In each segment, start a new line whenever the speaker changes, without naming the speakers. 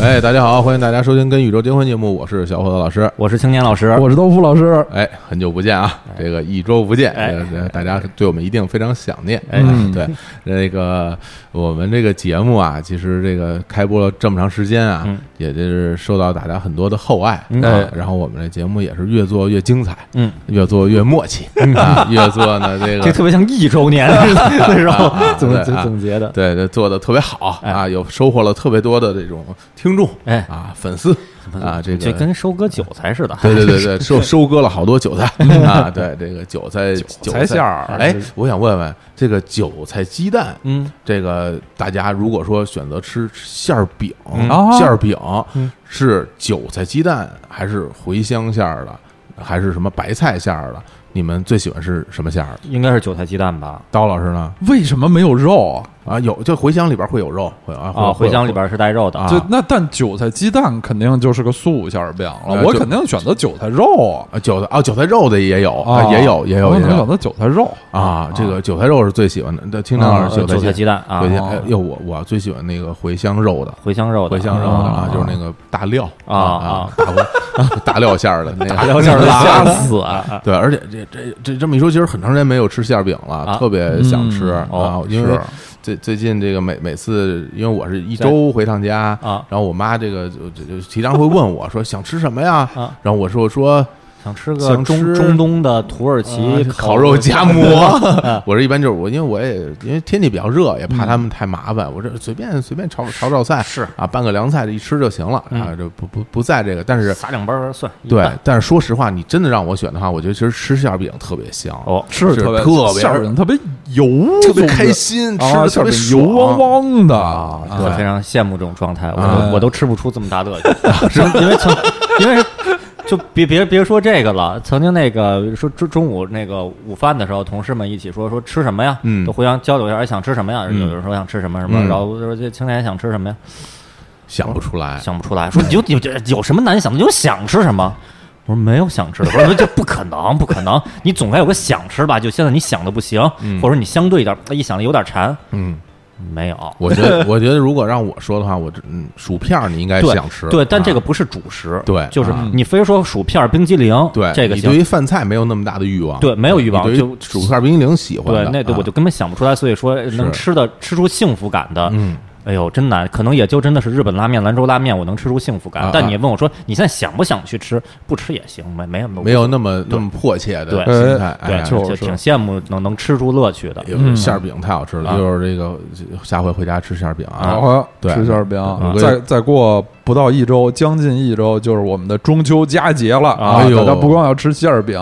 哎，大家好，欢迎大家收听《跟宇宙结婚》节目，我是小伙子老师。
我是青年老师，
我是豆腐老师，
哎，很久不见啊！这个一周不见，
哎
呃大家对我们一定非常想念。
哎
嗯对，那个我们这个节目啊，其实这个开播了这么长时间啊，
嗯
也就是受到大家很多的厚爱、
嗯
啊
哎。
然后我们这节目也是越做越精彩，
嗯，
越做越默契、啊，越做呢这
这
个
特别像一周年那时候
啊
总
对
总
啊
总结的，
对对，做的特别好啊，有收获了特别多的这种听众，
哎
啊，粉丝啊，这
这
个
跟收割韭菜似的。
对对对对，收收割了好多韭菜啊！对，这个韭菜韭
韭菜馅儿
哎，我想问问，这个韭菜鸡蛋，
啊嗯，
这个大家如果说选择吃馅儿饼
嗯，
哦
馅儿饼是韭菜鸡蛋还是茴香馅儿的，还是什么白菜馅儿的？你们最喜欢是什么馅儿的？
应该是韭菜鸡蛋吧？
刀老师呢？
为什么没有肉啊？
啊，有就茴香里边会有肉，会有啊，会有
啊，茴香里边是带肉的
啊
就那但韭菜鸡蛋肯定就是个素馅儿饼
呃
了，我
就
肯定选择韭菜肉啊，
啊韭菜啊，韭菜肉的也有啊，
哦
啊
也有也有
我
也
可能
有
选择韭菜肉，
啊，这个韭菜肉是最喜欢的。那清
啊
凉
呃
老师
韭
韭
菜
菜
鸡
蛋
蛋啊
茴，香，哎呦，我我最喜欢那个茴香肉的，
茴香肉的，
茴香肉的 啊
啊，
就是那个大料
啊
啊，大茴大料馅儿的那个。
大料馅儿拉死啊！
对，而且这这这这么一说，其实很长时间没有吃馅儿饼了，
啊
特别想吃
嗯
啊
哦，
因为
是
最最近这个每每次，因为我是一周回趟家
啊
然后我妈这个就就就经常会问我说想吃什么呀
啊，
然后我说我说
想吃个
想
中
吃
中东的土耳其
啊烤 肉夹
啊
馍。 我这一般就是我，因为我也因为天气比较热，也怕他们太麻烦，我这随便随便炒炒炒菜
嗯是嗯
啊，拌个凉菜这一吃就行了啊，这不不不在这个，但是。
撒两瓣儿蒜，一
对
拌，
但是说实话，你真的让我选的话，我觉得其实吃馅儿饼特别香，
哦，
是
是
特别
特别
馅儿饼特别油，
特别开心，
总之，
吃
啊，
的特
馅儿
别
饼
爽
油汪汪的
啊，
我非常羡慕这种状态，我
啊
都我都吃不出这么大乐趣， 因为曾因为就别别别说这个了，曾经那个说中中午那个午饭的时候，同事们一起说说吃什么呀，
嗯
都互相交流一下，哎想吃什么呀，
嗯
有人说想吃什么什么，
嗯
然后说这青年想吃什么呀，
想不出 来，
想不出来，说你就有
哎
有什么难想的，你就想吃什么。我说没有想吃的，我说这不可能，不可能！你总该有个想吃吧？就现在你想的不行，
嗯
或者你相对一点，哎一想的有点馋，
嗯，
没有。
我觉得，我觉得如果让我说的话，我这嗯，薯片儿你应该
对
想吃，
对，但
啊
这个不是主食，
对
就是
啊
你非说薯片、冰激凌，
对
这个
你对
行，
于饭菜没有那么大的欲望，
对没有欲望
你对于
就
薯片冰激凌喜欢
对
的，，
那对
啊
我就根本想不出来，所以说能吃的吃出幸福感的，
嗯，
哎呦，真难，可能也就真的是日本拉面、兰州拉面，我能吃出幸福
啊
感。但
啊
你问我说你现在想不想去吃，不吃也行，没没有
没有那么那么迫切的
对
心态，哎
对，
呀
就挺羡慕能能吃出乐趣的
有馅儿饼太好吃了，
啊
就是这个下回回家吃馅儿饼啊
然，后
对
吃馅儿
啊
饼，再再过不到一周，将近一周就是我们的中秋佳节了啊！
哎呦
大家不光要吃馅儿饼，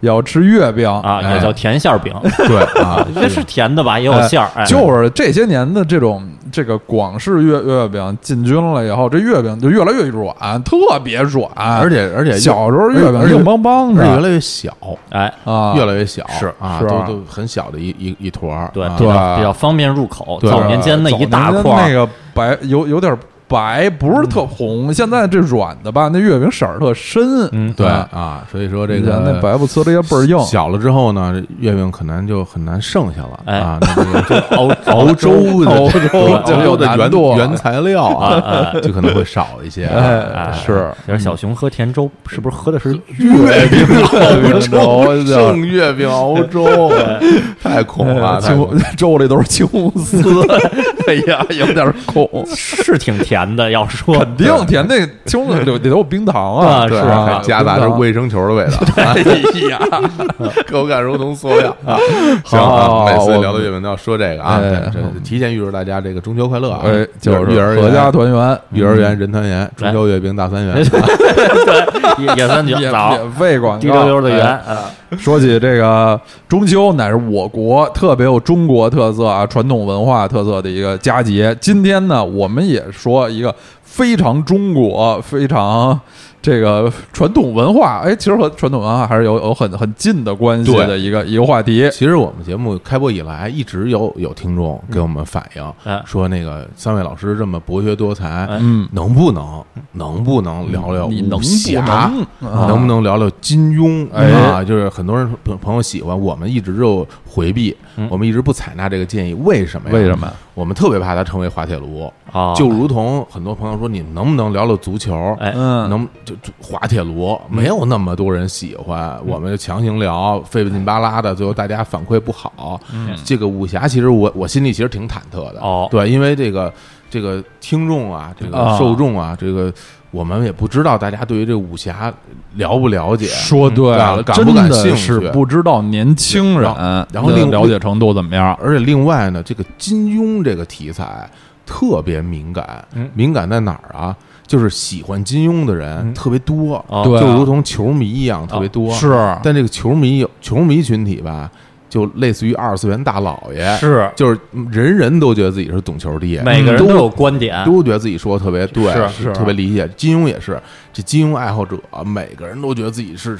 也要吃月饼
啊，
哎
也叫甜馅儿 饼，
对啊，
这是甜的吧？也有馅儿，哎，
就是这些年的这种这个广式月月饼进军了以后，这月饼就越来越软，特别软，
啊而且而且
小时候
越
月
而
饼
且
硬邦邦
而且越啊
的
来越小，
哎，
啊，
越来越小，
是
啊，
是
都
啊
都很小的一一一坨儿，
对，
啊
比
对
较比较方便入口。
对啊
早年间那一大
早年
块
间
儿
那个白有有点白，不是特红。现在这软的吧，那月饼色儿特深，
嗯
对
啊
啊，所以说这
以前那
个。
白不呲咧倍儿硬。
小了之后呢，这月饼可能就很难剩下了
哎
啊！那这个 这
熬
熬粥的
熬粥
这个
就
熬粥
有
的原
难度了
原材料
啊
啊， 就可能会少一些。啊
哎，是
就是小熊喝甜粥，是不是喝的是
月饼 熬
熬
粥，
粥
剩月饼熬 粥，太恐
哎
了， 太
青
恐
红 粥里都是青红丝，哎呀，有 点苦，
是挺甜的？要说
肯定甜。那青红里里头有冰糖啊，
啊
对，
是
还夹杂着
冰糖
卫生球的味 道，哎呀， 口感如同塑料 啊！行
哎好
啊，每
好
次
我
聊到月饼都要说这个啊，
哎
这这提前预祝大家这个中秋快乐啊！
哎，就是
幼儿
合家
园、
团嗯圆，
幼儿园、人团圆、中秋月饼大三 元，
对，野野三
也
卷早
也，喂广告，
滴溜溜的圆
哎。
啊
说起这个中秋，乃是我国特别有中国特色啊、传统文化特色的一个佳节。今天呢，我们也说一个非常中国、非常这个传统文化，哎，其实和传统文化还是有有很很近的关系
对
的一个一个话题。
其实我们节目开播以来，一直有有听众给我们反映，
嗯
说那个三位老师这么博学多才，
哎
嗯，
能不能能不能聊聊
你能
武
不
侠？
能？啊
能不能聊聊金庸
哎
啊？就是很多人朋朋友喜欢，我们一直就回避，
嗯
我们一直不采纳这个建议。为什么呀？
为什么？哦
我们特别怕它成为滑铁卢，
啊，
就如同很多朋友说，你能不能聊聊足球？
哎
嗯，
能就就滑铁卢没有那么多人喜欢，我们就强行聊，费劲巴拉的，最后大家反馈不好。
嗯
这个武侠其实我我心里其实挺忐忑的。
哦
对，因为这个这个听众啊，这个
啊
受众啊，这个我们也不知道大家对于这个武侠了不了解。
说对了，
嗯感
真
不感兴趣
的是不知道年轻人
然后
的
另
了解程度怎么样。
而且另外呢，这个金庸这个题材特别敏感，
嗯
敏感在哪儿啊？就是喜欢金庸的人
嗯
特别多，
哦
对
就
啊
如同球迷一样特别多。
是，啊
但这个球迷有球迷群体吧，就类似于二次元大老爷，
是
就是人人都觉得自己是懂球帝，
每
嗯
个人
都
都有观点，
都觉得自己说的特别对，
是是啊
特别理解。金庸也是，这金庸爱好者，每个人都觉得自己是。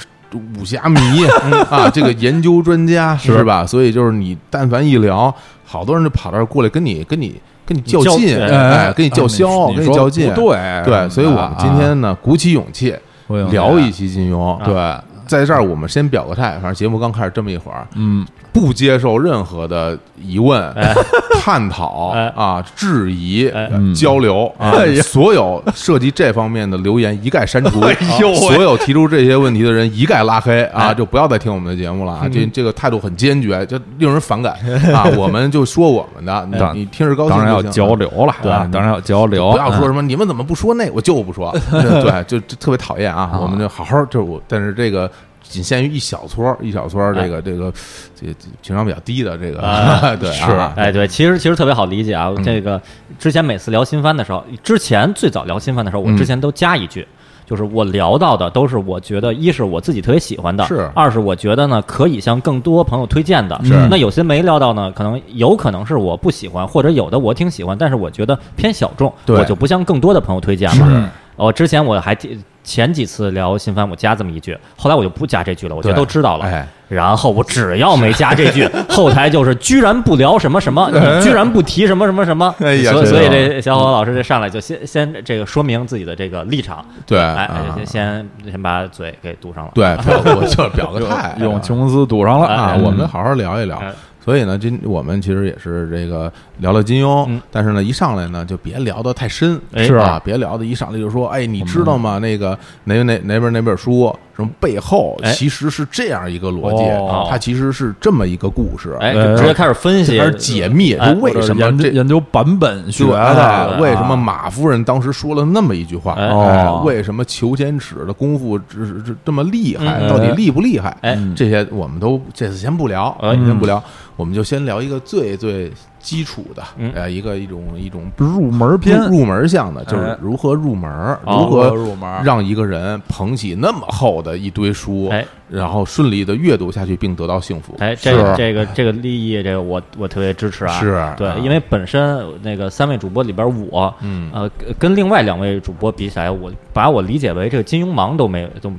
武侠迷 啊，这个研究专家
是
是吧？所以就是你，但凡一聊，好多人就跑这儿过来跟你、跟你、跟你较
较
劲，
哎
哎，跟你较
啊
嚣，
你
跟
你说
较劲。
不对啊
对，所以我们今天呢，鼓起勇气
天
聊一期金庸。
啊
对，在这儿我们先表个态，反正节目刚开始这么一会儿，
嗯，
不接受任何的疑问、
哎
探讨、
哎
啊、质疑、
哎
呃交流啊
哎，呀哎
所有涉及这方面的留言一概删除。
呦喂
所有提出这些问题的人一概拉黑啊，
哎
就不要再听我们的节目了
嗯
啊！这这个态度很坚决，就令人反感 啊！我们就说我们的，
当
你你听着高兴
当然要
就行
交流了，
对
啊当然要交
哦
流，嗯
不要
嗯
说什么你们怎么不说那，我就不 说。对，就就特别讨厌啊！
啊
我们就好好就是我，但是这个仅限于一小撮儿一小撮儿这个这个这这情商比较低的这个
哎 啊
对
是
啊嗯
哎，对，其实其实特别好理解啊。这个之前每次聊新番的时候，之前最早聊新番的时候，我
嗯
之前都加一句，就是我聊到的都是我觉得一是我自己特别喜欢的，
是
二是我觉得呢可以向更多朋友推荐的。
是
那有些没聊到呢，可能有可能是我不喜欢，或者有的我挺喜欢，但是我觉得偏小众，
对
我就不向更多的朋友推荐
是
了。我、之前我还提前几次聊新番，我加这么一句，后来我就不加这句了，我觉得
对
都知道了。
哎
然后我只要没加这 句，后台就是居然不聊什么什么，你居然不提什么什么什么，
哎呀
所以
这
所以
个
这小伙老师这上来就先先这个说明自己的这个立场，
对
哎
啊，
先先先把嘴给堵上了，
对， 我我就是表个 态，
用
情
琼斯堵上了
啊，
哎
我们好好聊一聊
哎。
所以呢，今我们其实也是这个聊聊金庸
嗯，
但是呢，一上来呢就别聊得太深，
哎嗯
是啊，别聊的一上来就说，哎，你知道吗？那个哪哪哪本哪本书什么背后
哎
其实是这样一个逻辑
哦，
它其实是这么一个故事，
哎，就直接开始分析，
就开始解密，
哎
就为
或者
什么
研
这
研究版本学啊的
哎，为什么马夫人当时说了那么一句话？
啊哎
哎
哦为
为什么裘千尺的功夫这这这么厉害？
嗯
到底厉不厉害？
哎
这些我们都这次先不聊，
哎
先不聊，我们就先聊一个最最基础的，
嗯
呃，一个一种一种
入门篇
入入门项的，就是
哎
如何入门，
哦
如何
入门
让一个人捧起那么厚的一堆书，
哎
然后顺利的阅读下去，并得到幸福。
哎，这个
是
这个这个立意，这个我我特别支持啊！
是
对
啊，
因为本身那个三位主播里边，我
嗯
呃跟另外两位主播比起来，我把我理解为这个金庸盲都没有都没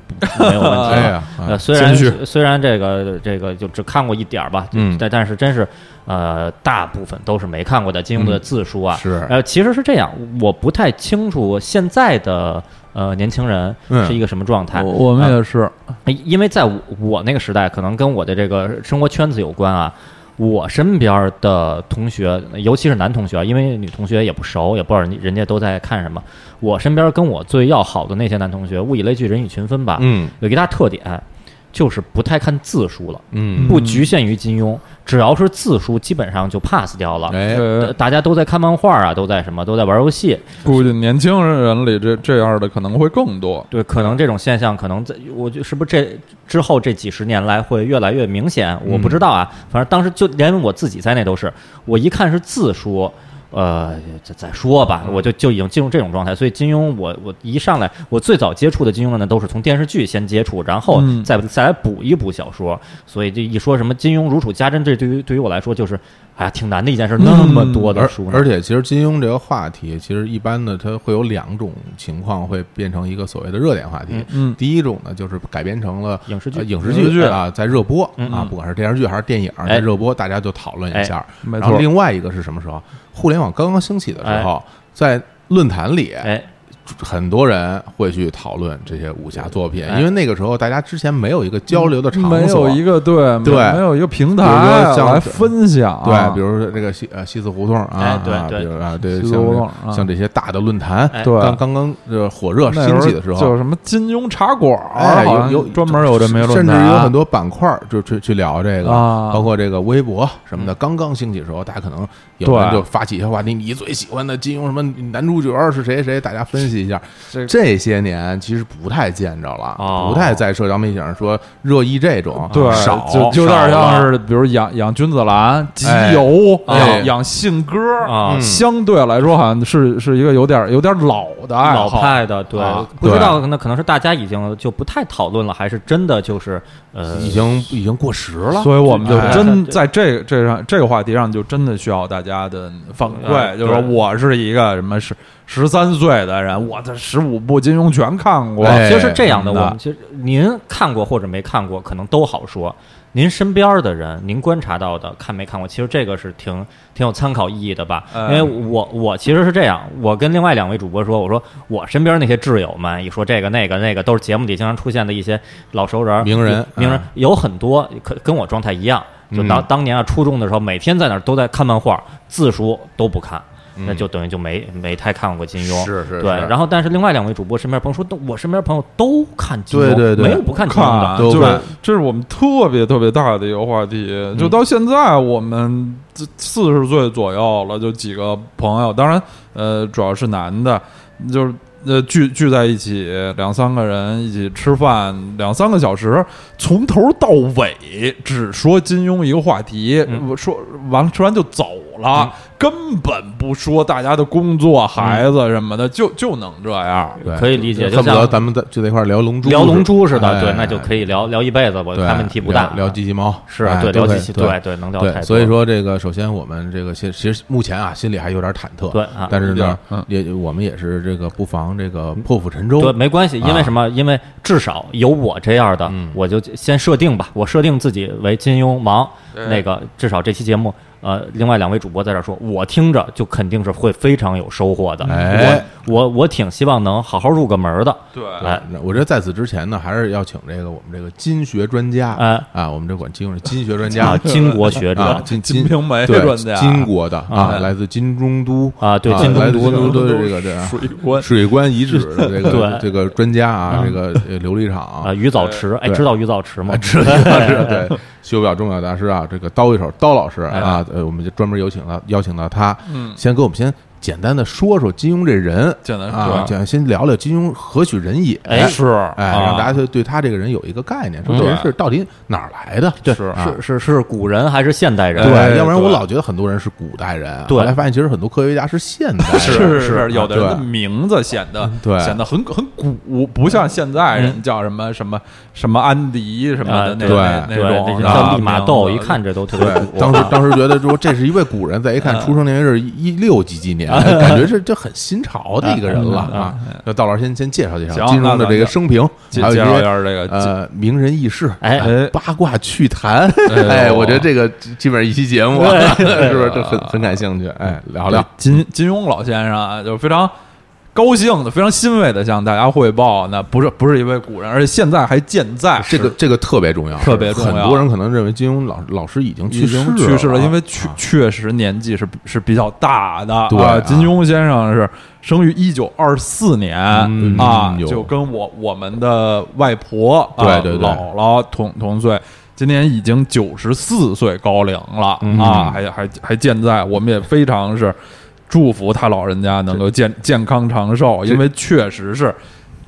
有问题了。
哎呀，啊
呃，虽然虽然这个这个就只看过一点儿吧，
嗯
但但是真是呃，大部分都是没看过的金庸的字书啊。
嗯是
呃，其实是这样，我不太清楚现在的呃年轻人
嗯
是一个什么状态。哎
我我
啊
们也是，
因为在我我那个时代，可能跟我的这个生活圈子有关啊。我身边的同学，尤其是男同学，因为女同学也不熟，也不知道人人家都在看什么。我身边跟我最要好的那些男同学，物以类聚，人以群分吧，
嗯
有一大特点，就是不太看字书了，
嗯，
不局限于金庸，只要是字书，基本上就 pass 掉了。
哎，
呃
呃
大家都在看漫画啊，都在什么，都在玩游戏。
估计年轻人里这这样的可能会更多。
对，可能这种现象，可能在我就是不是这之后这几十年来会越来越明显，我
嗯
不知道啊。反正当时就连我自己在内都是，我一看是字书，呃，再再说吧，我就就已经进入这种状态。所以金庸我，我一上来，我最早接触的金庸呢，都是从电视剧先接触，然后
嗯
再再来补一补小说。所以这一说什么金庸如数家珍，这对于对于我来说就是哎呀，挺难的一件事，那么多的
嗯而
书呢，
而且，其实金庸这个话题，其实一般的它会有两种情况会变成一个所谓的热点话题。
嗯
第一种呢，就是改编成了
影视剧
呃影视
影视
剧
剧
啊，在热播
嗯
啊
嗯，
不管是电视剧还是电影，在
哎
热播大家就讨论一下。
没
然后
错，
另外一个是什么时候？互联网刚刚兴起的时候，在论坛里，
哎，
很多人会去讨论这些武侠作品，
哎
因为那个时候大家之前没有一个交流的场所，
嗯没有一个对
对
没有一个平台
比如说像
来分享，
对，比如说这个西呃西四胡同啊，
哎对
啊
对
比如啊，对，
啊西
像
四胡同
这
啊
像这些大的论坛，
哎
对
刚刚刚呃火热
那
兴起的时
就
候
是。什么金庸茶馆儿，
哎，
好像
有有
专门有这么一个论
甚至
坛，
有很多板块儿就去去聊这个，
啊嗯
包括这个微博什么的，刚刚兴起的时候，大家可能有人
对
就发起一些话题，你最喜欢的金庸什么男主角是谁谁，大家分析一下。
这
这些年其实不太见着了，
哦
不太在社交媒体上说热议这种，
对，
啊少，
就就有点
少
像
了
是，比如养养君子兰、集
哎
邮、
哎
养养信鸽
啊
嗯
相对来说好像是是一个有点有点老的爱
老
好，
派的，对
啊，
不知
对
道那可能是大家已经就不太讨论了，还是真的就是呃，
已经已经过时了，
所以我们就
哎
真在这这上这个话题上，就真的需要大家的反
哎
馈，就是说
对
我是一个什么十十三岁的人，我的十五部金庸全看过，
哎
其实是这样的，
真的
我们其实您看过或者没看过，可能都好说。您身边的人，您观察到的，看没看过，其实这个是挺挺有参考意义的吧？因
嗯
为
哎
我我其实是这样，我跟另外两位主播说，我说我身边那些挚友们一说这个那个那个，都是节目里经常出现的一些老熟人儿、
名人
名人
嗯
有很多，可跟我状态一样。就当
嗯
当年啊，初中的时候，每天在那儿都在看漫画，字书都不看，那
嗯
就等于就没没太看过金庸。
是是
对，
是
然后但是另外两位主播身边朋友说，都我身边朋友都看金庸，
对对对
没有不看金庸
看，
的。
都
就
看
是这是我们特别特别大的一个话题。
嗯
就到现在，我们这四十岁左右了，就几个朋友，当然呃，主要是男的，就是。呃，聚聚在一起，两三个人一起吃饭，两三个小时，从头到尾只说金庸一个话题，
嗯
我说完了吃完就走了，根本不说大家的工作、孩子什么的，就就能这样。
对
可以理解就
恨不得
像
咱们在就在一块儿聊龙珠，
聊龙珠似的，
哎
对，那就可以聊聊一辈子，我
对
看问题不大。
聊聊机器猫
是啊
哎
对
都
聊
可以
机器，对对，能聊太
对，
多。
所以，说这个，首先我们这个现其实目前啊，心里还有点忐忑，
对啊
但是
有点
呢
儿，嗯
也我们也是这个不妨这个破釜沉舟，啊
对，没关系，因为什么？因为至少有我这样的
嗯，
我就先设定吧，我设定自己为金庸盲。那个至少这期节目，呃，另外两位主播在这儿说，我听着就肯定是会非常有收获的。
哎啊
我我我挺希望能好好入个门儿的。
对，
哎，
那我觉得在此之前呢，还是要请这个我们这个金学专家
哎
啊，我们这管金庸是金学专
啊
家，
金国学
啊
者，
金
金瓶梅
对
专家
金国的啊，
啊
来自金中都
啊对金
金
中
来自
都
金中
金
都的这个啊这样
水关
水关遗址的这个
对
这个专家啊，这个呃琉璃厂
啊，于藻池，哎，
对
知道于藻池吗？
知
哎
道是对修表钟表大师啊，这个刀一手刀老师啊，呃，我们就专门有请到邀请到他，
哎嗯
先给我们先简单的说说金庸这人，
简单
啊，
对
简先聊聊金庸何许人也，
哎
是
哎，
啊
让大家对对他这个人有一个概念，说这
对
人是到底哪儿来的，
对，
啊
是是是古人还是现代人？
哎
要不然我
对
老觉得很多人是古代人，啊
对
后来发现其实很多科学家是现代人，
是
是
有的人的
对嗯
名字显得
对嗯
显得很很古，不像现在人叫什么什么什么安迪什么的
啊
那
哎对
那
对，
那种啊
那
的
叫利玛窦，
名
一
字
看这都特别
对，
古。
当时当时觉得说这是一位古人，再一
嗯
看出生年月日一六几几 年，感觉这这很新潮的一个人了
嗯
啊。那道老师先先介绍介绍
行
金庸
那
的
咱
这个
就
生平，
介
还有一
介绍一
些
下这个金
呃名人轶事，
哎
啊八卦趣谈。
哎
哎，
呦
我觉得这个基本上一期节目，啊 是不是这很很感兴趣？哎，聊聊。
金金庸老先生啊，就非常高兴的、非常欣慰的向大家汇报，那不是不是一位古人，而且现在还健在，
这个这个特别重要，
特别重要
很多人可能认为金庸老老师已经去
已
世
经去世
了，
了，因为确
啊
确实年纪是是比较大的。
对啊
啊，金庸先生是生于一九二四年
嗯
啊
有，
就跟我我们的外婆啊
对对对
姥姥同同岁。今年已经九十四岁高龄了
嗯
啊，还还还健在，我们也非常是祝福他老人家能够健健康长寿，
这
因为确实是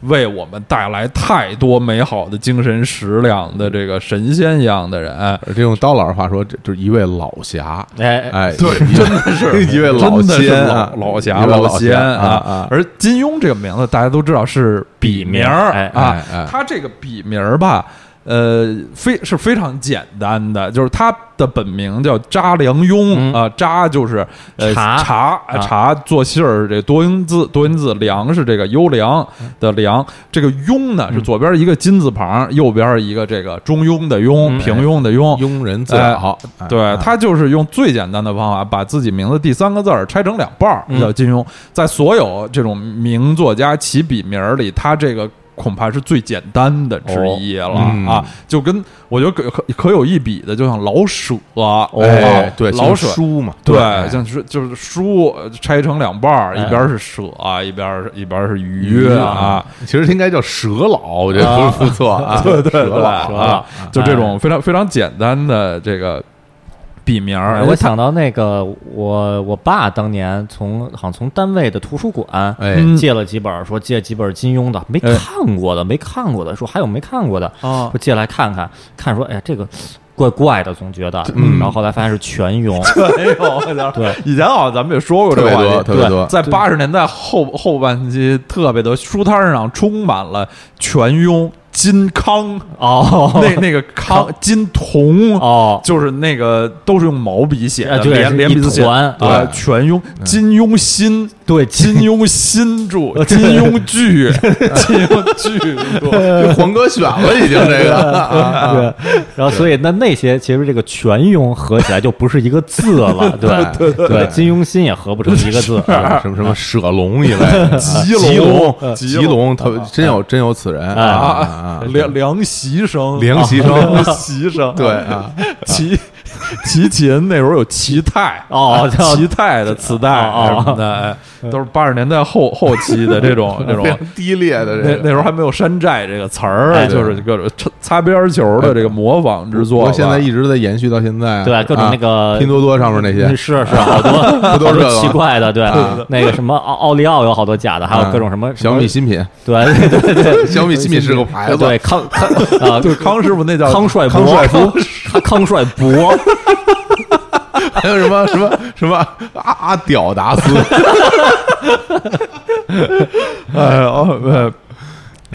为我们带来太多美好的精神食粮的这个神仙一样的人。
啊这用刀老师话说，这就是一位老侠，
哎
哎，对，真的是 一位老
真的是
仙啊
老，老
一
侠
位老
仙
啊啊！
而金庸这个名字大家都知道是笔名儿
哎
啊
哎哎，
他这个笔名儿吧。呃，非是非常简单的，就是他的本名叫查良镛
嗯
啊、查就是呃
查
查
啊
查做信儿这多音字多音字良是这个优良的良，这个庸呢是左边一个金字旁，右边一个这个中庸的庸，
嗯
平庸的庸。
庸人自扰。哎
对他就是用最简单的方法，把自己名字第三个字儿拆成两半儿，
嗯
叫金庸。在所有这种名作家起笔名儿里，他这个恐怕是最简单的之一了、
哦嗯
啊！就跟我觉得可可可有一比的，就像老舍啊，
哎，对，
老舍
像书嘛，
对，
哎
像是就是书呃拆成两半儿，
哎
一边儿是舍啊，一边儿是一边儿是鱼
鱼
啊，，
其实应该叫蛇老，我觉得不是不错啊，
对对
蛇老
对
啊，
就这种非常非常简单的这个笔名儿。
哎
而且
我
他
想到那个我我爸当年从好像从单位的图书馆
哎，
嗯
借了几本儿，说借几本儿金庸的，没
哎
看过的，没看过的，说还有没看过的，
啊
说借来看看，看说哎呀这个怪怪的，总觉得，
嗯
然后后来发现是全庸，
哎呦，我操！
对，
以前好像咱们也说过
特
这个
别
话
多，
题，
特别多，
在八十年代后后半期，特别多书摊上充满了全庸、金康，
哦
那那个康金铜，
哦，
就是那个都是用毛笔写的，
哎对
连
是
连笔字
一
写
团啊
对，
对
全庸、金庸新。
对，
金庸新著，金庸剧，金庸剧，
这黄哥选了已经这个啊，
对，然后所以那那些其实这个全庸合起来就不是一个字了，对对对，金庸心也合不成一个字，
啊什么什么舍龙一类的，啊
吉
吉
龙
龙，
吉
吉龙，特别真有真有此人啊啊
啊
啊，，
梁梁习生，
梁习生
啊梁习生，
对啊，
齐齐秦那时候有齐泰啊
哦叫
齐泰的磁带
哦哦
什么的，哎都是八十年代后后期的这 种这种
非。常低劣的
那
这
那
个。
时候还没有山寨这个词儿，
哎
就是各种擦擦边球的这个模仿之
不
作吧。
过现在一直在延续到现在啊，
对各种那个
啊拼多多上面那些
是，是好多好
不都
多
是这个吗
奇怪的，对
啊，
那个什么奥奥利奥有好多假的，还有各种什么
啊小米，新品，
什么对对对对
小米新品是个牌
对
子，
对康康 啊
对康师傅那叫
康帅
康
博
帅博，
康康帅博，
还 有什么什么什么阿阿屌达斯，啊
哎哦呃，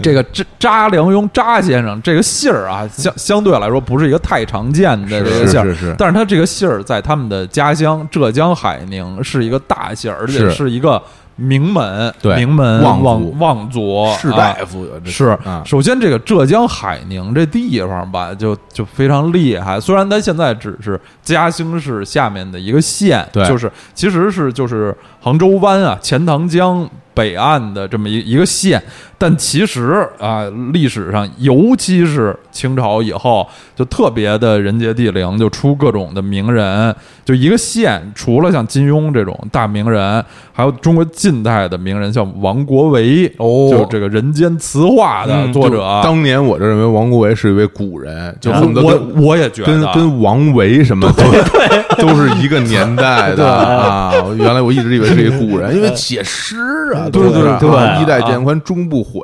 这
嗯
个扎扎良庸扎先生这个姓儿啊，相相对来说不是一个太常见的这个
是
姓儿，
是是
但是他这个姓儿在他们的家乡浙江海宁是一个大姓儿，而且
是
是一个名门，
对
名门
望族
望望族
士
啊
大夫有这
是
啊，
首先这个浙江海宁这地方吧，就就非常厉害。虽然它现在只是嘉兴市下面的一个县，
对
就是其实是就是杭州湾啊、钱塘江北岸的这么一一个县，但其实啊，历史上尤其是清朝以后，就特别的人杰地灵，就出各种的名人。就一个县，除了像金庸这种大名人，还有中国近代的名人，像王国维，
哦
就这个人间词话的作者。啊
就当年我就认为王国维是一位古人，就
我
恨不得跟
我嗯我也觉得
跟跟王维什么都 都是一个年代的啊！我原来我一直以为是一个古人，因为写诗啊，
对
都是啊
对
对
衣带渐宽终不悔，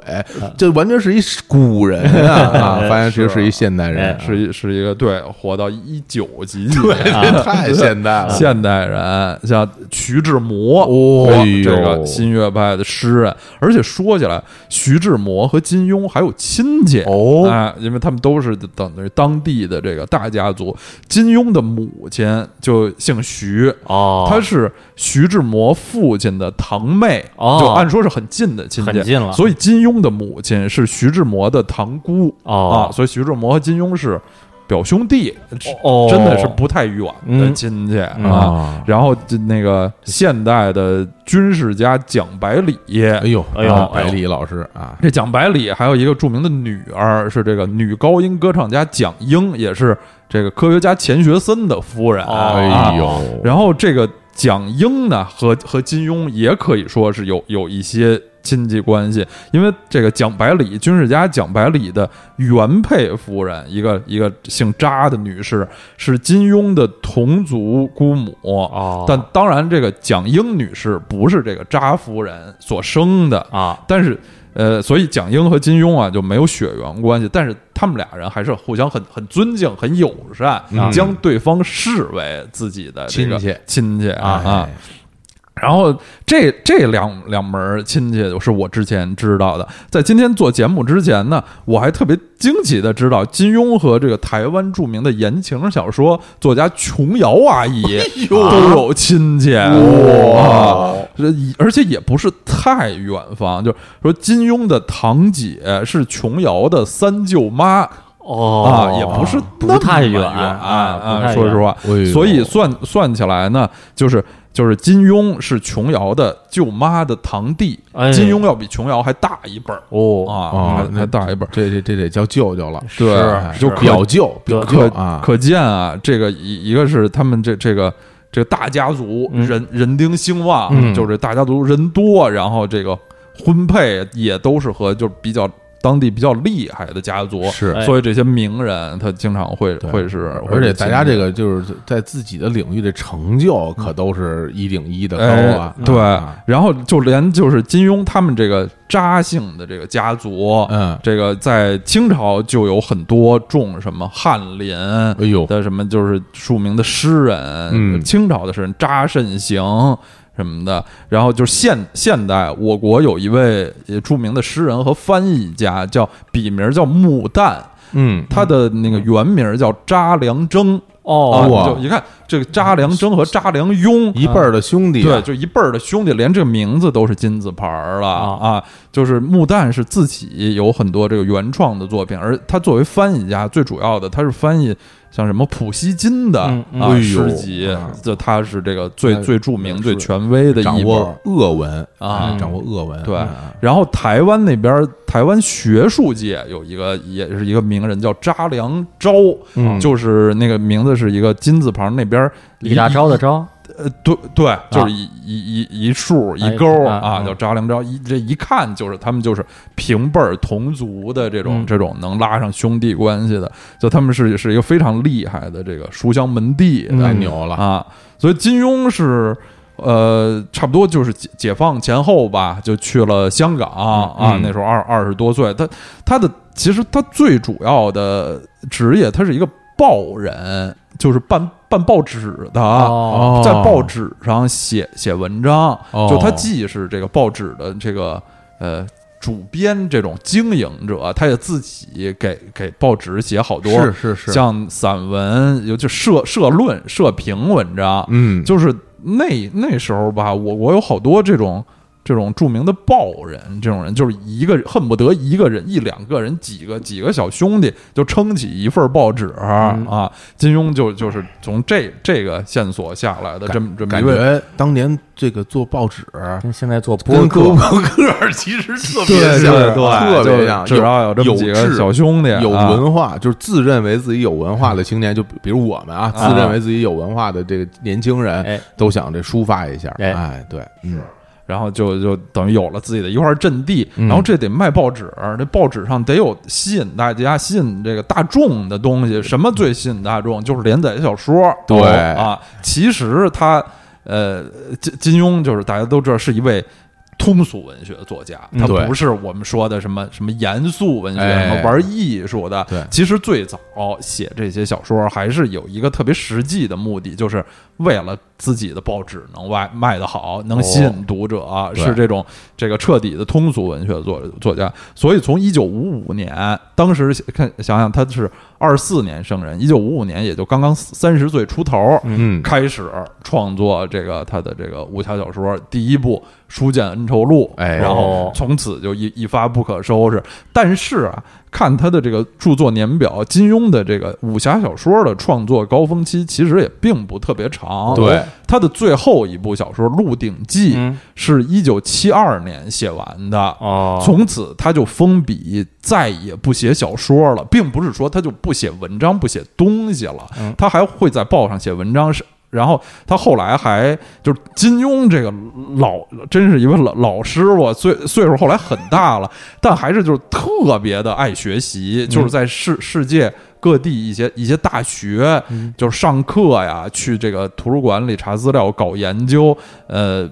这完全是一古人啊！啊
哎
发现其实是一现代人
哎，
是一是一个对活到一九几几
对，
年
这太现代 了。
现代人，像徐志摩，
哦哎呦
这个新月派的诗人。而且说起来，徐志摩和金庸还有亲戚
哦
哎，因为他们都是等于当地的这个大家族。金庸的母亲就姓徐。
哦，
她是徐志摩父亲的堂妹，
哦
就按说是很近的亲戚，
很近了
所以金庸的母亲是徐志摩的堂姑，
哦
啊，所以徐志摩和金庸是表兄弟，
哦
真的是不太远的
嗯
亲戚、
嗯
啊。
啊
然后就那个现代的军事家蒋百里，
哎呦，
哎呦
啊
哎
百
呦
里老师啊，
这蒋百里还有一个著名的女儿是这个女高音歌唱家蒋英，也是这个科学家钱学森的夫人。啊
哦
哎呦，
然后这个蒋英呢，和和金庸也可以说是有有一些亲戚关系，因为这个蒋百里军事家蒋百里的原配夫人，一个一个姓查的女士，是金庸的同族姑母。
哦，
但当然，这个蒋英女士不是这个查夫人所生的，
啊
但是。呃，所以蒋英和金庸啊就没有血缘关系，但是他们俩人还是互相很很尊敬、很友善，
嗯
将对方视为自己的这个
亲戚
亲戚啊
哎
啊。然后这这两两门亲戚是我之前知道的，在今天做节目之前呢，我还特别惊奇的知道金庸和这个台湾著名的言情小说作家琼瑶阿
哎
姨都有亲戚，啊
哦
哇！这而且也不是太远方，就是说金庸的堂姐是琼瑶的三舅妈。
哦
啊，也不是那
不太
么
远不
啊，
太
说实
远
话
哎，呦
所以算算起来呢，就是就是金庸是琼瑶的舅妈的堂弟
哎，
金庸要比琼瑶还大一辈儿
哦，
啊，还
那
还大一辈儿。啊
这这这得叫舅舅了，
是啊
对，
就可
表舅表
可
舅
可
啊，
可见啊，这个一一个是他们这这个这个大家族
嗯
人人丁兴旺，
嗯
就是大家族人多，然后这个婚配也都是和就是比较当地比较厉害的家族，
是
哎
所以这些名人他经常会
对
会是，
而且大家
个。
这个就是在自己的领域的成就，可都是一顶一的
嗯哎，
高啊。
对
啊，
然后就连就是金庸他们这个扎姓的这个家族，
嗯，
这个在清朝就有很多种什么翰林
哎呦，
的什么就是著名的诗人，
嗯
清朝的诗人扎慎行。什么的，然后就是现现代我国有一位呃著名的诗人和翻译家，叫笔名叫穆旦，
嗯，
他的那个原名叫查良铮啊，
哦，
哇
就一看这个查良铮和查良镛
一辈儿的兄弟啊，
对，就一辈儿的兄弟，连这个名字都是金字牌儿了
啊
啊！就是穆旦是自己有很多这个原创的作品，而他作为翻译家，最主要的他是翻译像什么普希金的
嗯嗯
啊
哎呦
诗集
啊，
这他是这个最
哎
最著名、
是
最权威的
掌
一本
握。俄文哎
啊
掌握俄文，
对
啊
然后台湾那边，台湾学术界有一个也是一个名人叫查良钊，
嗯
就是那个名字是一个金字旁那边
李大钊的钊，
呃，对对，就是一一一一竖一勾
哎
儿
啊
啊，
嗯
叫扎梁招，一这一看就是他们就是平辈儿同族的这种
嗯
这种能拉上兄弟关系的，就他们是是一个非常厉害的这个书香门第
嗯
太
的
牛了，
啊，所以金庸是。呃，差不多就是解解放前后吧，就去了香港啊。
嗯
那时候二二十多岁，他他的其实他最主要的职业，他是一个报人，就是办办报纸的啊
哦
在报纸上写写文章，
哦
就他既是这个报纸的这个呃主编这种经营者，他也自己给给报纸写好多
是是是，
像散文，尤其社社论、社评文章，
嗯，
就是那那时候吧，我我有好多这种。这种著名的报人，这种人就是一个恨不得一个人、一两个人、几个几个小兄弟就撑起一份报纸、
嗯
啊！金庸就就是从这这个线索下来的，这么这么
感
一位
觉当年这个做报纸
跟现在做播
跟
客
播客其实特别像，特别像，
只要有这么
有
几个
志
小兄弟，
有
啊
文化，就是自认为自己有文化的青年，就比比如我们啊，自认为自己有文化的这个年轻
哎
人，都想这抒发一下。
哎
哎，对，嗯，
然后就就等于有了自己的一块阵地，
嗯
然后这得卖报纸，这报纸上得有吸引大家、吸引这个大众的东西。什么最吸引大众？就是连载小说。
对
啊，其实他呃，金金庸就是大家都知道是一位。通俗文学作家，
嗯
他
对
不是我们说的什么什么严肃文学、
哎
什么玩艺术的。
对
其实最早写这些小说还是有一个特别实际的目的，就是为了自己的报纸能卖卖得好，
哦
能吸引读者啊，
对
是这种这个彻底的通俗文学作作家。所以从一九五五年，当时看想想他是二四年生人，一九五五年也就刚刚三十岁出头，
嗯
开始创作这个他的这个武侠小说第一部《书剑恩仇录》，
哎
然后从此就一一发不可收拾。但是啊，看他的这个著作年表，金庸的这个武侠小说的创作高峰期其实也并不特别长，
对，
他的最后一部小说《鹿鼎记》
嗯
是一九七二年写完的。
哦，
从此，他就封笔，再也不写小说了，并不是说他就不写文章、不写东西了，
嗯
他还会在报上写文章。是，然后他后来还就是金庸这个老，真是一位老老师傅，岁岁数后来很大了，但还是就是特别的爱学习，就是在世世界各地一些一些大学，就是上课呀，去这个图书馆里查资料、搞研究，呃。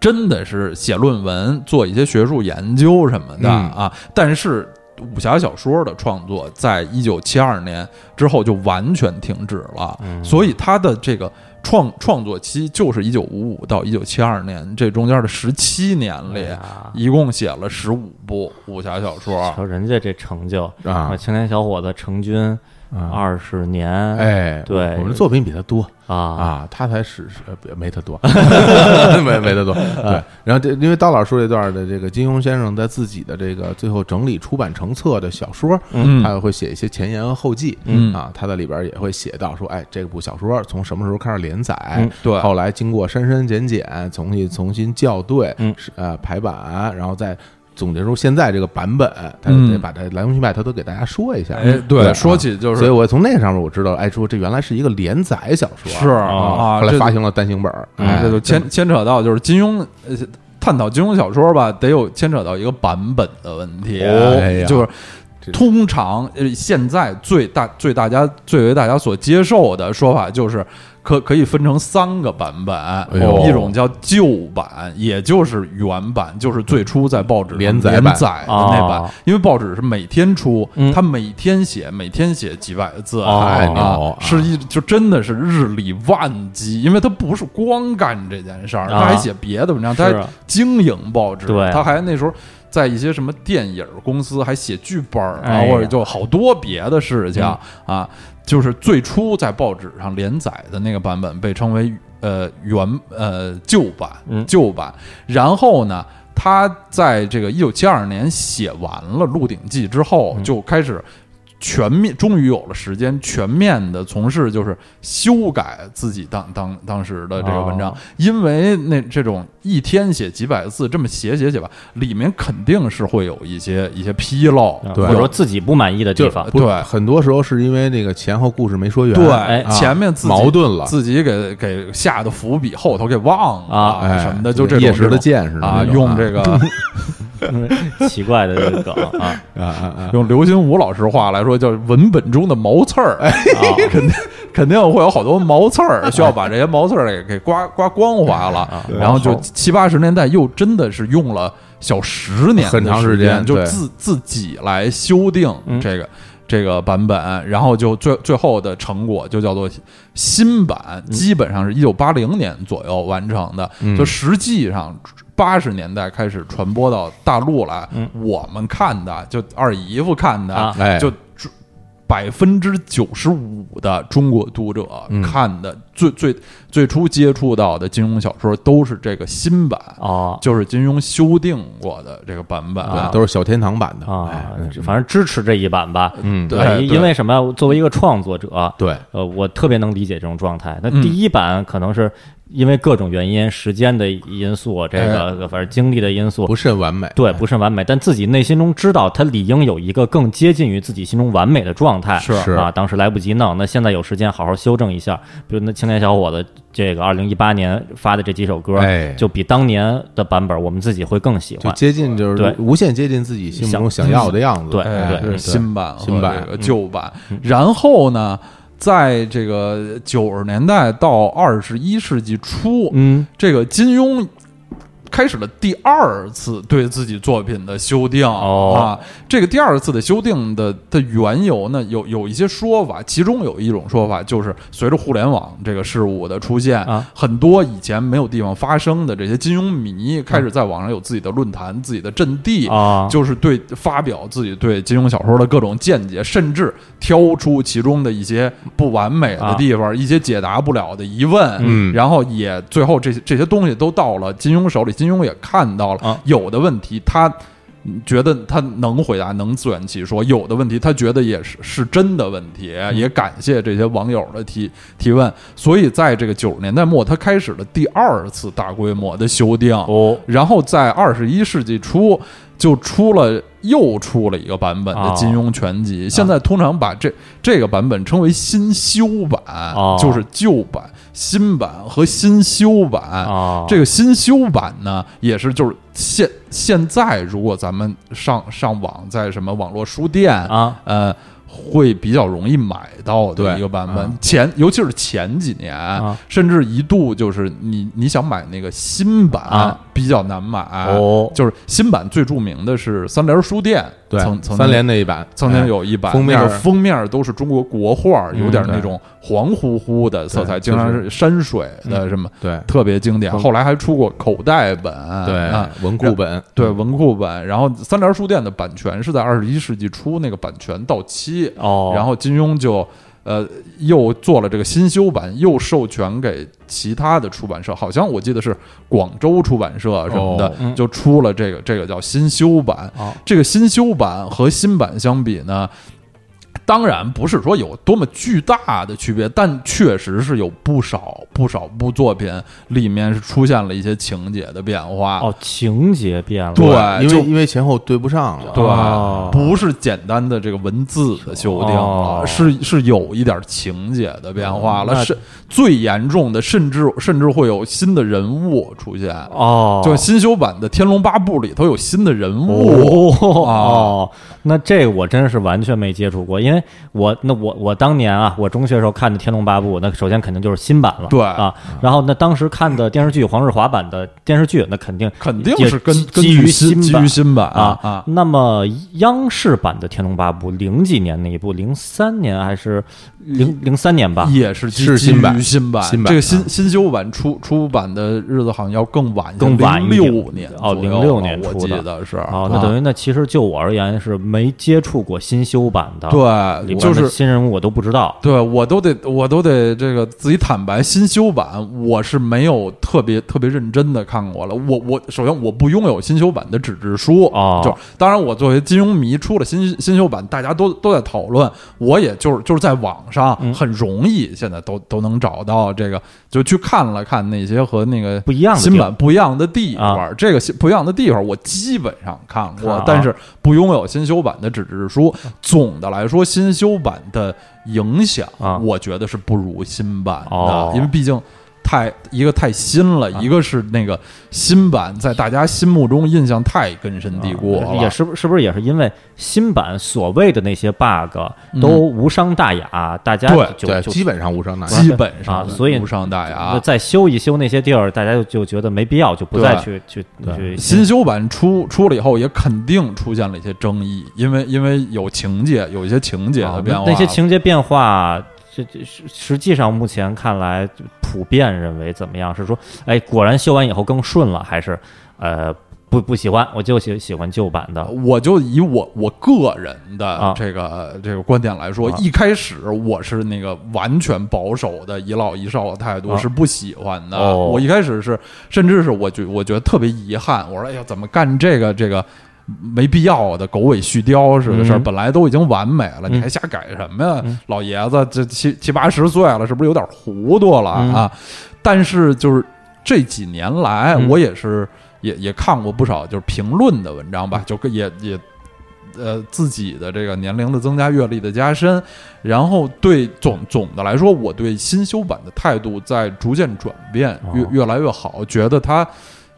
真的是写论文、做一些学术研究什么的
嗯
啊，但是武侠小说的创作在一九七二年之后就完全停止了，所以他的这个创创作期就是一九五五到一九七二年这中间的十七年里
哎呀，
一共写了十五部武侠小说。
瞧人家这成就
啊
青年小伙子成军
啊，
二十年，
哎，
对
我们的作品比他多
啊，
啊，他才是是呃没他 多，没没他多。
啊
对，然后这因为刀老师说这段的这个金庸先生在自己的这个最后整理出版成册的小说，
嗯
他会写一些前言和后记，
嗯
啊，他在里边也会写到说，哎，这部小说从什么时候开始连载，
嗯
对
后来经过删删减减，重新重新校对，
嗯
是，呃，排版，然后再总结出现在这个版本，他
嗯
得把这来龙去脉，他都给大家说一下。
哎，
对，啊
对，说起就
所以
是
我从那个上面我知道，哎，说这原来是一个连载小说，
是
啊，
啊，
后来
这
发行了单行本儿，
嗯
哎
这就牵牵扯到就是金庸呃探讨金庸小说吧，得有牵扯到一个版本的问题，啊
哦哎呀
就是
这。
通常，呃，现在最大、最大家、最为大家所接受的说法就是可，可以分成三个版本，
哎呦
一种叫旧版，也就是原版，就是最初在报纸上
连
连
载版啊
载的那版，
哦
因为报纸是每天出，
嗯
它每天写，每天写几百个字，
哦
太牛
啊
了，
是一就真的是日理万机，因为他不是光干这件事儿，
啊
他还写别的文章，他
是
还
啊
经营报纸
对，
他还那时候在一些什么电影公司还写剧本儿啊
哎，呀嗯
或者就好多别的事情啊。就是最初在报纸上连载的那个版本被称为呃原呃旧版
嗯
旧版，然后呢。他在这个一九七二年写完了《鹿鼎记》之后，就开始全面，终于有了时间全面的从事就是修改自己当当当时的这个文章，
哦
因为那这种一天写几百字这么写写写吧，里面肯定是会有一些一些纰漏，
啊
对
或者说自己不满意的地
就
方，
不
对
很多时候是因为那个前后故事没说圆，
对，
啊
前面自己
矛盾了
自己给给下的伏笔，后头给忘了
啊
哎
什么的，就这种
叶石
这
的
种
剑似的
啊，
那种
用这个
奇怪的这个梗啊，
啊啊啊，
用刘心武老师话来说，叫文本中的毛刺儿，肯定肯定会有好多毛刺 儿，需要把这些毛刺儿给给刮刮光滑
啊
了。然后就七八十年代又真的是用了小十年的
很长时
时
间
就
对嗯
自自己来修订这个。这个版本，然后就最最后的成果就叫做新版，
嗯
基本上是一九八零年左右完成的，就实际上八十年代开始传播到大陆来，我们看的就二姨夫看的，
啊
嗯哎
就百分之九十五的中国读者
嗯
看的最、最最初接触到的金庸小说都是这个新版，
哦
就是金庸修订过的这个版本。啊
对，都是小天堂版的
啊
哎，
反正支持这一版吧，
嗯，
对
哎因为什么？作为一个创作者，
对，
呃，我特别能理解这种状态。那
嗯
第一版可能是因为各种原因、时间的因素，这个反正经历的因素，
不甚完美，
对，不甚完美，但自己内心中知道，他理应有一个更接近于自己心中完美的状态。
是
是
啊，当时来不及弄，那现在有时间好好修正一下。比如那青年小伙子这个二零一八年发的这几首歌，
哎
就比当年的版本我们自己会更喜
就
欢。
接近就是
对
无限接近自己心目中想要的样子，
对
哎
对嗯
这是新版和
新版
这个旧版。然后呢，在这个九十年代到二十一世纪初，
嗯，
这个金庸开始了第二次对自己作品的修订、
哦
啊。这个第二次的修订的的缘由呢，有有一些说法，其中有一种说法就是随着互联网这个事物的出现，
啊
很多以前没有地方发生的这些金庸迷开始在网上有自己的论坛、自己的阵地
啊
就是对发表自己对金庸小说的各种见解，甚至挑出其中的一些不完美
啊
的地方，一些解答不了的疑问，
嗯
然后也最后这些这些东西都到了金庸手里，金庸也看到了，
啊
有的问题他。觉得他能回答，能自圆其说。有的问题他觉得也是是真的问题，
嗯
也感谢这些网友的提提问。所以在这个九十年代末，他开始了第二次大规模的修订。
哦
然后在二十一世纪初就出了又出了一个版本的
哦
金庸全集，现在通常把这这个版本称为新修版，
哦
就是旧版、新版和新修版。
啊，
这个新修版呢，也是就是现现在，如果咱们上上网，在什么网络书店
啊，
呃，会比较容易买到的
对
一个版本
啊。
前尤其是前几年，甚至一度就是你你想买那个新版、
啊
比较难买，
哦
就是新版最著名的是三联书店，
对
曾，曾
三联那一版
曾经
哎
有一版，
封面
那个封面都是中国国画，有点那
对
种黄乎乎的色彩，
对嗯
经常是山水的什么，
对
特别经典。
嗯
后来还出过口袋本，啊，
对文库本
对文库本。然后三联书店的版权是在二十一世纪初那个版权到期，
哦，
然后金庸就。呃，又做了这个新修版，又授权给其他的出版社，好像我记得是广州出版社什么的，
哦
嗯
就出了这个这个叫新修版。
哦
这个新修版和新版相比呢，当然不是说有多么巨大的区别，但确实是有不少不少部作品里面是出现了一些情节的变化。
哦，情节变了，
对，
因
就
为因为前后对不上了，
对
哦，
不是简单的这个文字的修订了，啊
哦
是是有一点情节的变化
哦
了，
那
甚最严重的，甚至甚至会有新的人物出现。
哦，
就新修版的《天龙八部》里头有新的人物，
哦
啊
哦，那这个我真是完全没接触过，因为我那我我当年啊，我中学时候看的《天龙八部》，那首先肯定就是新版了，
对
啊，然后那当时看的电视剧黄日华版的电视剧，那肯定
肯定
也
是根
基
根
基
据
于
新基
版
于新版
啊
啊！
那么央视版的《天龙八部》零几年那一部，零三年还是零零三年吧？
也是基
是
基
新版
于新版，
新版
这
啊
个新新修版出出版的日子好像要更晚一些，
更晚一
零
点
六年
哦
左右
06年
我
出
记
的
得是啊
哦，那等于那其实就我而言是没接触过新修版的，，
啊对，
里
就
边的
是。
新人物我都不知道。
对我都得，我都得这个自己坦白，新修版我是没有特别特别认真的看过了。我我首先我不拥有新修版的纸质书
哦
就当然我作为金庸迷，出了新新修版，大家都都在讨论，我也就是就是在网上
嗯
很容易现在都都能找到这个，就去看了看那些和那个
不一样的地
新
方
版不一样的地方，这个新不一样的地方我基本上看
看
过
啊，
但是不拥有新修版的纸质书。总的来说，新修版的影响
啊，
我觉得是不如新版的
哦，啊
因为毕竟。太一个太新了，一个是那个新版在大家心目中印象太根深蒂固了，
嗯啊也是不是不是也是因为新版所谓的那些 bug 都无伤大雅，大家
嗯对
就
对，
就
基本上无伤大雅。
基本上
啊所以
无伤大
就
雅。
再修一修那些地儿，大家就就觉得没必要，就不再
对
去去去
新修版出出了以后，也肯定出现了一些争议，因为因为有情节，有一些情节的
啊
变化，
那那些情节变化。这这实实际上目前看来，普遍认为怎么样？是说，哎，果然修完以后更顺了，还是呃不不喜欢？我就喜喜欢旧版的。
我就以我我个人的
啊
这个、这个观点来说，
啊
一开始我是那个完全保守的一老一少的态度，
啊
是不喜欢的。
哦
我一开始是，甚至是我觉我觉得特别遗憾，我说哎呀，怎么干这个这个。没必要的狗尾续貂似的事儿，
嗯
本来都已经完美了，你
嗯
还瞎改什么呀？老爷子这七七八十岁了，是不是有点糊涂了啊？但是就是这几年来，
嗯
我也是也也看过不少就是评论的文章吧，就跟也也呃自己的这个年龄的增加、阅历的加深，然后对总总的来说，我对新修版的态度在逐渐转变，越
哦
越来越好，觉得它。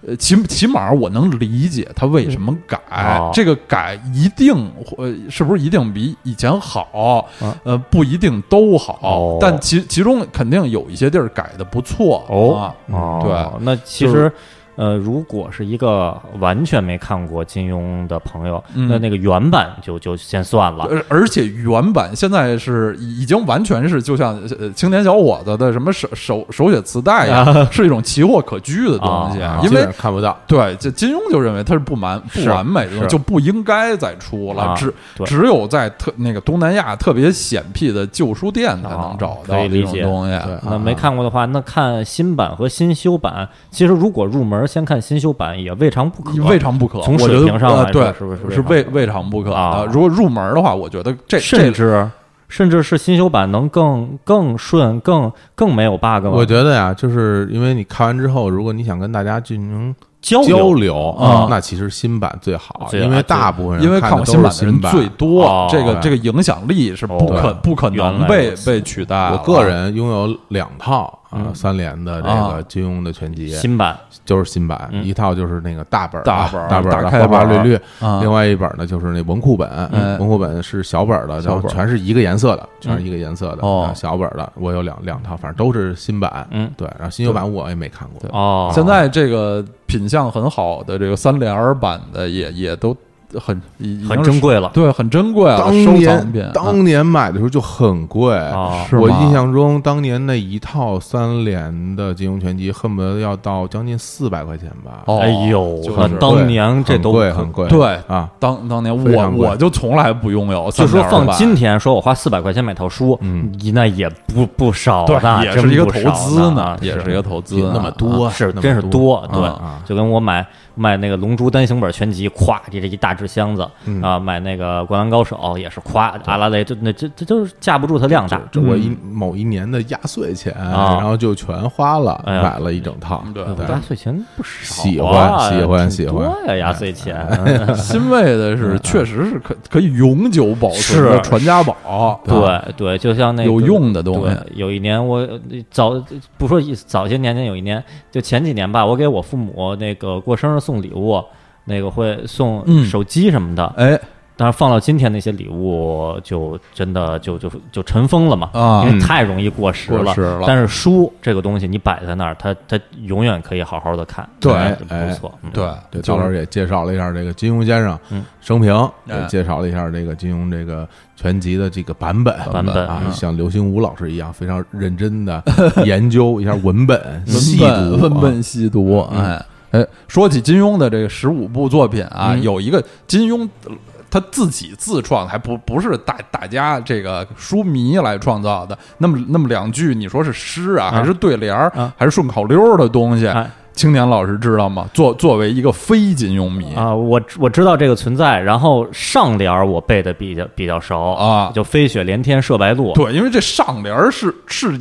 呃，起起码我能理解它为什么改，
嗯哦
这个改一定会呃是不是一定比以前好？
啊
呃，不一定都好，
哦
但其其中肯定有一些地儿改的不错、
哦
啊。
哦，那其
就
实、
是
呃，如果是一个完全没看过金庸的朋友，
嗯
那那个原版就就先算了。
而而且原版现在是已已经完全是就像呃青年小伙子的什么手手手写磁带呀，是一种奇货可居的东西，
啊
啊
因
基本
为
上看不到，
对，这金庸就认为它是不完不
是
完美的，
是
就不应该再出了，
啊
只
对
只有在特那个东南亚特别显僻的旧书店才能
啊
找
可
到
以
这
理
种
解
东西。
对啊
那
啊
没看过的话，那看新版和新修版，其实如果入门先看新修版也未尝不可。
未尝不可，
从
我觉
水
得
平上
呃
来说
对，
是不是
是
是
未
未
未尝不可
啊
的？如果入门的话，我觉得这这
甚至甚至是新修版能更更顺、更更没有 bug 吗？
我觉得呀，就是因为你看完之后，如果你想跟大家进行
哦
交
交流
啊
那其实新版最好，
最
因为
啊
大部分人
因为
看
看过
的
新
都
版
是
的人
新版
最多，
哦
这个
对
这个影响力是不可
哦
不可
原
能
来
被
如此
被取代啊了。
我个人拥有两套啊三连的这
啊
个金庸的全集，
新版
就是新版，
嗯
一套就是那个大本儿
大
啊
本儿
大本儿
打
的
开
花花
本
绿
儿
绿，
啊
另外一本儿呢就是那文库本，
嗯
文库本是小本儿的，
小
然
本儿
后全是一个颜色的，全是一个颜色的，
哦
啊小本儿的，我有两两套，反正都是新版，
嗯
对，然后新修版我也没看过
对，
哦，
啊
现在这个品相很好的这个三联儿版的也也都很已已经
很
是
珍贵了
对，很珍贵啊，
当
收藏品
年。当年买的时候就很贵。
哦
是吗
我印象中，当年那一套三连的金庸全集，恨不得要到将近四百块钱吧。
哦，
哎呦
就，
那
啊
是
当年这
很
都
贵，很贵。
对
啊，
当当年
非
我
常贵
我就从来不拥有
就
三
说
联儿版，
放今天，说我花四百块钱买套书，
嗯
你那也不不少
对
呢，
也
哦真
是一个
不
投
少
资
呢，
也是一个投资呢，
那么多，
是
啊那么
真是
多
多，，对，
啊
就跟我买买那个《龙珠单行本全集》，咵，这这一大纸箱子
嗯
啊，买那个《灌篮高手》也是咵，阿拉蕾，就那这这就是架不住它量大，嗯
这我一某一年的压岁钱，
啊
然后就全花了，
哎呀
买了一整套。
对
哎我压岁钱不少啊，
喜欢喜欢喜
挺
欢哎
多呀，压岁钱，
欣慰的
嗯
是，确实是可可以永久保存的
是
传家宝，啊
啊
对对，就像那个
有用的东
对
西，，
有一年我呃早不说一早些年间，有一年就前几年吧，我给我父母那个过生日送礼物，那个会
嗯
送手机什么的。
哎
但是放到今天，那些礼物就真的就就就尘封了嘛，
啊
因为太容易过时
过
了。
时了
但是书这个东西，你摆在那儿，它它永远可以好好的看，
对
哎
哎
不错，嗯
对
对，
就
赵老
是
师也介绍了一下这个金庸先生
嗯
生平，
哎
也介绍了一下这个金庸这个全集的这个版本
版本
啊，
嗯
像刘心武老师一样非常认真 的研究一下文本，细
文
读
本
啊
文本细读，
嗯
哎哎，说起金庸的这个十五部作品啊，
嗯
有一个金庸。呃他自己自创，还不不是大大家这个书迷来创造的。那么那么两句，你说是诗啊，
啊
还是对联儿，
啊
还是顺口溜儿的东西？
哎
青年老师知道吗？作作为一个非金庸迷
啊，我我知道这个存在。然后上联儿我背的比较比较熟
啊
就飞雪连天射白鹿，
对，因为这上联儿是是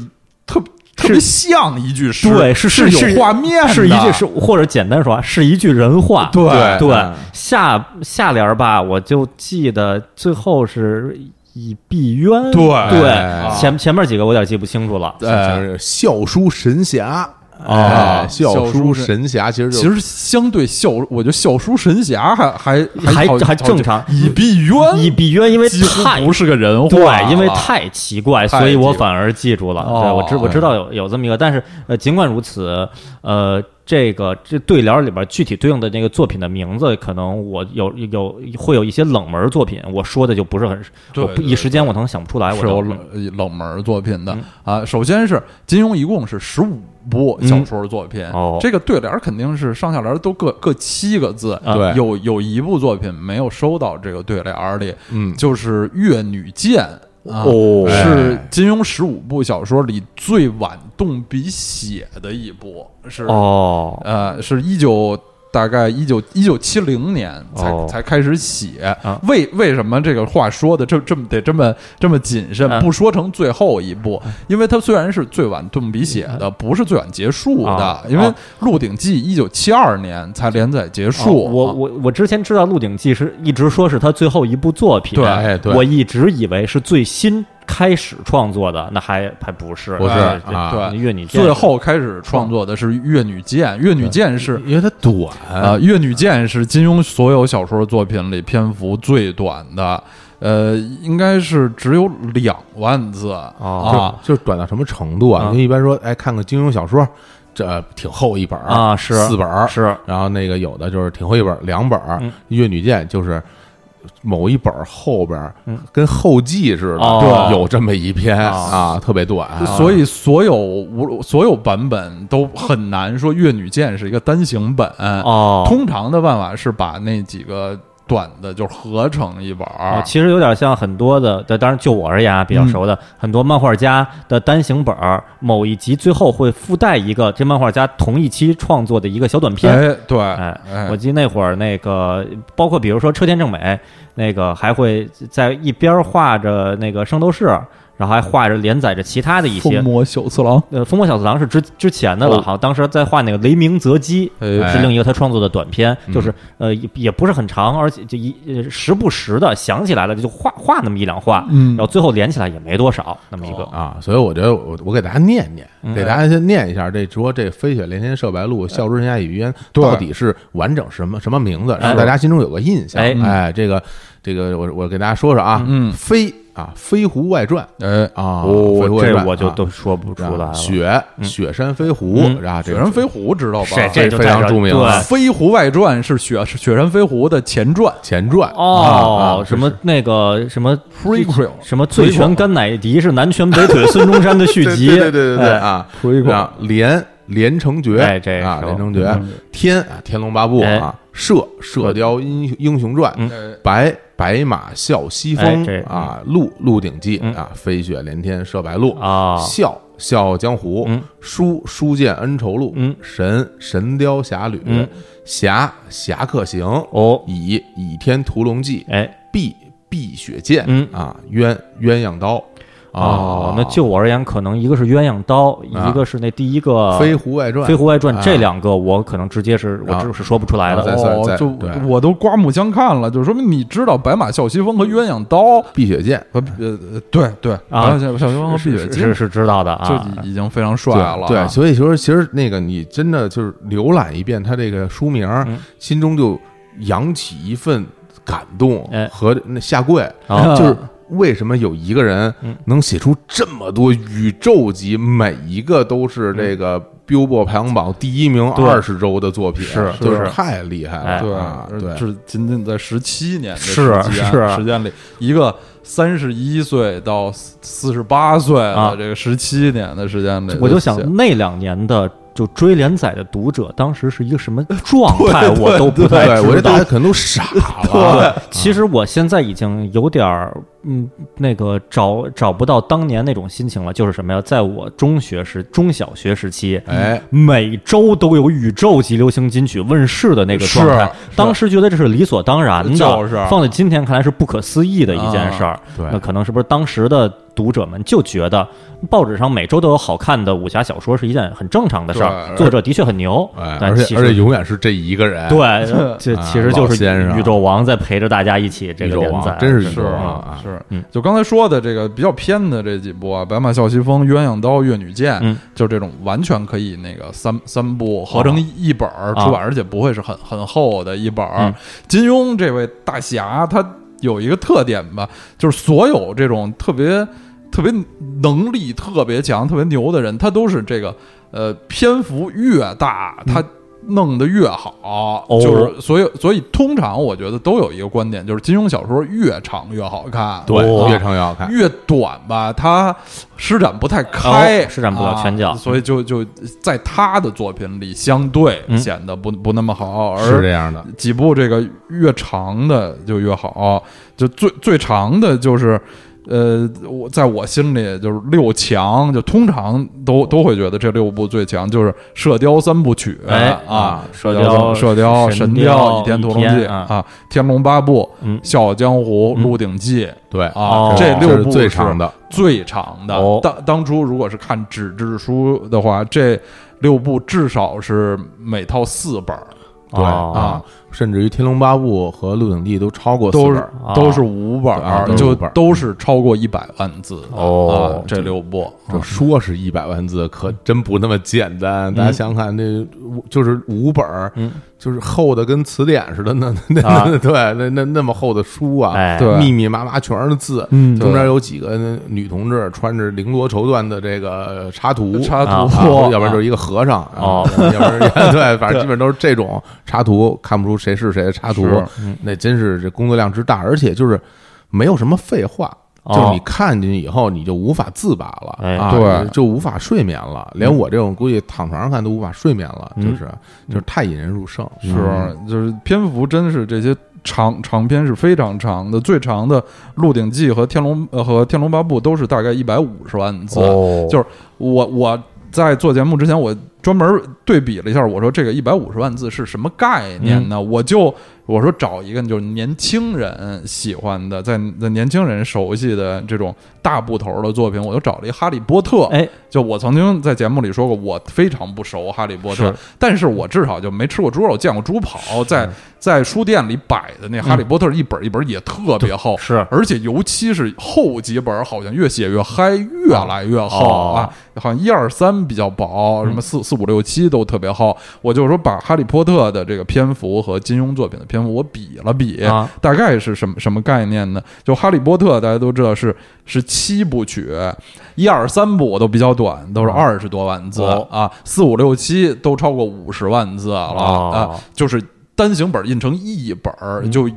特特别像一句诗，
对，是
是
是
有画面的，
是一句是或者简单说啊，是一句人话。
对
对
对
嗯，
下下联儿吧，我就记得最后是以避冤。
对
啊
对，前前面几个我有点记不清楚了。
像是笑书神侠
啊
哎笑书神侠其实
其
就
实相对笑，我觉得笑书神侠还还
还
好
还正常
以避冤
以避冤，因为
几乎
太
不是个人话啊了，
对，因为太奇怪，
太
所以我
奇怪
反而记住了。
哦
对，我知我知道有有这么一个，但是呃，尽管如此，呃，这个这对联里边具体对应的那个作品的名字，可能我有有会有一些冷门作品，我说的就不是很，
对
我不
对
一时间我可能想不出来。我
是
都
有
嗯
冷冷门作品的啊。首先是金庸一共是十五部小说作品
嗯哦，
这个对联儿肯定是上下联儿都各各七个字，
啊
对
有有一部作品没有收到这个对联儿里，
嗯
就是《越女剑》啊。
哦
哎
是金庸十五部小说里最晚动笔写的一部，是
哦
呃，是一九大概一九一九七零年才、
哦
才开始写。
啊
为为什么这个话说的这这么得这么这么谨慎，
啊
不说成最后一步？因为它虽然是最晚动笔写的，不是最晚结束的。
啊
因为《
啊
鹿鼎记》一九七二年才连载结
哦
束。啊
我我我之前知道《鹿鼎记》是一直说是他最后一部作品，
对
哎对
我一直以为是最新开始创作的，那还还不是，
不是
哎
啊
对
越你见
最后开始创作的是《越女剑》，《越女剑》是
因为它短
哎
啊，《越女剑》是金庸所有小说作品里篇幅最短的，呃，应该是只有两万字
哦
啊。
就就是短到什么程度啊？
啊
因为一般说，哎，看个金庸小说，这挺厚一本儿
啊是
四本儿
是
然后那个有的就是挺厚一本儿两本儿，
嗯
越女剑》就是某一本儿后边儿
嗯
跟后记似的，
哦
有这么一篇
啊
啊，特别短，
所以所有无所有版本都很难说《越女剑》是一个单行本。
哦，
嗯通常的办法是把那几个短的就合成一本
啊，
儿。
其实有点像很多的，对当然就我而言啊，比较熟的、很多漫画家的单行本儿，某一集最后会附带一个这漫画家同一期创作的一个小短片。
哎，对，
哎
哎
我，记得那会儿那个，包括比如说车田正美，那个还会在一边画着那个圣斗士，然后还画着连载着其他的一
父
些。
魔小次郎，
呃，《风魔小次郎》是之之前的了，
哦
好像当时在画那个《雷鸣择机》，
哎
是另一个他创作的短片，
嗯
就是呃也也不是很长，而且就一呃时不时的想起来了就画画那么一两画，
嗯
然后最后连起来也没多少那么一个。
啊，所以我觉得我我给大家念念，
嗯哎
给大家先念一下这说这“飞雪连天射白鹿，笑逐人下一余烟”
对
到底是完整什么什么名字，让
哎
大家心中有个印象。
哎
哎，这个这个我我给大家说说啊，
嗯
飞啊，飞狐外传
哎，
啊，
我
飞狐外
哦这
传
我就
啊
都说不出来
啊
了。
雪
嗯
雪山飞狐
嗯
啊，这
雪
个
山飞狐知道吧？
是这
非
就
非
代
常
表
著名
对
啊
《飞狐外传》是雪是雪山飞狐的前传
前传
哦
啊，
什么那个什么
prequel，
什么醉拳甘乃迪是南拳北腿孙中山的续
对
集，
对对对对对
哎
啊，
回过
啊，连连城诀，
哎这嗯
啊，
熟
连城诀，天啊，天龙八部啊，射射雕英英雄传，
哎嗯
哎
白白马啸西
哎
风
这
啊，鹿鹿鼎记
嗯
啊，飞雪连天射白鹿，
啊，
笑笑傲江湖
嗯，
书书剑恩仇录
嗯，
神神雕侠侣
嗯，
侠侠客行，
哦，
倚倚天屠龙记，
哎，
碧碧血剑
嗯
啊，鸳鸳鸯刀
哦，那就我而言，可能一个是鸳鸯刀，
啊
一个是那第一个
飞狐外传
飞狐外传
啊，
这两个我可能直接是我
啊
只是说不出来
啊再
的。
算
哦
再，
就
对
我都刮目相看了，就说明你知道白马啸西风和鸳鸯刀
碧血剑。
和呃呃对对，白
啊
马啸西风和
是
碧血
是是
剑
是知道的啊，
就已经非常帅
对
了啊，
对，所以说其实那个你真的就是浏览一遍他这个书名儿，
嗯
心中就扬起一份感动
哎
和那下跪，
啊
就是。为什么有一个人
嗯
能写出这么多宇宙级，每一个都是这个 Billboard 排行榜第一名
嗯对
二十周的作品，
是
就是是太厉害
哎
了，
对
啊，对，
是仅仅在十七年的
是
时间
是
时间里，一个三十一岁到四十八岁
啊
的这个十七年的时间里，
我就
写
想那两年的就追连载的读者，当时是一个什么 状态，我都不太
对，我
知
这大
道
家。可能都傻了，啊
对，其实我现在已经有点儿，嗯，那个找找不到当年那种心情了。就是什么呀，在我中学时、中小学时期，
哎，
每周都有宇宙级流行金曲问世的那个状
啊
态，
是是
当时觉得这是理所当然的，
就是
放在今天看来是不可思议的一件事儿。
啊对
那可能是不是当时的读者们就觉得报纸上每周都有好看的武侠小说是一件很正常的事儿，
对
作者的确很牛，
哎，
但
而
其
且
实
而且永远是这一个 人，
对，这
哎啊
其实就
老先
是
生
宇宙王在陪着大家一起这
宇
个
宙
连
王
载，
真是宇
是
宙王啊，
是
嗯，
就刚才说的这个比较偏的这几部啊，《白马啸西风》《鸳鸯刀》《越女剑》，
嗯
就这种完全可以那个三三部合成一本儿
啊
出版，而且不会是很很厚的一本儿。
嗯
金庸这位大侠，他有一个特点吧，就是所有这种特别特别能力特别强、特别牛的人，他都是这个呃篇幅越大，他弄得越好。
哦
就是所以所以通常我觉得都有一个观点，就是金庸小说越长越好看，
对，
啊
越长越好看，
越短吧，它施展不太开，
哦施展不了拳脚
啊所以就就在他的作品里相对
嗯
显得不、不那么好，
是这
而
样的，
几部这个越长的就越好，啊就最最长的就是。呃，我在我心里就是六强，就通常都都会觉得这六部最强，就是《射雕三部曲》
哎
啊，
射雕
雕、射雕、
神
神
雕
《倚天屠龙
倚
记
天》啊
啊，《天龙八部》
嗯
《笑傲江湖》
嗯
《鹿鼎记》
对
哦
啊，这
这
六啊
是
部
最长的，
最长的。
哦
当当初如果是看纸质书的话，这六部至少是每套四本儿，
对
哦
啊，甚至于《天龙八部》和《鹿鼎记》都超过四
都
本
是
儿，
啊
都是五本
啊
儿
都，是
就
五本儿
都是超过一百万字的
哦
啊这六部
这说是一百万字，可真不那么简
嗯
单。大家想想看，那就是五本儿
嗯，
就是厚的跟词典似的，那那
啊
那对，那那那么厚的书啊，
哎
对
密密麻麻全是字，
嗯
中间有几个女同志穿着绫罗绸缎的这个插图，
插
啊
图
啊，，要不然就是一个和尚，
哦
啊要不然对，反正基本都是 这种插图，看不出谁是谁的插图
是，
嗯
那真是这工作量之大，而且就是没有什么废话。
哦
就是你看进去以后，你就无法自拔了，
哎
啊，
对
就无法睡眠了。连我这种估计躺床上看都无法睡眠了，
嗯
就是就是太引人入胜。嗯
是就是篇幅真是这些。长长篇是非常长的，最长的《鹿鼎记》和《天龙》呃和《天龙八部》都是大概一百五十万字，
哦
就是我我在做节目之前，
嗯
我专门对比了一下，我说这个一百五十万字是什么概念呢？我就我说找一个就是年轻人喜欢的，在在年轻人熟悉的这种大部头的作品，我就找了一《哈利波特》。
哎，
就我曾经在节目里说过，我非常不熟《哈利波特》
是，
但是我至少就没吃过猪肉，见过猪跑，在在书店里摆的那《哈利波特》一本一本也特别厚，
是
而且尤其是后几本好像越写越嗨，越来越厚、
哦
啊，好像一二三比较薄，
嗯
什么四四五六七都特别厚。我就是说把《哈利波特》的这个篇幅和金庸作品的篇幅我比了比，
啊
大概是什么什么概念呢？就《哈利波特》，大家都知道是是七部曲，一二三部我都比较短，都是二十多万字、
啊哦
啊，四五六七都超过五十万字了、
哦
啊，就是单行本印成一本儿
嗯
就。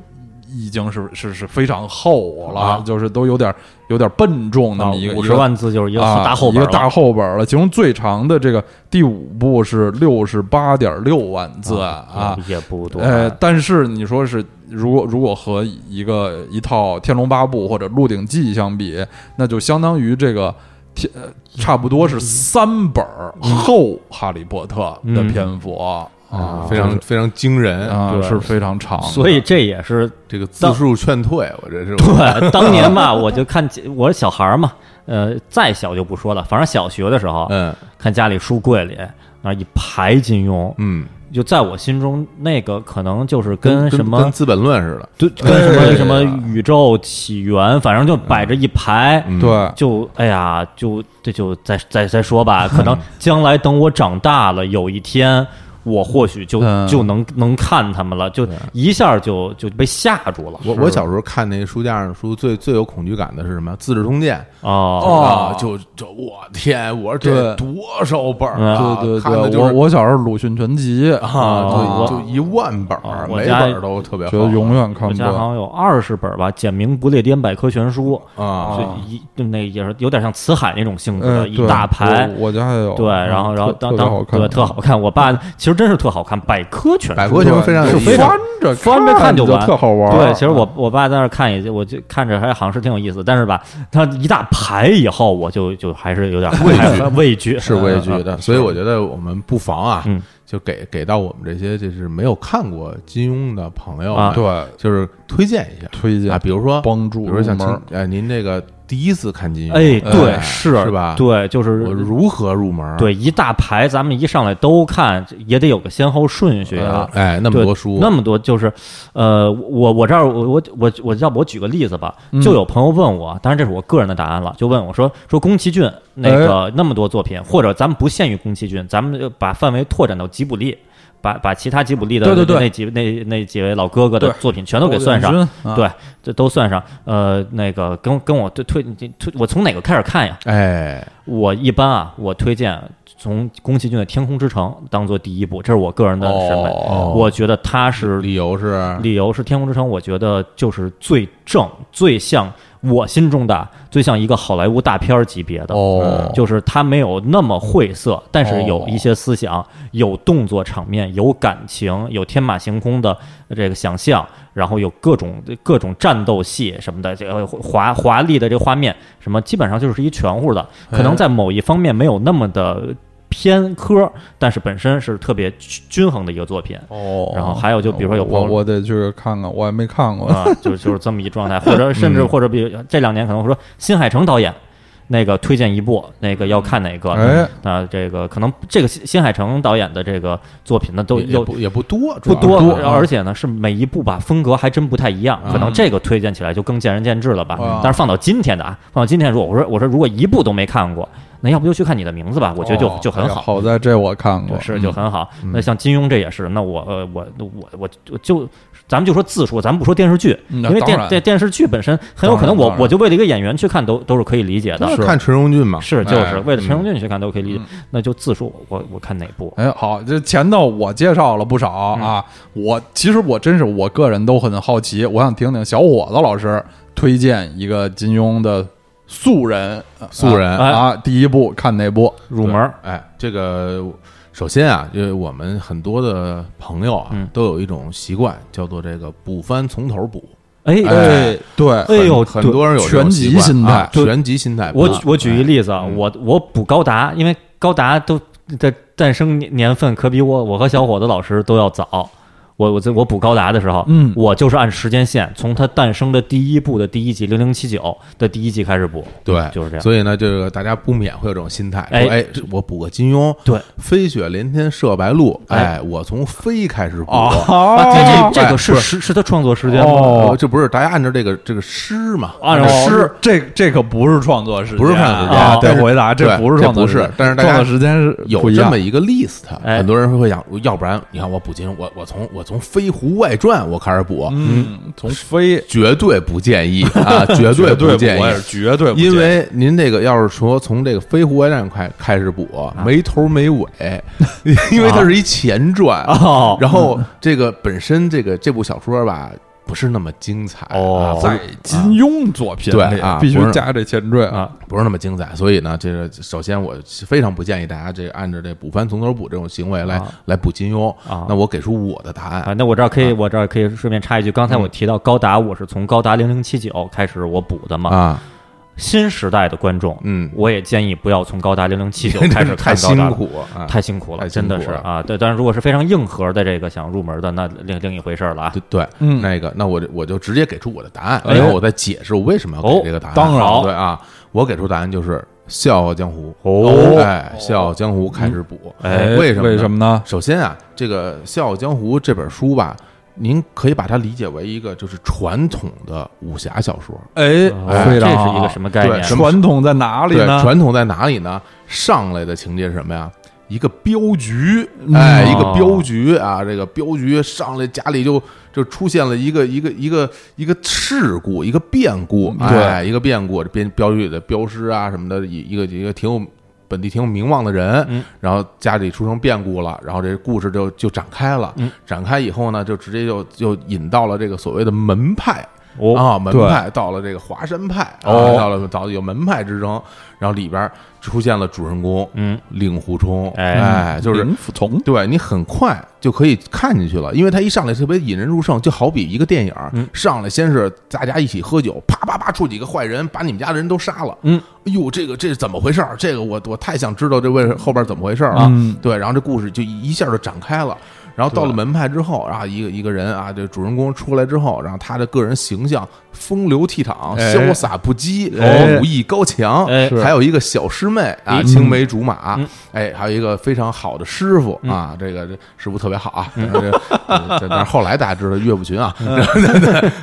已经是是是非常厚了，
啊
就是都有点有点笨重那么一个
五十万字就是一
一
个
个啊
大厚
一
本
个
了
大厚本了。其中最长的这个第五部是六十八点六万字啊，
嗯也不多，
呃，但是你说是，如果如果和一个一套《天龙八部》或者《鹿鼎记》相比，那就相当于这个天，呃差不多是三本儿后《哈利波特》的篇幅啊，
啊，非常非常惊人
啊
对
是非常长的，
所以这也是
这个字数劝退，我这是
对，当年吧，我就看我是小孩儿嘛，呃，再小就不说了，反正小学的时候，
嗯
看家里书柜里那一排金庸，
嗯，
就在我心中那个可能就是
跟
什
跟《
么
资本论》似的，
对跟什么什么宇宙起源，反正就
嗯
摆着一排。
嗯
对，
就哎呀，就这就再再再说吧，可
嗯
能将来等我长大了，有一天我或许就
嗯
就能能看他们了，就一下就就被吓住了
我我小时候看那个书架上的书，最最有恐惧感的是什么？《资治通鉴》
哦，
啊，就就我天，我说这
对
多少本儿啊！
对对
看的
对，
就
我
是
我小时候《鲁迅全集》
啊，
我
就就一万本儿，
啊我
每本
家
儿都特别
觉得
厚
永远看
我
不
家好
完。
像有二十本吧，《简明不列颠百科全书》
啊，
就一就那也是有点像辞海那种性质的，
嗯，
一大排。
我我家也有。
对，然后然后
哦
当
特特别
当
好看
对特好看，我爸其实真是特好看，百科全
百
书。
科全非常有
就
意思
翻着
翻着看
就
完，
特好玩儿。
对，其实我我爸在那儿看也就，我就看着还好像是挺有意思，但是吧，他一大排以后，我就就还是有点畏惧，畏惧呃
是畏惧的，所以我觉得我们不妨啊
嗯，
就给给到我们这些就是没有看过金庸的朋友
啊
们，
对
就是推荐一下
推
啊，
荐
比如说，
帮助
比
入
如
门儿，
说像秦，哎，您这个第一次看金庸，
哎，对，
哎
是
是吧？，
对，就是
我如何入门？，
对一大排，咱们一上来都看，也得有个先后顺序啊。
哎，那么
对
多书，
那么多就是，呃，我我这儿我我我我要不我举个例子吧，
嗯
就有朋友问我，当然这是我个人的答案了，就问我说说宫崎骏那
哎
个那么多作品，或者咱们不限于宫崎骏，咱们就把范围拓展到吉卜力，把把其他吉卜力的
对对对
那几那那几位老哥哥的
对
作品全都给算上，嗯
陆远军啊
对，这都算上。呃，那个跟跟我推推推，我从哪个开始看呀？
哎，
我一般啊，我推荐从宫崎骏的《天空之城》当做第一部，这是我个人的审美。
哦
我觉得他是
理由是
啊
理由是《天空之城》，我觉得就是最正、最像我心中的、最像一个好莱坞大片儿级别的。嗯
哦
就是它没有那么晦涩，但是有
哦
一些思想，有动作场面，有感情，有天马行空的这个想象，然后有各种各种战斗戏什么的，这个华华丽的这个画面，什么基本上就是一全乎的。
哎
可能在某一方面没有那么的偏科，但是本身是特别均均衡的一个作品。
哦
然后还有就比如说有朋
我
友
我得去看看，我还没看过。
啊，就就是这么一状态，或者甚
嗯
至或者比这两年可能说新海诚导演那个推荐一部，那个要看哪个？
哎
那这个可能这个新新海诚导演的这个作品呢，都
也也
有
不也不多，主
不
要
多，
啊
是
然后而且呢是每一部吧风格还真不太一样，可能这个推荐起来就更见仁见智了吧
啊。
但是放到今天的啊，放到今天说，我说我说如果一部都没看过，那要不就去看你的名字吧，我觉得就
哦
就很
哎呀
好。
好在这我看过，嗯
是就很好。那像金庸这也是，那我呃我我我我就咱们就说字数，咱们不说电视剧，
嗯
因为
当
电
然
电电视剧本身很有可能
当然当
我
然
我就为了一个演员去看都都是可以理解的
就是
是。
看陈荣俊嘛，嗯
是，就是
哎嗯
为了陈荣俊去看都可以理解，那就字数，我我看哪部？
哎，好，这前头我介绍了不少
嗯
啊。我其实我真是我个人都很好奇，我想听听小伙子老师推荐一个金庸的素人
素人
啊啊，第一部看哪部？
入门儿
哎，这个首先啊，因为我们很多的朋友啊，
嗯
都有一种习惯，叫做这个补番从头补。
哎，
哎，
啊
对，
哎呦，
很
对
多人有这种习惯
全集心态
啊
对
全集心态补。
我举我举一例子啊，
嗯
我我补高达，因为高达都的诞生年年份可比我我和小伙子老师都要早。我我在我补高达的时候，
嗯
我就是按时间线，从它诞生的第一部的第一集《零零七九》的第一集开始补，
对，
就是这样。
所以呢，这个大家不免会有这种心态，说
哎
哎，我补个金庸，
对，
飞雪连天射白鹿，
哎
哎，我从飞开始补。
这
哦，
这这
哎
个是
不
是是他创作时间吗？哦
哦
呃这不是大家按照这个这个诗嘛，
按照
诗
啊是这这可不是创作时间，
不是创作时间
啊
但
得
是
回答，
对
不是
这
创作
不
时间，
是但是大家
创作时间是
有
不一
这
样
么一个 list，
哎
很多人会想，要不然你看我补金庸，我我从我从《飞狐外传》我开始补，
嗯，从飞
绝对不建议 啊，绝对
不
不建
我也是
议。
绝对不建议，
因为您这个要是说从这个《飞狐外传》开开始补，
啊
没头没尾， 因为它是一前传，
啊
哦，
然后
嗯
这个本身这个这部小说吧不是那么精彩
哦
啊，不
在金庸作品
对
里
啊
必须
不是
加这前缀
啊，
不是那么精彩，所以呢，这个首先我非常不建议大家这个按照这补番从头补这种行为来、
啊
来补金庸
啊
那我给出我的答案，
啊，那我这儿可以，我这儿可以顺便插一句，刚
嗯
才我提到高达，我是从高达零零七九开始我补的嘛。
啊，
新时代的观众，
嗯
我也建议不要从高达零零七 九开
真
始
是
看
太
高达
辛
了。
苦啊，
太辛苦了，
太
真
辛
的
苦
是
了
啊，对。但是如果是非常硬核的这个想入门的，那另另一回事儿了啊
对。对，
嗯
那个，那我就我就直接给出我的答案，
哎
然后我再解释我为什么要
哦
给这个答案。
当然
对啊，我给出答案就是《笑傲江湖》
哦
哎，《笑傲江湖》开始补，
哎
为什么？
为什么？呢？
首先啊，这个《笑傲江湖》这本书吧，您可以把它理解为一个就是传统的武侠小说。
哎
哦，这
非常
是一
好
个什么概
对
念？
什么
传统在哪里
对，
呢？
传统在哪里呢？上来的情节是什么呀？一个镖局，
嗯
哎，一个
哦
镖局啊，这个镖局上来家里就就出现了一个一个一个一个事故，一个变故，
对
哎，一个变故，这边镖局里的镖师啊什么的，一一个一个挺有本地挺有名望的人，
嗯
然后家里出生变故了，然后这故事就就展开了，
嗯
展开以后呢，就直接就就引到了这个所谓的门派，
哦，
啊，门
对
派到了这个华山派，啊
哦
到了到了有门派之争，然后里边出现了主人公
嗯，
令狐冲，
哎
哎，就是
林甫从
对你很快就可以看进去了，因为他一上来特别引人入胜，就好比一个电影儿，
嗯
上来先是大家一起喝酒，啪啪啪出几个坏人，把你们家的人都杀了，
嗯，
哎呦，这个这是怎么回事儿？这个我我太想知道这为后边怎么回事儿了，
嗯
对，然后这故事就一下就展开了。然后到了门派之后，然后一个一个人啊，这主人公出来之后，然后他的个人形象风流倜傥、
哎
潇洒不羁、
哎
武艺高强，
哎
是
还有一个小师妹啊，
嗯
青梅竹马
嗯，
哎，还有一个非常好的师傅啊，这个这师傅特别好啊，但是呃但是后来大家知道岳不群啊，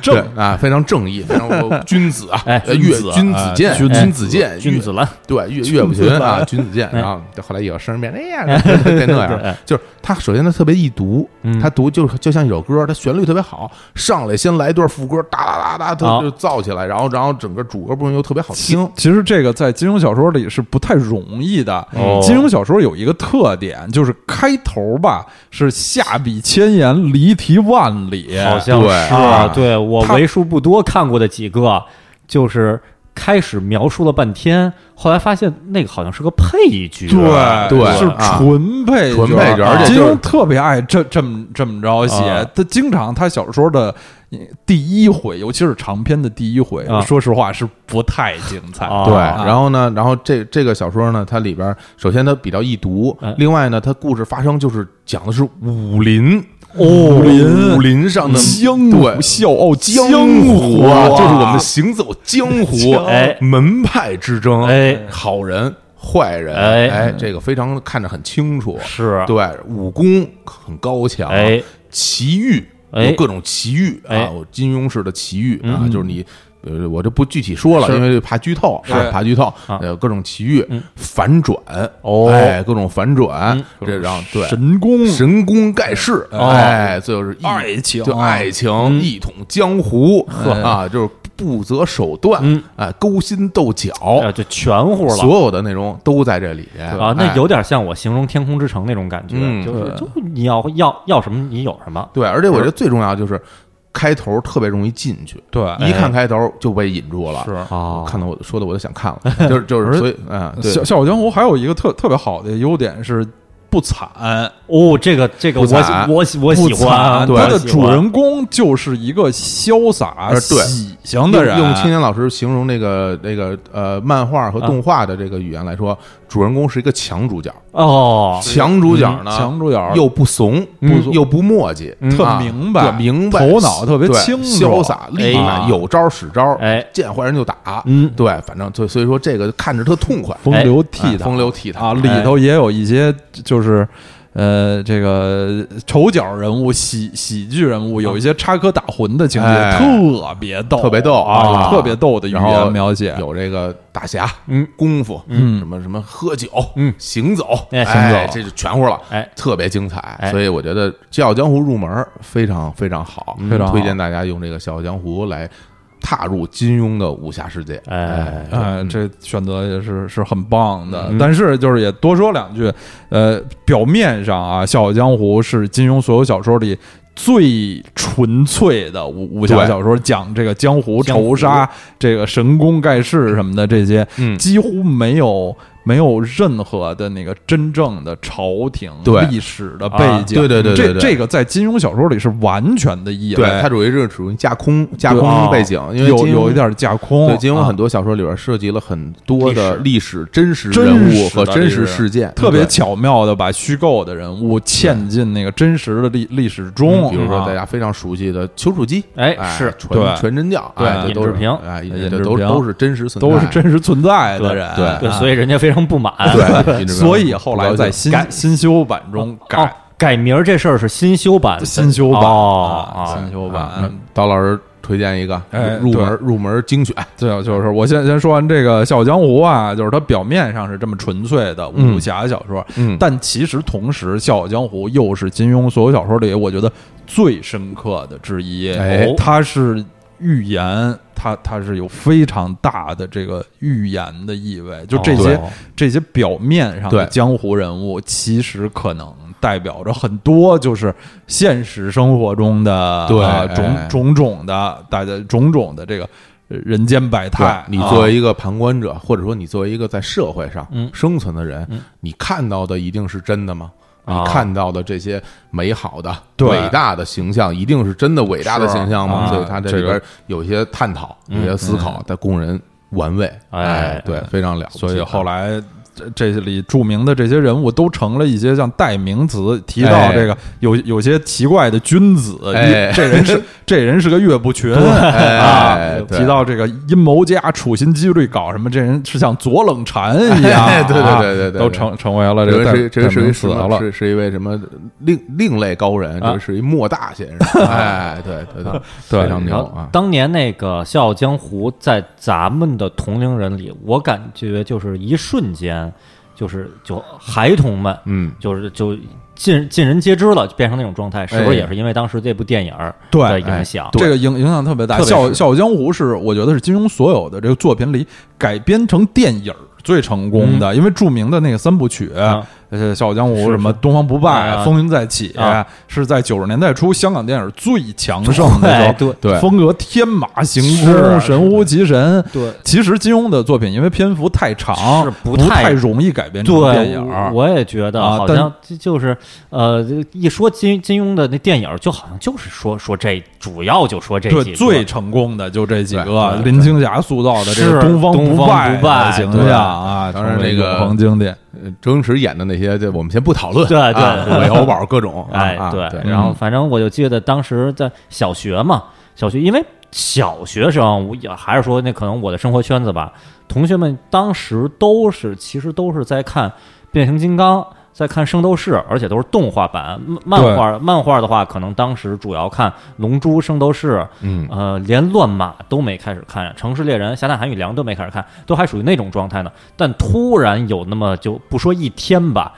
正
对啊，非常正义，非常君子啊，
哎
呃
君
岳
子
君子
哎
剑，
君
君子剑，
君子兰，
对岳岳不群啊，君子剑，
哎
然后后来也有声变哎那样，变那 样，就是他首先他特别易读
嗯，
他读就就像一首歌，他旋律特别好，上来先来一段副歌，哒哒哒哒，
好
他就造起来，然后然后整个主歌部分又特别好
其
听，
其实这个在金庸小说里是不太容易的。
哦
金庸小说有一个特点，就是开头吧是下笔千言，离题万里。
好像
对
是
啊
对我
他
为数不多看过的几个，就是开始描述了半天，后来发现那个好像是个配角，
对
对
是
啊
纯配
纯配角
角，啊
而且
金
就是
庸特别爱这这么这么着写
啊。
他经常他小说的呃第一回，尤其是长篇的第一回
啊，
说实话是不太精彩。
啊
对，
啊
然后呢，然后这这个小说呢，它里边儿首先它比较易读
哎，
另外呢，它故事发生就是讲的是武林，
哦武林
武林上的
江
对
湖，笑傲
江
湖
啊，
啊，
这是我们行走江湖
江
哎
门派之争，
哎
好人坏人，
哎
哎，这个非常看着很清楚，
是
对武功很高强，
哎，
奇遇，
哎
有各种奇遇
哎嗯
啊，我金庸式的奇遇啊，就是你。呃，我就不具体说了，
是
因为怕剧透，
是
怕剧透。
啊
呃，各种奇遇
嗯、
反转，
哦
哎，各种反转
嗯，
这让对
神功
神功盖世，
哦
哎，最后是一
爱情
对爱情一统江湖啊，就是不择手段
嗯，
哎，勾心斗角，
呃，就全乎了。
哦所有的内容都在这里
啊，那
哎
有点像我形容《天空之城》那种感觉，
嗯
就是就你要要要什么你有什么，
对，而且我觉得最重要就是开头特别容易进去，
对哎
一看开头就被引住了。
是
哎哦
我看到我说的我都想看 了，就是就是，所以嗯，对
笑，笑傲江湖还有一个特特别好的优点是不惨，
哦，这个这个我
不惨
我喜我喜
不惨
欢，
对
我
它的
喜欢
主人公就是一个潇洒
呃对
喜庆的人，嗯
啊
用用青年老师形容那个那个呃漫画和动画的这个语言来说，主人公是一个强主角，
哦，
强主角呢，
强主角
又不怂，
嗯
又不墨迹，
嗯
特
啊
明白
对明白，
头脑特别
对
清楚
潇洒厉
哎
害，有招使招，
哎
见坏人就打，
嗯
对，反正所以所以说这个看着特痛快，
风流倜
哎
傥、
风流倜傥
啊，里头也有一些就是。呃，这个丑角人物、喜喜剧人物，有一些插科打诨的情节，
哎
特别逗，
特别逗
啊，
啊
有特别逗的语
然后
言描写，
有这个大侠，
嗯，
功夫，
嗯
什么什么喝酒，
嗯
行走，
哎
哎
行走
这就全乎了，
哎
特别精彩。
哎
所以我觉得《笑傲江湖》入门非常非常好，
非常好
推荐大家用这个《笑傲江湖》来踏入金庸的武侠世界。
哎
哎，
嗯
这选择也是是很棒的。
嗯
但是就是也多说两句，呃，表面上啊，《笑傲江湖》是金庸所有小说里。最纯粹的武武侠
对
小说，讲这个江湖
江湖
仇杀、这个神功盖世什么的，这些、
嗯
几乎没有没有任何的那个真正的朝廷
对
历史的背
啊
景。
对对对对对
这这个在金庸小说里是完全的意
对，
外，
它属于是属于架空架
对
空
啊
背景，因为
有
金庸
有一。点架空。
对，金庸
啊
很多小说里边涉及了很多的历史真实
真
人物
实
和
的
真
历
实
史
事件，
特别
对
巧妙的把虚构的人物嵌进那个真实的历历史中，
嗯比如说
啊
大家非常熟悉的丘处机，
哎
哎
是
纯
对
纯真教，
对
哎，这都是
尹志平
哎，
尹
这
志
都
平
都是真实存在，
都是真实存在的人，
对
对，
啊
所以人家非常不满，哦
对，尹志平
所以后来在新
改
新修版中
哦
改
改名儿这事儿是新修版的，
新修版啊，
哦
新修
啊
版。
刀老师推荐一个
哎
入
对
门入门精选，
对，就是我先先说完这个《笑傲江湖》啊，就是它表面上是这么纯粹的武侠小说，
嗯
但其实同时，《笑傲江湖》又是金庸所有小说里我觉得最深刻的之一。
哎
它是预言，它它是有非常大的这个预言的意味。就这些、
哦
这些表面上
对
的江湖人物，其实可能代表着很多就是现实生活中的
对
啊种
哎
种种的大家种种的这个呃人间百态
对。你
啊
作为一个旁观者，或者说你作为一个在社会上
嗯
生存的人，你看到的一定是真的吗？你
啊
看到的这些美好的、
对
伟大的形象，一定是真的伟大的形象吗？
是啊
所以他这里
这
边
个嗯
有一些探讨、有一些思考，在供人玩味。
哎
哎，对，非常了不起。
所以后来这这里著名的这些人物都成了一些像代名词，提到
哎
这个有有些奇怪的君子，
哎
一这 人是这人是个岳不群
哎
啊
哎，对
提到这个阴谋家、处心积虑搞什么，这人是像左冷禅一样
哎
啊，
对对对对对对
都成成为了
这
这个
位
代
是这
代
位是
名
一
词
什
了
么？。是是一位什么另另类高人？
啊
这是一莫大先 生。哎，对对对，
对
非常牛
然后
啊！
当年那个《笑傲江湖》在咱们的同龄人里，我感觉就是一瞬间，就是就孩童们，
嗯，
就是就尽尽人皆知了，就变成那种状态，是不是
哎
也是因为当时这部电影儿
对
的影响？
这个影影响特别大，
特
《
别
笑
是
笑傲江湖》是我觉得是金庸所有的这个作品里改编成电影儿最成功
嗯
的，因为著名的那个三部曲，
啊
呃，《笑傲江湖》
是
什么《东方不败》
啊
风云再起》哎
啊
是在九十年代初香港电影最强盛的时
哎
候，
对
对
风格天马行空，
是啊
神乎其神。
对
其实金庸的作品因为篇幅太长，
是不
不
太
容易改编成电
对，
影
我
儿。
我也觉得
啊
好
但
像就就是呃，一说金金庸的那电影儿，就好像就是说说这主要就说这几
对，
个
最成功的就这几
对
个
对，
林青霞塑造的这
是
个东方
东
不
方
败
不败
的形
对
象啊，
当然
成为
那个
永恒经典。
呃周星驰演的那些，这我们先不讨论。
对对
啊
对
韦小宝各种，啊
哎，
啊对，
然后反正我就记得当时在小学嘛，小学因为小学生，我也还是说那可能我的生活圈子吧，同学们当时都是其实都是在看变形金刚。在看《圣斗士》，而且都是动画版。漫漫画漫画的话，可能当时主要看《龙珠》《圣斗士》，
嗯，
呃，连乱马都没开始看，《城市猎人》《侠胆韩语良》都没开始看，都还属于那种状态呢。但突然有那么就不说一天吧，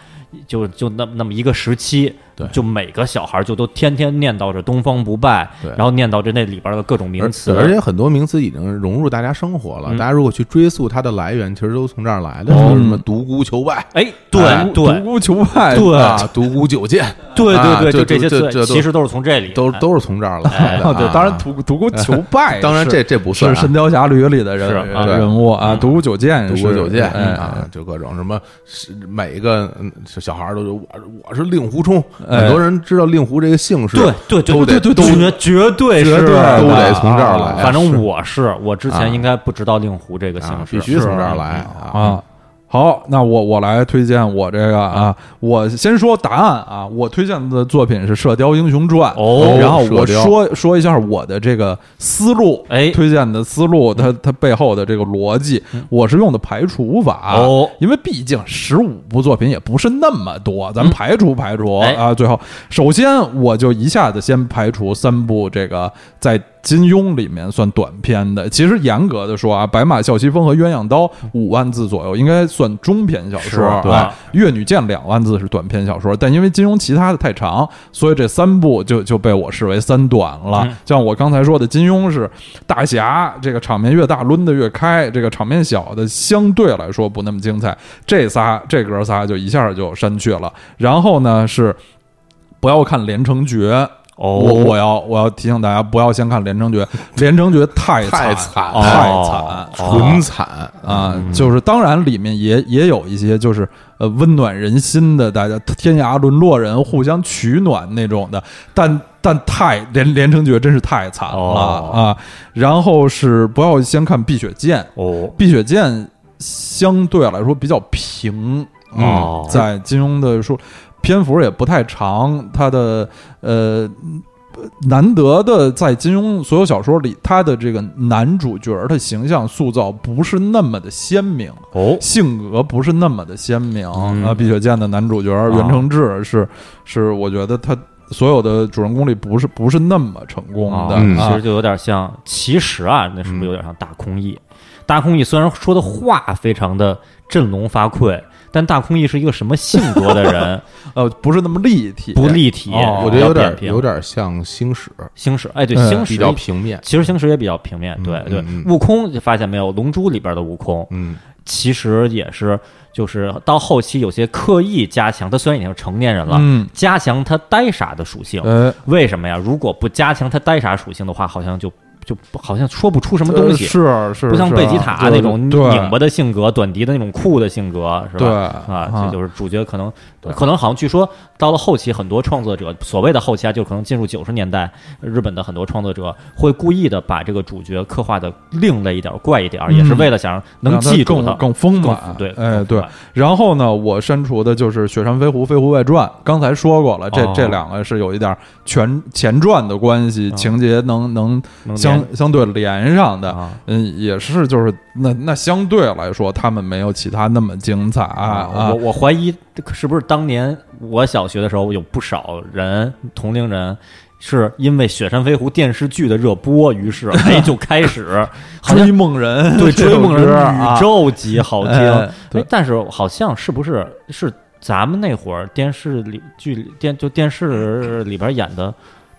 就就那么那么一个时期，
对
就每个小孩就都天天念叨着“东方不败
对”，
然后念叨着那里边的各种名
而
词，
对而且很多名词已经融入大家生活了。
嗯
大家如果去追溯它的来源，其实都从这儿来的，就是什么独孤求败。
哎，对
哎
对
啊独孤求败，
对
啊，独孤九剑
对
啊
对对，
这
就这
这
些词
这都
其实都是从这里
都
来的
都是从这儿来的。
啊，对
啊，
当然独独孤求 败是，
当然这这不算
是
啊
《神雕侠侣》里的
是
人
啊对
人物啊，
嗯
独孤九剑
独
是，
孤九剑
哎
啊，就各种什么，是每一个嗯小孩儿都说我我是令狐冲，
哎
很多人知道令狐这个姓氏，
对对
都
对
得
对对，绝绝对
绝
是
对
的
都得从这儿来啊
反正我是我之
啊
前应该不知道令狐这个姓
啊，
氏
必须从
是
这儿来
啊。好，那我我来推荐我这个啊，我先说答案啊，我推荐的作品是《射雕英雄传》
哦
然后
射
我
雕
说说一下我的这个思路，
哎
推荐的思路，
嗯
它它背后的这个逻辑，我是用的排除法
哦，
因为毕竟十五部作品也不是那么多，咱们排除排除
哎
啊。最后，首先我就一下子先排除三部这个在金庸里面算短篇的。其实严格的说啊，《白马啸西风》和《鸳鸯刀》五万字左右应该算中篇小说，
是对
哎越女剑》两万字是短篇小说，但因为金庸其他的太长，所以这三部就就被我视为三短了。
嗯
像我刚才说的，金庸是大侠，这个场面越大，抡得越开；这个场面小的，相对来说不那么精彩。这仨，这哥仨就一下就删去了。然后呢是。不要看《连城诀》
哦
我我要我要提醒大家，不要先看《连城诀》，《连城诀》太
太
惨
惨
了，太惨
哦
纯惨，
啊！就是当然里面也也有一些就是呃温暖人心的，大家天涯沦落人互相取暖那种的，但但太《连连城诀》真是太惨了、
哦
啊！然后是不要先看《碧血剑》，
哦
《碧血剑》相对来说比较平，嗯
哦
在金庸的书篇幅也不太长，它的呃。难得的，在金庸所有小说里，他的这个男主角儿的形象塑造不是那么的鲜明，
哦
性格不是那么的鲜明。
嗯
啊，《碧血剑》的男主角儿
啊
袁承志是、是，我觉得他所有的主人公里不是不是那么成功的。
哦嗯
其
啊
实就有点像，其实啊，那是不是有点像大空翼？大空翼虽然说的话非常的振聋发聩，但大空翼是一个什么性格的 人？
呃，不是那么立体，
不立体，
哦
我觉得有
比较扁
点
平
有点像星矢，
星矢，哎，对，
嗯
星
比
矢
较平面，
其实星矢也比较平面，对
嗯
对
嗯嗯。
悟空就发现没有，《龙珠》里边的悟空
嗯，
其实也是，就是到后期有些刻意加强，他虽然已经是成年人了，嗯
嗯，
加强他呆傻的属性。
嗯
呃，
为什么呀？如果不加强他呆傻属性的话，好像就就好像说不出什么东西，
呃是是
不像
是
贝吉塔
对
那种
对
拧巴的性格，短笛的那种酷的性格，是吧？
对
啊，这就是主角可能
对
可能好像据说到了后期，很多创作者所谓的后期啊，就可能进入九十年代，日本的很多创作者会故意的把这个主角刻画的另类一点、怪一点，
嗯
也是为了想能
让它
记住
更更丰
更
满，
对，
哎
更
对
丰。满
然后呢，我删除的就是《雪山飞狐》《飞狐外传》，刚才说过了，这
哦
这两个是有一点全前传的关系，
哦
情节能能
能
相
连
相对连上的。
啊
嗯，也是，就是那那相对来说，他们没有其他那么精彩啊
哦我。我怀疑是不是当年我小学的时候有不少人同龄人。是因为《雪山飞狐》电视剧的热播，于是哎就开 始，好像
追梦 人，
对《
这首
追梦人
歌》啊
宇宙级好听。
哎对
哎，但是好像是不是是咱们那会儿电视里剧里电就电视里边演的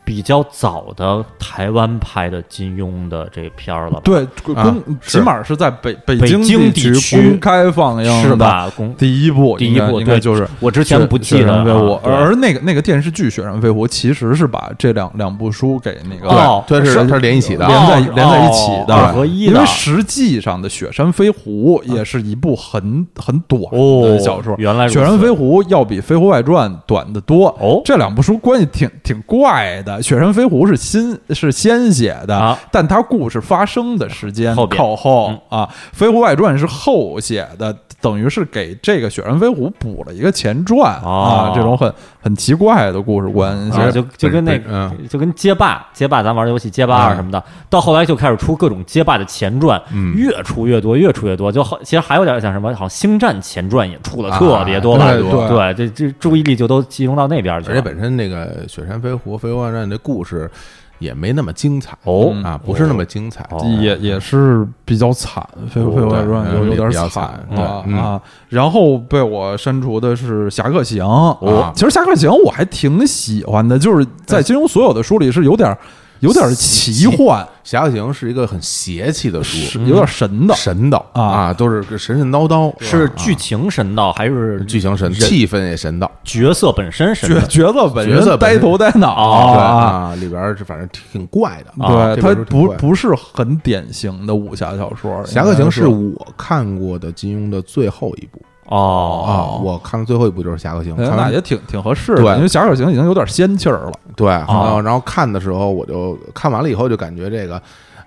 比较早的台湾拍的金庸的这片儿了吧，
对，公、
啊
起码是在北北
北京
地
地区
公开放映
是
的
吧？公
第一部
第
应
一
该，
部
应该
对
就是
我之前不记
雪
得
山飞
了
狐，
对
而那个那个电视剧《雪山飞狐》其实是把这两两部书给那个
哦
对，它是
是
它是连一起的，
连在
哦
连在一起的，
二合一的嗯
因为实际上的《雪山飞狐》也是一部很很短的小说，
哦原来
《
如此
雪山飞狐》要比《飞狐外传》短得多。
哦
这两部书关系挺挺怪的，《雪山飞狐》是新是先写的，
啊
但它故事发生的时间
后边嗯
靠后啊，《飞狐外传》是后写的，等于是给这个《雪山飞狐》补了一个前传、
哦
啊，这种很很奇怪的故事关系。
啊，就就跟那个
嗯
就跟街霸，街霸咱玩游戏街霸啊二什么的，到后来就开始出各种街霸的前传，
嗯
越出越多，越出越多，就好，其实还有点像什么，好像星战前传也出了特别多吧，
啊
对对
对，这这注意力就都集中到那边去
而且
了。
本身那个《雪山飞狐》《飞狐外传》这故事也没那么精彩
哦
啊，不是那么精彩。
哦
也也是比较惨，《飞
对
飞外传》
嗯
有有
也
点
比较
惨
惨
啊
对嗯
啊！然后被我删除的是《侠客行》啊
哦哎
其实《侠客行》我还挺喜欢的，就是在金庸所有的书里是有点有点奇幻，
《侠客行》是一个很邪气的书
是，有点神的。
嗯神道
啊
啊，都是神神叨叨，
是
啊
剧情神道还是
嗯剧情神，气氛也神道
角色本身神
角
道？
角色本
角色本
身呆
身
头呆脑
哦
对
啊，
啊，里边儿是反正挺怪的。
啊
这
对他
本书挺
不
怪
不是很典型的武侠小说，《
《侠客行》是
应
我看过的金庸的最后一部
哦，
啊，我看的最后一部就是《侠客行》，
该说。哎
看
那
完
也挺挺合适
对
的，因为《侠客行》已经有点仙气儿了。
对，然后然后看的时候我就看完了以后就感觉这个，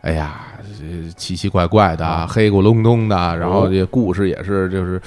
哎呀，这奇奇怪怪的啊，黑咕隆咚的，然
哦
后这故事也是就是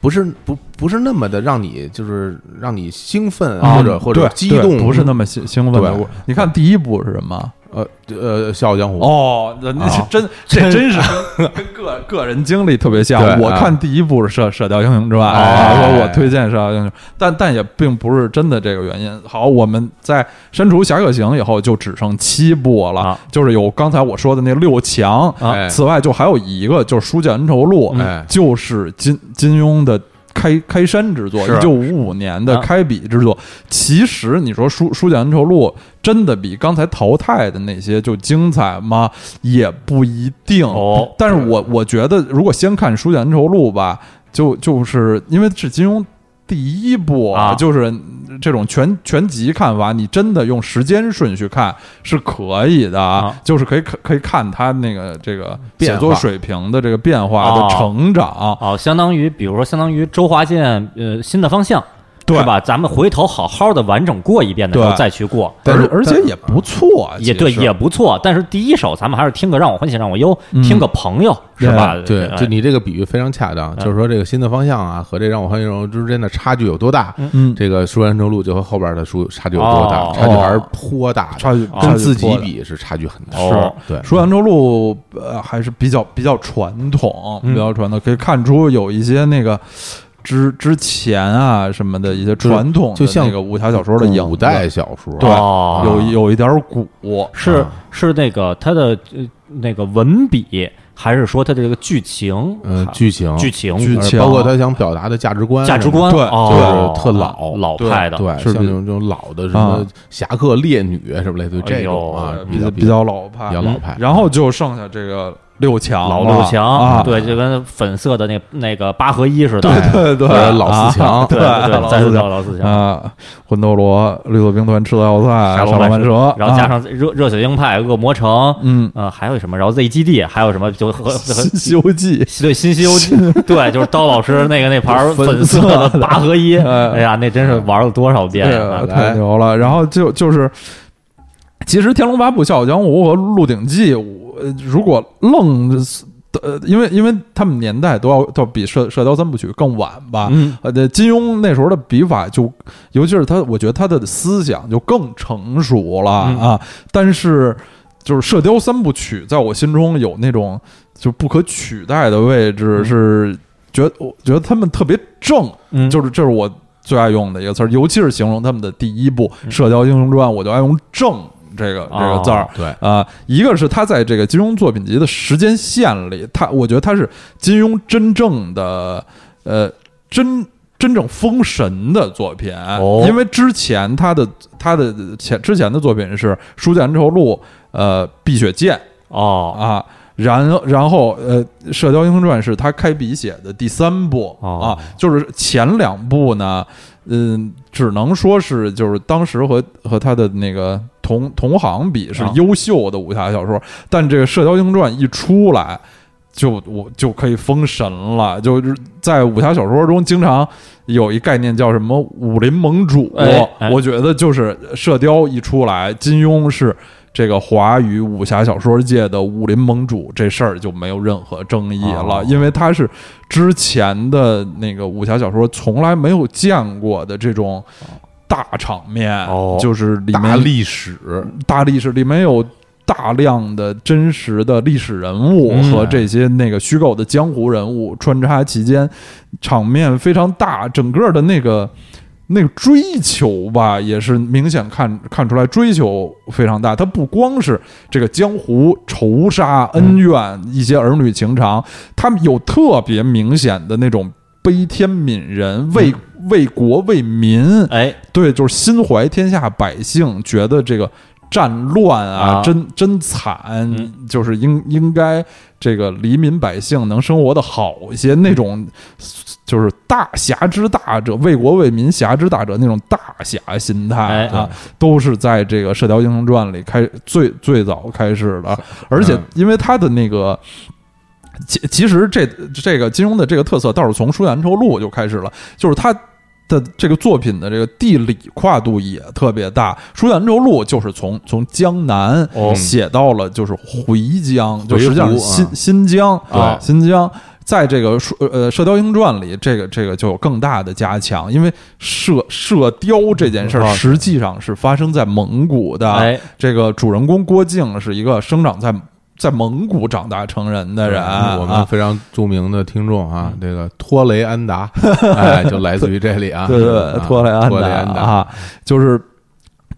不是不不是那么的让你就是让你兴奋
啊
嗯或者或者
对
激
对
动，
不是那么兴兴奋的
对
故事。你看第一部是什么？
呃呃《笑傲江湖》
哦，人家
啊
真这真 是跟跟个个人经历特别像。
对
我
啊
看第一部是《射射雕英雄传》，
哎
说我推荐《射雕英雄》，但但也并不是真的这个原因。好，我们在删除《侠客行》以后，就只剩七部了
啊，
就是有刚才我说的那六强。
啊
哎
此外，就还有一个就是《书剑恩仇录》
哎
就是金金庸的。开开山之作，
是
一九五五年的
啊
开笔之作。其实你说书《书剑恩仇录》真的比刚才淘汰的那些就精彩吗？也不一定。
哦
但是我我觉得，如果先看《书剑恩仇录》吧，就就是因为是金庸第一部，
啊
就是这种全全集看完，你真的用时间顺序看是可以的
啊
就是可以可可以看他那个这个
变
写
化
作水平的这个变化
哦
的成长。
哦，相当于比如说，相当于周华健呃新的方向，
对
是吧？咱们回头好好的完整过一遍的时候
对
再去过，
但是
而而且也不错，啊
也
其
对，
实
也不错。但是第一首咱们还是听个让我欢喜让我忧，听个朋友是吧？
对，就
哎
你这个比喻非常恰当，
哎
就是说这个新的方向啊和这让我欢迎容之间的差距有多大？
嗯
这个《书安州路》就和后边的书差距有多大？
哦
差距还是颇大的，
差距
跟
差距
自己
多的
比是差距很大。
哦
对，
说扬州路呃还是比较比较传统，
嗯
比较传统，可以看出有一些那个之之前啊什么的一些传统的
就像
那个武侠小说的影
古
子
代小说，
对
哦
有有一点古，
是是那个他的呃那个文笔，还是说他的这个剧情？
嗯，
还
剧情
哦剧情
剧
呃
情
包括他想表达的价值观什么的，
价值观
对
哦
就是特老
老派的，
对，
是
像
比
那种这种老的什么
啊
侠客、烈女什么类似于这种啊
哎
呃，
比
较
较
比较老嗯派
比较。老派。
然后就剩下这个六强
老
了
六强
啊，
对，就跟粉色的那那个八合一似的，
对对
或者老
啊
四强，
对对，
老
再
四
是
强
老四强，
啊，魂斗罗、绿色兵团、赤道要塞、
沙
沙
罗
罗
曼
曼蛇，
然后加
啊
上热热血鹰派、恶魔城，
嗯，
呃，还有什么？然后 Z 基地，还有什么？就和和和
《 西游记》
对新西游记， 对，就是刀老师那个那盘粉色的八合一，
哎
哎呀，那真是玩了多少遍
对
啊！
太牛了。然后就就是，其实《天龙八部》《笑傲江湖》和《鹿鼎记》，我呃如果愣呃，因为因为他们年代都要都要比射《射雕三部曲》更晚吧，
嗯，
呃，对金庸那时候的笔法就，尤其是他，我觉得他的思想就更成熟了
嗯
啊。但是，就是《射雕三部曲》在我心中有那种就不可取代的位置，
嗯
是觉得我觉得他们特别正，
嗯
就是这是我最爱用的一个词儿，尤其是形容他们的第一部《射雕英雄传》，我就爱用“正”这个这个字儿。
对，
啊、一个是他在这个金庸作品集的时间线里，他我觉得他是金庸真正的呃真真正封神的作品，
哦
因为之前他的他的前之前的作品是《书剑恩仇录》呃《碧血剑》
哦
啊。然然后，呃，《射雕英雄传》是他开笔写的第三部、
哦
啊，就是前两部呢，嗯，只能说是就是当时和和他的那个同同行比是
啊
优秀的武侠小说，但这个《射雕英雄传》一出来，就我就可以封神了。就是在武侠小说中，经常有一概念叫什么“武林盟主”，
哎哎
我觉得就是《射雕》一出来，金庸是。这个华语武侠小说界的武林盟主这事儿就没有任何争议了，
哦
因为他是之前的那个武侠小说从来没有见过的这种大场面，
哦
就是里
大
面
历史，
大历史里面有大量的真实的历史人物
嗯
和这些那个虚构的江湖人物穿插其间，场面非常大，整个的那个那个追求吧，也是明显看看出来追求非常大。它不光是这个江湖仇杀恩怨，一些儿女情长，他们有特别明显的那种悲天悯人、为为国为民，
哎，
对，就是心怀天下百姓，觉得这个战乱啊，
啊
真真惨，
嗯
就是应应该这个黎民百姓能生活的好一些，那种就是大侠之大者，为国为民侠之大者那种大侠心态
哎
啊，都是在这个《射雕英雄传》里开最最早开始的，而且
嗯
因为他的那个。其其实这这个金庸的这个特色倒是从《书剑恩仇录》就开始了，就是他的这个作品的这个地理跨度也特别大，《蜀汉州路》就是从从江南
哦
写到了就是回江，就
回
实际上是
湖
新、
啊
新疆
对
新疆。在这个说呃《射雕英雄传》里，这个这个就有更大的加强，因为射射雕这件
嗯
事儿
啊
实际上是发生在蒙古的，
哎，
这个主人公郭靖是一个生长在在蒙古长大成人的人，
嗯我
啊嗯
们非常著名的听众啊，这个托雷安 达，哎，就来自于这里啊，
对对
啊
嗯
对，托雷安
托雷安
达
达，
啊，就是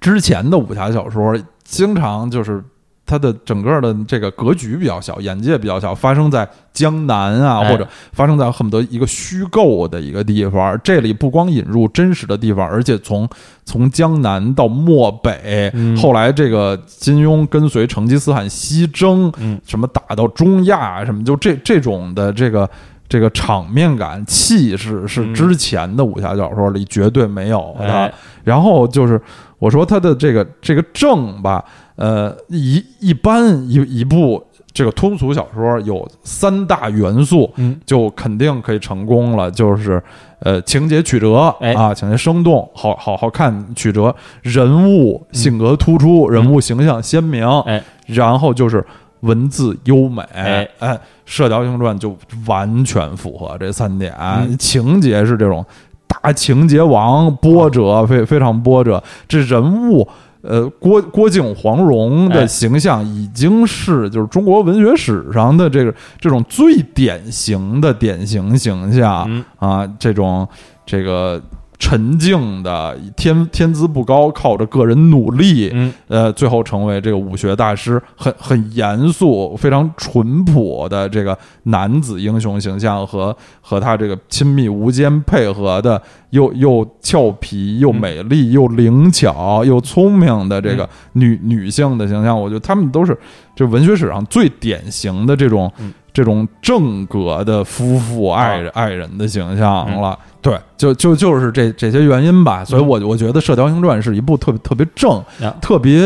之前的武侠小说，经常就是它的整个的这个格局比较小，眼界比较小，发生在江南啊，
哎
或者发生在恨不得一个虚构的一个地方。这里不光引入真实的地方，而且从从江南到漠北，
嗯
后来这个金庸跟随成吉思汗西征，
嗯
什么打到中亚，什么就这这种的这个这个场面感、气势是
嗯
之前的武侠小说里绝对没有的。
哎
然后就是我说他的这个这个正吧，呃，一一般一一部这个通俗小说有三大元素，
嗯，
就肯定可以成功了，就是呃情节曲折、
哎
啊，情节生动，好好好看曲折，人物性格突出，人物形象鲜明，
嗯哎，
然后就是文字优美，
哎
射雕英雄传》就完全符合这三点，
嗯
情节是这种大情节王，波
啊
折非非常波折，这人物。呃，郭郭靖、黄蓉的
哎
形象已经是就是中国文学史上的这个这种最典型的典型形象、
嗯
啊，这种这个沉静的天天资不高，靠着个人努力，
嗯，
呃，最后成为这个武学大师，很很严肃、非常淳朴的这个男子英雄形象和和他这个亲密无间配合的，又又俏皮又美丽又灵巧又聪明的这个女、女性的形象，我觉得他们都是这文学史上最典型的这种、
嗯
这种正格的夫妇爱人、爱人的形象了。对，就就就是这这些原因吧，所以我我觉得《射雕英雄传》是一部特别特别正。
啊
特别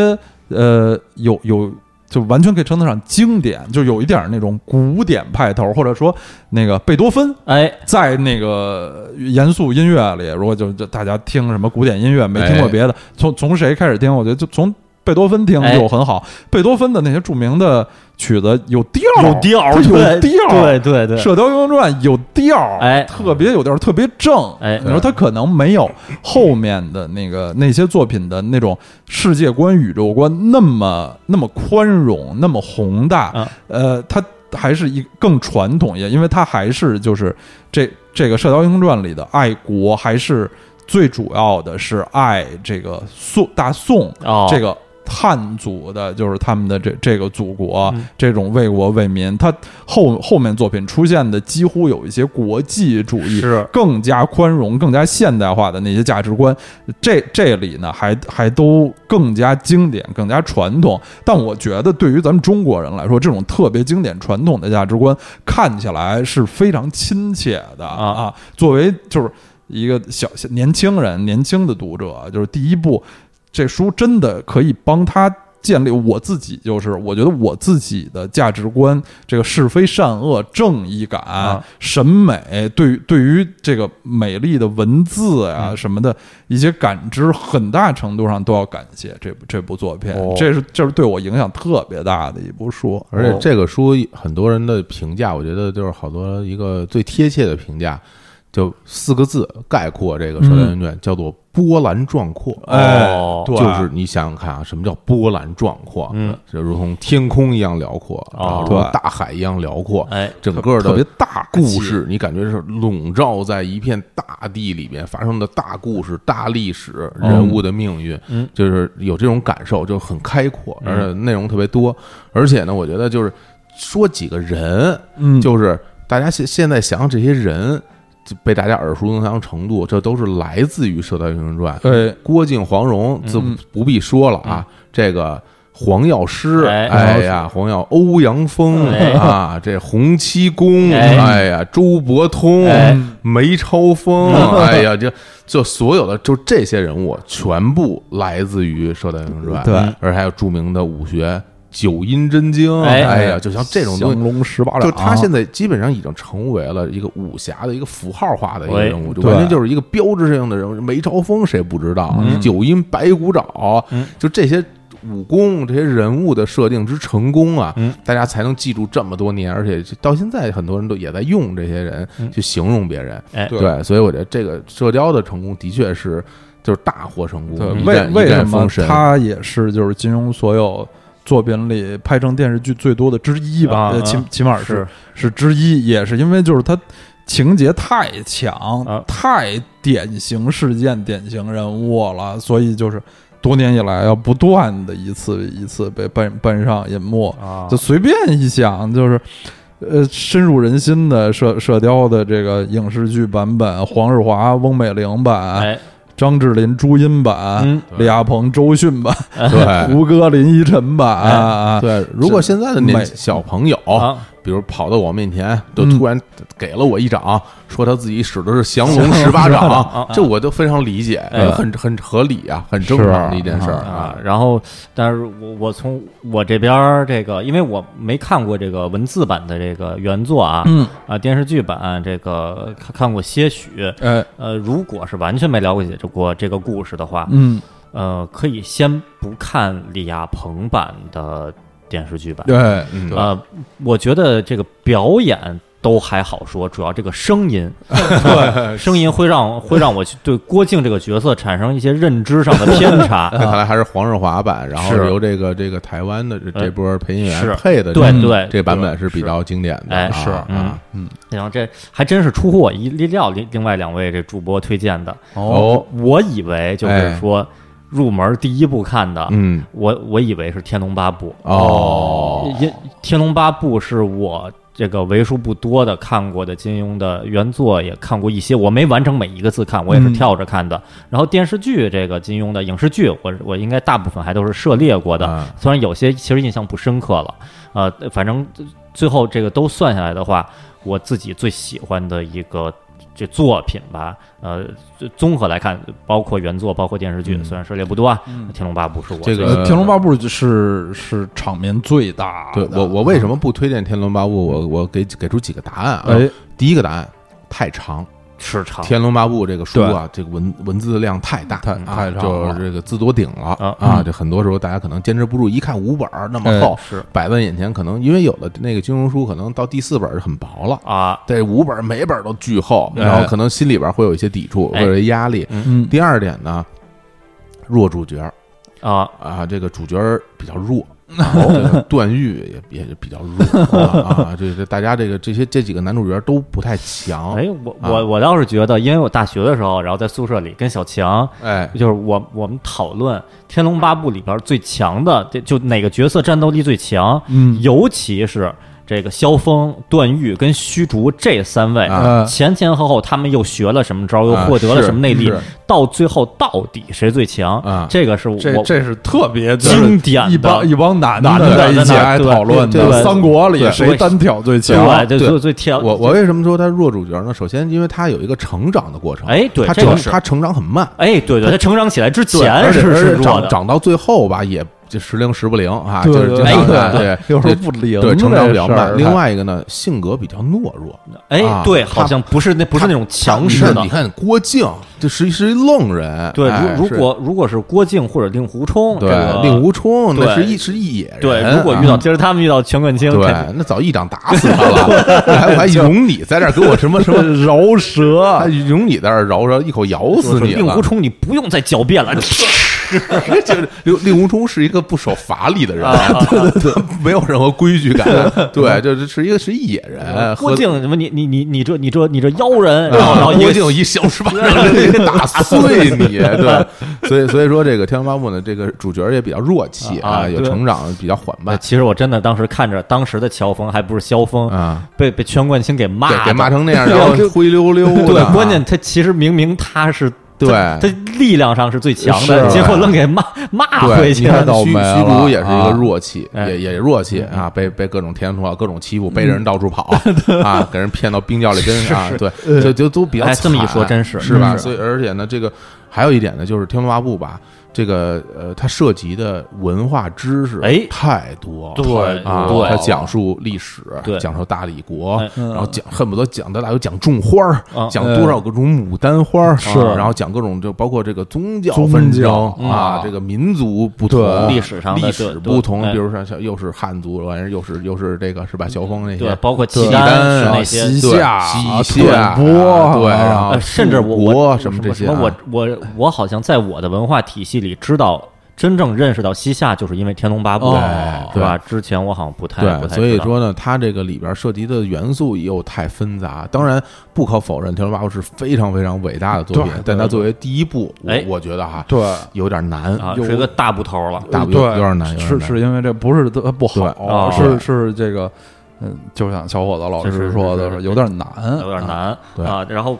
呃有有就完全可以称得上经典，就有一点儿那种古典派头，或者说那个贝多芬
哎，
在那个严肃音乐里，如果就就大家听什么古典音乐没听过
哎
别的，从从谁开始听？我觉得就从。贝多芬听
哎
就很好，贝多芬的那些著名的曲子有调儿，
有调儿，
它有
对
调儿，
对对对，
射雕英雄传》有调儿，
哎
特别有调儿，特别正。
哎
你说他可能没有后面的那个那些作品的那种世界观、宇宙观那么那么宽容，那么宏大。
啊
呃，他还是一更传统一些，因为他还是就是这这个《射雕英雄传》里的爱国，还是最主要的是爱这个宋大宋
哦，
这个汉族的，就是他们的这这个祖国，
嗯
这种为国为民，他后后面作品出现的几乎有一些国际主义，
是
更加宽容、更加现代化的那些价值观。这这里呢，还还都更加经典、更加传统。但我觉得，对于咱们中国人来说，这种特别经典、传统的价值观，看起来是非常亲切的
啊
啊。作为就是一个小小年轻人、年轻的读者，就是第一步，这书真的可以帮他。建立我自己就是，我觉得我自己的价值观，这个是非善恶、正义感、
啊
审美，对于对于这个美丽的文字啊、
嗯
什么的一些感知，很大程度上都要感谢这部这部作品。
哦
这是这是对我影响特别大的一部书，哦
而且这个书很多人的评价，我觉得就是好多一个最贴切的评价，就四个字概括这个《射雕英雄传》，叫做波澜壮阔。
嗯哎
哦
对
就是你想想看啊，什么叫波澜壮阔？
嗯，
就如同天空一样辽阔，
哦
然后如同
对
大海一样辽阔，
哎，
整个
特
的
别大
故
气
事，你感觉是笼罩在一片大地里面发生的大故事、大历史、
嗯
人物的命运，
嗯
就是有这种感受，就很开阔，
嗯
而且内容特别多。而且呢，我觉得就是说几个人，
嗯
就是大家现现在想想这些人就被大家耳熟能详程度，这都是来自于《射雕英雄传》。
哎，
郭靖、黄蓉自
嗯
不必说了啊，这个黄药师，
嗯哎
哎呀，黄药欧阳锋
哎
啊，这洪七公，
哎
哎呀，周伯通
哎，嗯
梅超风， 哎呀，这就所有的就这些人物全部来自于《射雕英雄传》，
对，
而还有著名的武学。九阴真经，
哎
哎呀，就像这种东西
降，龙十八掌，啊
就它现在基本上已经成为了一个武侠的一个符号化的一个
喂
人物，就
对
完全就是一个标志性的人物。梅超风谁不知道？啊
嗯
九阴白骨爪
嗯，
就这些武功、这些人物的设定之成功啊
嗯，
大家才能记住这么多年，而且到现在很多人都也在用这些人
嗯
去形容别人。
哎
对
对，所以我觉得这个社交的成功的确是就是大获成功
对，
一
为
战
为
一
什
战
么
封神。
他也是就是金庸所有作品里拍成电视剧最多的之一吧？
啊
呃起
啊
起码是
是
是之一，也是因为就是他情节太强，
啊
太典型事件、典型人物了，所以就是多年以来要不断的一次一次被搬搬上银幕，
啊
就随便一想就是。呃，深入人心的射《射雕》的这个影视剧版本，黄日华、翁美玲版，
哎
张智霖、朱茵版，
嗯
李亚鹏、周迅版，
对
胡歌、林依晨版，
哎
啊
哎对，如果现在的
美
年小朋友
啊
比如跑到我面前，就
嗯
突然给了我一掌，说他自己使的是降龙十八
降龙十八
掌
掌，啊
这我都非常理解，
哎
很很合理啊，很正
是
常的一件事儿
啊，。然后但是我我从我这边儿这个，因为我没看过这个文字版的这个原作啊，
嗯，
啊电视剧版这个看看过些许，
哎，
呃，如果是完全没了解过这个故事的话，
嗯，
呃，可以先不看李亚鹏版的电视剧版，
对，
嗯，
呃，我觉得这个表演都还好说，主要这个声 音，对，声音会让会让我去对郭靖这个角色产生一些认知上的偏 差。
那看来还是黄日华版，然后
是
由这个这个台湾的这
哎
这波配音
是
员配的这
对
个
对
嗯这版本
对
是比较经典的
哎
啊，
是
啊，
然后这还真是出乎我意料，另另外两位这主播推荐的，
哦，
我以为就是
哎
说入门第一部看的，
嗯，
我我以为是《天龙八部》
哦，
因《天龙八部》是我这个为数不多的看过的金庸的原作，也看过一些，我没完成每一个字看，我也是
嗯
跳着看的。然后电视剧这个金庸的影视剧，我我应该大部分还都是涉猎过的，
啊
虽然有些其实印象不深刻了，呃，反正最后这个都算下来的话，我自己最喜欢的一个。这作品吧，呃，综合来看，包括原作，包括电视剧，
嗯
虽然涉猎不多啊，
嗯
天龙八部》是我
这
最
个
呃天龙八部》是是场面最大
对
的，嗯
我我为什么不推荐《天龙八部》？我我给给出几个答案啊，
哎，
第一个答案太长。
市场
《天龙八部》这个书啊，这个文文字量太大，
啊太
啊
太长
就
了
是这个字多顶了
啊
啊！
嗯
这很多时候大家可能坚持不住，一看五本儿那么
哎
厚，
是
摆在眼前，可能因为有的那个金融书可能到第四本儿就很薄了。
啊，
这五本儿每本儿都巨厚，
嗯哎
然后可能心里边儿会有一些抵触或
哎
者压力。
嗯，
第二点呢，弱主角儿
啊，
啊，这个主角儿比较弱，这
哦
个 段誉也也比较弱啊啊，这这大家这个这些这几个男主角都不太强，
哎，我
啊
我我倒是觉得，因为我大学的时候，然后在宿舍里跟小强，
哎，
就是我我们讨论《天龙八部》里边最强的，这就哪个角色战斗力最强，
嗯
尤其是这个萧峰、段誉跟虚竹这三位，
啊
前前后后他们又学了什么招，又
啊
获得了
是
什么内力
是，
到最后到底谁最强？
啊
这个是我
这这是特别就是
经典的
一帮一帮男
男的
在一起
在那
爱
对
讨论
对
的，
对
三国里
对
谁单挑最强？
对，这
对
最最挑
我我为什么说他弱主角呢？首先，因为他有一个成长的过程，
哎对
他
这个
成
是
他成长很慢，
哎，对对，他成长起来之
对而
前
且
是
而
是
且
弱
长
的，
长到最后吧，也就时灵时不灵啊，
对
就是
对
经
哎
常看
对
对
有时
对
候不灵
对成长比较
这事儿
慢。另外一个呢，性格比较懦弱，
哎
啊，
对，
他
好像不是那不是那种强
你
势
看
的
你。看郭靖，这是一是一愣人，
对，
哎
如如
是
果如果是郭靖或者令狐冲，这
对
个
令狐冲
对
那是一是一野人，
对，如果遇到
啊
今儿他们遇到钱冠清，
对
肯定，
那早一掌打死他 了，我还我还容你在这儿给我什么什么。
饶舌
还，容你在这儿饶饶一口咬
说
死你了！
令狐冲你不用再狡辩了，
就是令令狐冲是一个不守法理的人
啊啊啊，
对对对，没有任何规矩感， 对，就是是一个是一野人。
嗯郭靖哦什么你你你你这你这你这妖人，
喝。
然后
呃啊
然后一
郭
个
靖一小 十八掌给你打碎你，对，所以所以说这个《天龙八部》呢，这个主角也比较弱气
啊啊
有
对
成长比较缓慢
其实我真的当时看着当时的乔峰，还不是萧峰，
啊，
被被钱冠清给骂
对，
的，
啊给骂成那样，
对
然后灰溜溜的。啊
对，关键他其实明明他是
对
他他力量上是最强的，
是
结果愣给骂骂
对，
回
你
去
看
了。
倒
虚
霉
虚
了
竹也是一
啊
个弱气，
哎
也也弱气啊，被被各种天窗各种欺负，被人到处跑 啊，给人骗到冰窖里跟啊，对，就就都比较
哎
惨。
这么一说真是
是吧？
嗯是
所以而且呢，这个还有一点呢，就是《天龙八部》吧，这个呃，它涉及的文化知识
哎
太多，
对
啊，
对
它讲述历史
对，
讲述大理国
哎，
嗯
然后讲恨不得讲的大有讲种花儿
啊，
讲多少各种牡丹花儿，啊
是
然后讲各种就包括这个宗教
宗
纷争
教
啊
嗯，
这个民族不同，
历史上的
历
对
史
对
不同
哎，
比如说像又是汉族，完事儿又是又是这个是吧？萧峰那
对，
些。
包括契
契
丹是
然后
那些
西
对
夏、
西
西
夏
夏、啊
吐蕃
对，然后
呃，甚至我
国
我
什么这些
什
啊，
么我我我好像在我的文化体系里知道，真正认识到西夏就是因为《天龙八部》
哦
对吧？之前我好像不太不
对，
太
所以
知道
说呢，它这个里边涉及的元素又太纷杂。当然，不可否认，《天龙八部》是非常非常伟大的作品
对，
但它作为第一部，我
哎
我觉得哈，
对，
有点难，
啊，
有
是一个大部头了。
大有
对
有点难，有点
是
难
是因为这不是它不
对哦
好，
啊
是
对
是这个，嗯，就像小伙子老
是是
师
是
说的
是，
有点难，
有点难
对
啊。然后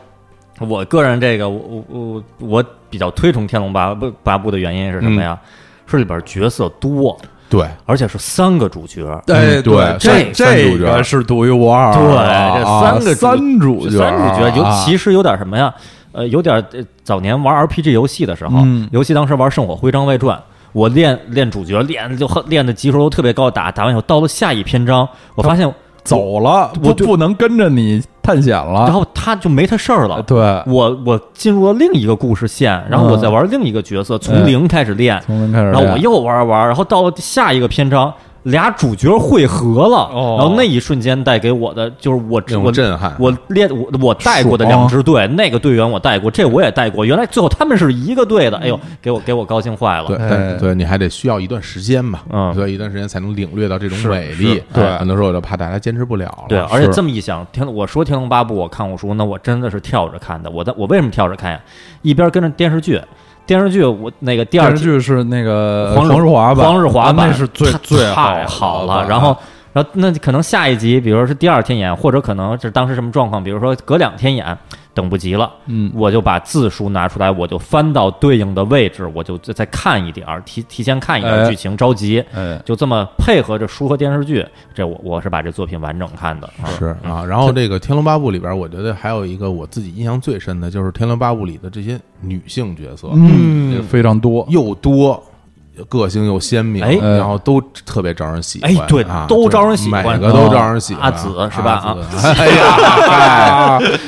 我个人这个我我我我比较推崇《天龙八部》八部的原因是什么呀？
嗯
是里边角色多，
对，
而且是三个主角。
哎，
嗯对
这
这
这
三主角
个是独一无二的，
对
啊
这
啊
三个主
三主角，
三主角，尤
啊
其是有点什么呀？呃，有点呃早年玩 RPG 游戏的时候，
嗯
尤其当时玩《圣火徽章外传》，我练练主角，练就很练的级数都特别高，打打完以后到了下一篇章，我发现，
走了，
我
我不能跟着你探险
然
了，
后他就没他事儿了。
对，
我我进入了另一个故事线，然后
嗯
我再玩另一个角色，从零开始练，
从零开始练，
然
啊
后我又玩儿玩儿，然后到了下一个篇章，俩主角汇合了，
哦
然后那一瞬间带给我的就是我
那
我
种震撼，
我练我我带过的两支队，那个队员我带过，这我也带过，原来最后他们是一个队的，哎呦，给我给我高兴坏了。
嗯对，
哎
但对你还得需要一段时间嘛，
嗯
需要一段时间才能领略到这种
是
美丽
是。
哎
对
很多时候我就怕大家坚持不了了。
对，而且
哦是
这么一想，天，我说《天龙八部》，我看过书，那我真的是跳着看的。我在我为什么跳着看呀？一边跟着电视剧，电视剧我那个第二
电视剧是那个
黄日
黄日华版，
黄日华版
啊那是最
太
最
太好
好的嗯版
了。然后，然后那可能下一集，比如说是第二天演，或者可能是当时什么状况，比如说隔两天演，等不及了，
嗯，
我就把字书拿出来，我就翻到对应的位置，我就再再看一点儿，提提前看一点
哎
儿剧情，着急，
哎，
就这么配合着书和电视剧，这我我是把这作品完整看的。啊
是啊，然后这个《天龙八部》里边，我觉得还有一个我自己印象最深的就是《天龙八部》里的这些女性角色，
嗯，非常多，
又多，个性又鲜明，
哎
然后都特别招人喜欢，
哎，对
啊，、
都招人喜
每
欢，哦
个都招人喜欢。
阿紫是吧
阿
啊，
紫 哎呀，嗨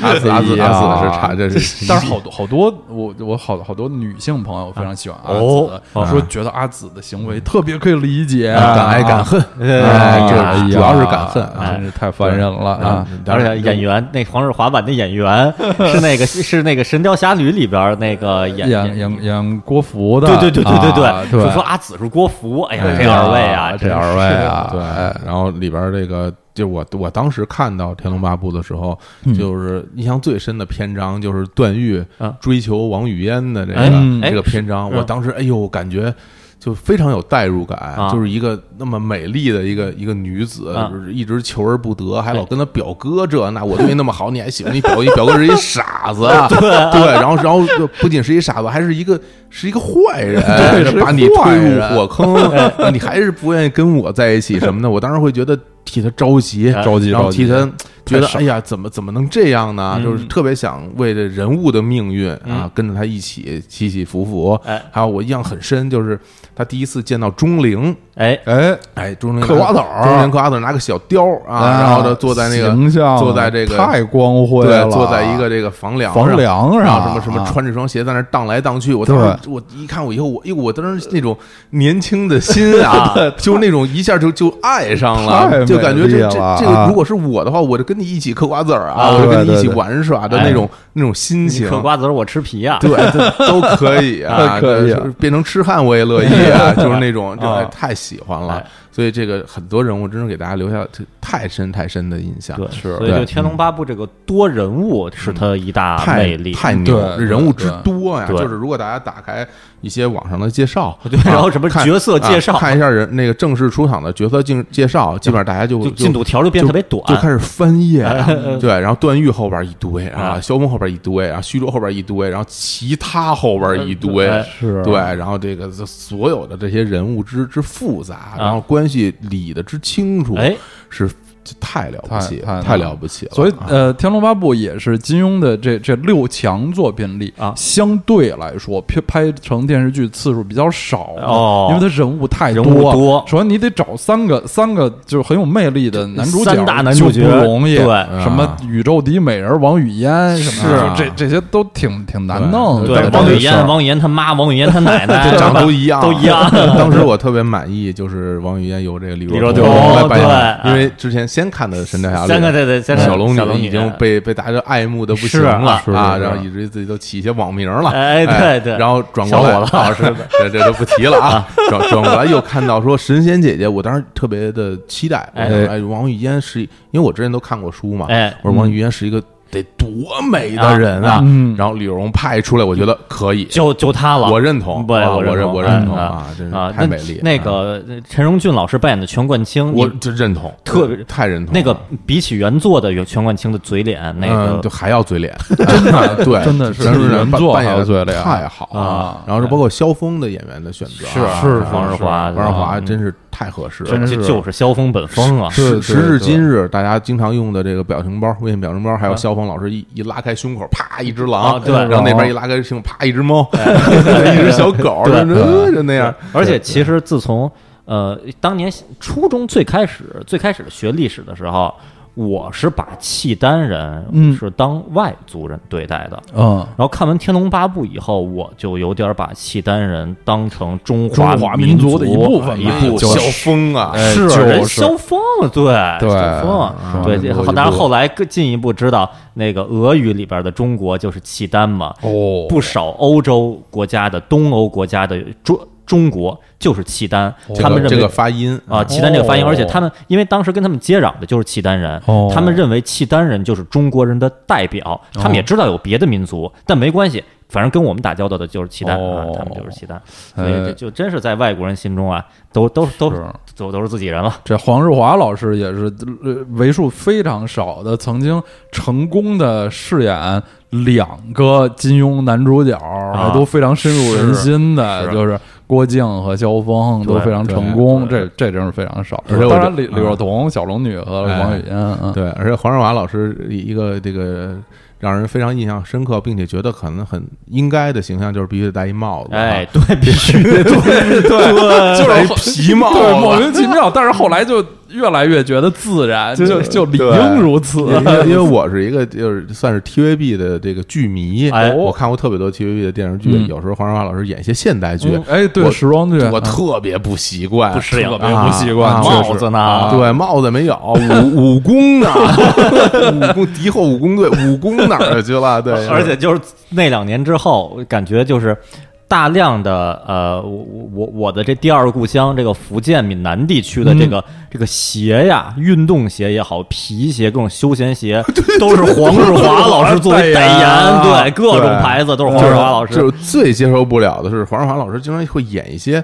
阿紫阿紫
哎呀
阿紫是差，这是
但是好多好多，我我好好多女性朋友非常喜欢阿
哦
紫，说觉得阿紫的行为特别可以理解，
敢爱敢恨，哎，
啊
这
呀
主要是敢恨啊。
真是太烦人了啊！
嗯
而且演员那黄日华版的演员 是那个是那个《神雕侠侣》里边儿那个演
演演演郭芙的，
对对对对对
啊
对，
对，
就说阿紫是郭芙，哎呀
哎，
这
呀
二位啊，
这
真
二
是
位啊，
对
哎，
然后里边这个，就我我当时看到《天龙八部》的时候，就是印象最深的篇章就是段誉
啊
追求王语嫣的这
哎
个
哎
这个篇章，
是
我当时哎呦，感觉。就非常有代入感，就是一个那么美丽的一个一个女子，
啊
就是一直求而不得，还老跟她表哥这那，我对你那么好，你还喜欢你表哥？你表哥是一傻子，啊对，然后然后就不仅是一傻子，还是一个是一个坏人，
对是
把你
坏
推入
人
火
哎
坑，哎你还是不愿意跟我在一起什 么的，我当时会觉得替他着急，
哎着急
然后
着急
替他觉得
太，傻嗯
哎呀，怎么怎么能这样呢？就是特别想为这人物的命运啊，跟着他一起起起伏伏
哎。
还有我印象很深，就是他第一次见到钟灵，
哎，
哎，
哎，钟灵
嗑瓜子儿
钟灵嗑瓜子儿拿个小貂儿啊，然后呢坐在那个
形象
坐在这个
太光辉
对
了，，
坐在一个这个房梁
房梁上
然后什么什么
啊
穿着双鞋在那儿荡来荡去，我当时我一看我以后我，哎呦，我当时那种年轻的心 啊，就那种一下就就爱上
太美
了，就感觉这
丽
这
了
这
啊
个如果是我的话，我就跟你一起嗑瓜子儿
啊
我就跟你
对
一
对
起
对
玩耍的
哎
那种那种心
你
情。
嗑瓜子儿我吃皮啊，
对，这都可以 啊，
可以啊
就是变成痴汉我也乐意 啊，就是那种，就
啊
哎太喜欢了
哎。
所以这个很多人物真是给大家留下这太深太深的印象。
对，
是
所以就
对
《天龙八部》这个多人物是它一大
太
啊魅力，
嗯太牛，
对
这人物之多呀！
对
就是如果大家打开一些网上的介绍，啊
对，然后什么
看
角色介绍
啊，看一下人那个正式出场的角色介介绍，基本上大家就
就进度条就变哎特别短，
就开始翻页，啊对，然后段誉后边一堆，啊，萧峰后边一堆，然后虚竹后边一堆，然后其他后边一堆
哎，
是啊
对，然后这个这所有的这些人物之之复杂，然后关系理的之清楚，
啊哎，
是这太了不起，
太太
太
了
了不起了。
所以
啊，
呃，《天龙八部》也是金庸的这这六强作品里
啊
相对来说拍拍成电视剧次数比较少的
哦
因为他人物太
人物多
首先你得找三个三个就是很有魅力的男主角，
三大男主角
就不容易。
对
啊
什么宇宙第一美人王语嫣什么的，
是
就这这些都挺挺难弄的。
对
啊对，
当
王
时
语
这事儿
嫣，王语嫣他妈，王语嫣他奶 奶，
这长得都一样，
都一样
当时我特别满意，就是王语嫣由这个李
李
若
若
彤
彤
来扮演，
对
因为之前先看的《神雕侠侣》，
三个对对，三个
小龙
女哎
女已经被被大家爱慕的不行了
是啊
啊，
是是是
然后以至于自己都起一些网名了。
哎对对
然后转过来
小伙，子
老师，这这都不提了啊。转转过来又看到说神仙姐姐，我当时特别的期待。我
哎
说哎，王语嫣是因为我之前都看过书嘛，
哎
我说王语嫣是一个得多美的人
啊
啊
啊。
然后李荣派出来，我觉得可以，
就就他了，
我认同，
不，
啊我
认
我认同
哎
啊，真是
啊，
太美丽。
那那
啊
个呃陈荣俊老师扮演的全冠清，
我
你
就认同，
特别
太认同了
那个比起原作的全冠清的嘴脸，那
嗯，
个
就还要嘴脸， 对，
真的是
真是
原
扮
作
扮
还
演
要
的
嘴脸
太好了
啊
然后是包括萧峰的演员的选择啊，
是
啊
王日华，
王日华
嗯
真是太合适了
真。
这
是
就是萧峰本风啊，
时
是
时
对
至
对
今日，大家经常用的这个表情包，微信表情包，还有萧峰老师一一拉开胸口，啪一只
啊
狼，
对
然后那边一拉开胸，啪一只猫，一只小狗，就呃
对
就那样，
而且其实自从呃当年初中最开始最开始学历史的时候，我是把契丹人
嗯
是当外族人对待的。
嗯，
然后看完《天龙八部》以后，我就有点把契丹人当成中
中华
民
民族的一部分
一
了
部
萧
分。
峰啊，
哎
是
就是
人萧峰，啊对
对
萧峰啊
中，华
对。
民
这
族一
后当然
部
后来更进一步知道，那个俄语里边的中国就是契丹嘛，
哦，
不少欧洲国家的东欧国家的中中国就是契丹，
这
他们
个
认
这
为
个发音
啊，契丹这个发音，
哦
而且他们因为当时跟他们接壤的就是契丹人
哦，
他们认为契丹人就是中国人的代表，他们也知道有别的民族，但没关系，反正跟我们打交道的就是契丹啊
哦，
他们就是契丹，
哎
所以这就真是在外国人心中啊，都都都
是
都都是自己人了，
这黄日华老师也是呃为数非常少的曾经成功的饰演两个金庸男主角，还都非常深入人心的，
啊是
就是郭靖和萧峰
对
都非常成功，
对
这这真是非常少。
而且我觉得嗯哎
当然李李若彤、小龙女和王语嫣，嗯
对，而且黄少华老师一个这个让人非常印象深刻，并且觉得可能很应该的形象就是必须得戴一帽子，啊
哎，， 对，必 须的，对
就
对
是
戴一
后
皮帽
嗯对
子，啊
莫名其妙，但是后来就越来越觉得自然，就就理应如此。
因为因为我是一个就是算是 TVB 的这个剧迷，
哎
我看过特别多 TVB 的电视剧，
嗯
有时候黄少华老师演一些现代剧，
嗯哎，对，
我
时装剧，
我
嗯
特别不习惯，
不适应
特别不习惯
啊
确实
帽子呢？
对，帽子没有，武武功呢？ 武功敌后武工队，武功哪儿去了？对，
而且就是那两年之后，我感觉就是大量的呃，我我我我的这第二个故乡，这个福建闽南地区的这
嗯
个、这个鞋呀，运动鞋也好，皮鞋各种休闲 鞋，都是黄日华老师作为代
代言
言，
啊
对各种牌子都是黄日华老
哎就
师
是最接受不了的是，黄日华老师经常会演一些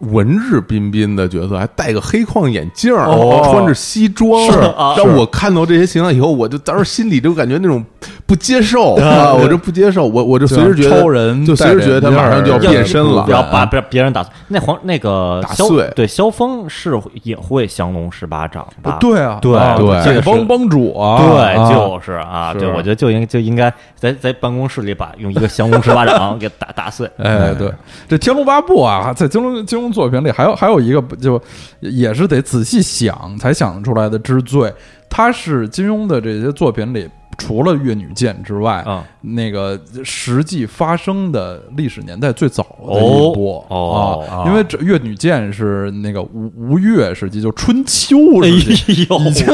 文质彬彬的角色，还戴个黑框眼镜儿，
哦
穿着西装。
是啊
让我看到这些形象以后，我就当时心里就感觉那种不接 受啊，我就不接受，我我就随时觉得
超人
就随时觉得他马上就要
戴着
变身了嗯
不。要把别别人打碎。那黄那个
打
萧
碎
对萧峰是也会降龙十八掌吧？
对啊，
对
啊
对
解
这个
帮
是
帮主啊，啊
对，就是啊，
是
对，我觉得就应就应该在在办公室里把用一个降龙十八 掌给打打碎。
哎，对，这《天龙八部》啊，在金庸金庸作品里，还有还有一个就也是得仔细想才想出来的之最，它是金庸的这些作品里除了越女剑之外，
嗯
那个实际发生的历史年代最早的
哦
一波
哦
啊，因为这越女剑是那个吴吴越时期，就春秋
哎
时期，
呦， 已经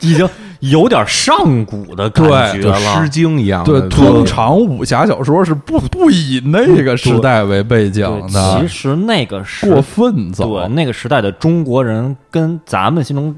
已经有点上古的感
对
觉
就《
了
诗。经》一样
对
的，，
通常武侠小说是不不以那个时代为背景
对，其
的，
实那个时
过分早。
对那个时代的中国人跟咱们心 中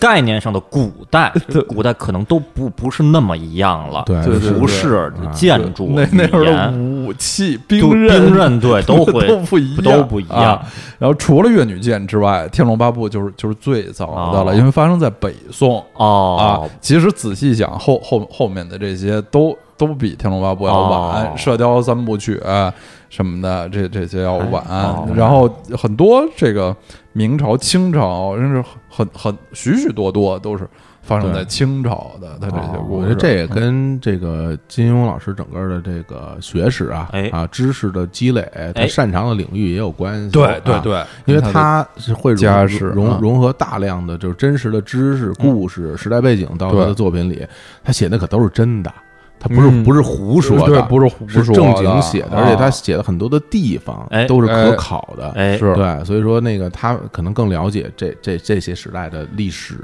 概念上的古代，古代可能都不不是那么一样了。
对
对对啊
服饰
对、
建筑、
那那
语
会儿的
言
武器、
都
兵刃、
兵刃， 对，都会
都不一样，
都不一样
啊然后除了越女剑之外，《天龙八部》就是就是最早的了，
哦
因为发生在北宋。
哦
啊。其实仔细想，后后后面的这些都都比《天龙八部》要晚，
哦
射雕三部曲》啊什么的，这这些要晚。
哎哦
然后很多这个明朝、清朝，甚至很很许许多多都是发生在
对
清朝的，他这些
哦
故
我
事。
觉得这也跟这个金庸老师整个的这个学识啊、
哎
啊知识的积累，他
哎
擅长的领域也有关系。
对对
啊，
对，
因为
他的
他是会融
家世
融
啊
融合大量的就是真实的知识、故事、时代背景到他的
对
作品里，他写的可都是真的，他不是
嗯
不是胡说
对
的，啊
不是胡
是
说
正经写的，而且他
啊
写的很多的地方
哎
都是可
哎
考的。
哎，
是
对，所以说那个他可能更了解这这这些时代的历史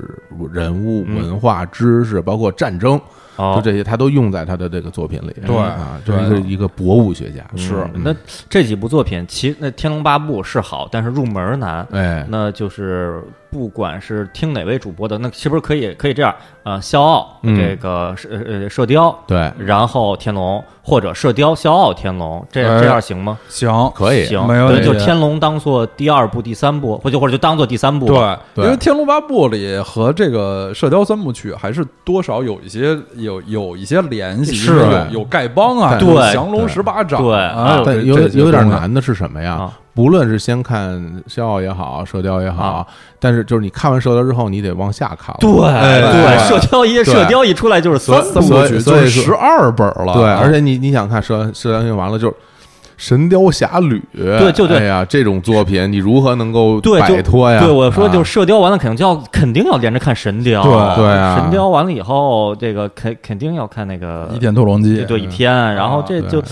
人物、
嗯
文化、知识，包括战争，就
哦，
这些，他都用在他的这个作品里。
对
啊，这是一个
对
一个博物学家。
是
嗯
那这几部作品，其那《天龙八部》是好，但是入门难。
哎，
那就是不管是听哪位主播的，那是不是可以可以这样？呃，笑傲
嗯
这个射呃射雕，
对，
然后天龙或者射雕笑傲天龙，这
哎
这样行吗？
行，
可以。
行，
没有
对，
问
就
题
天龙当做第二部、第三部，或者或者就当做第三部吧。
对，
对
因为《天龙八部》里和这个《射雕三部曲》还是多少有一些有有一些联系，
是
因为有有丐帮啊，
对
有
对
降龙十八掌，
对
啊
啊
这
但有
这些
有点
东西
难的是什么呀
啊？
不论是先看《笑傲》也好，《射雕》也好
啊，
但是就是你看完《射雕》之后，你得往下看了。
对
对
射雕一射雕一出来就是三
所以
三部曲
所以所
就
以
十二本了，
对，
啊
而且你你想看《射射雕英雄》完了就是《神雕侠侣》，
对就对
哎呀，这种作品你如何能够
对，就
摆脱呀？啊
对，我说就是是射雕完了，肯定就要肯定要连着看神雕，
对
对啊
神雕完了以后，这个肯肯定要看那个
《倚天屠龙记
对》对倚天，然后这就
都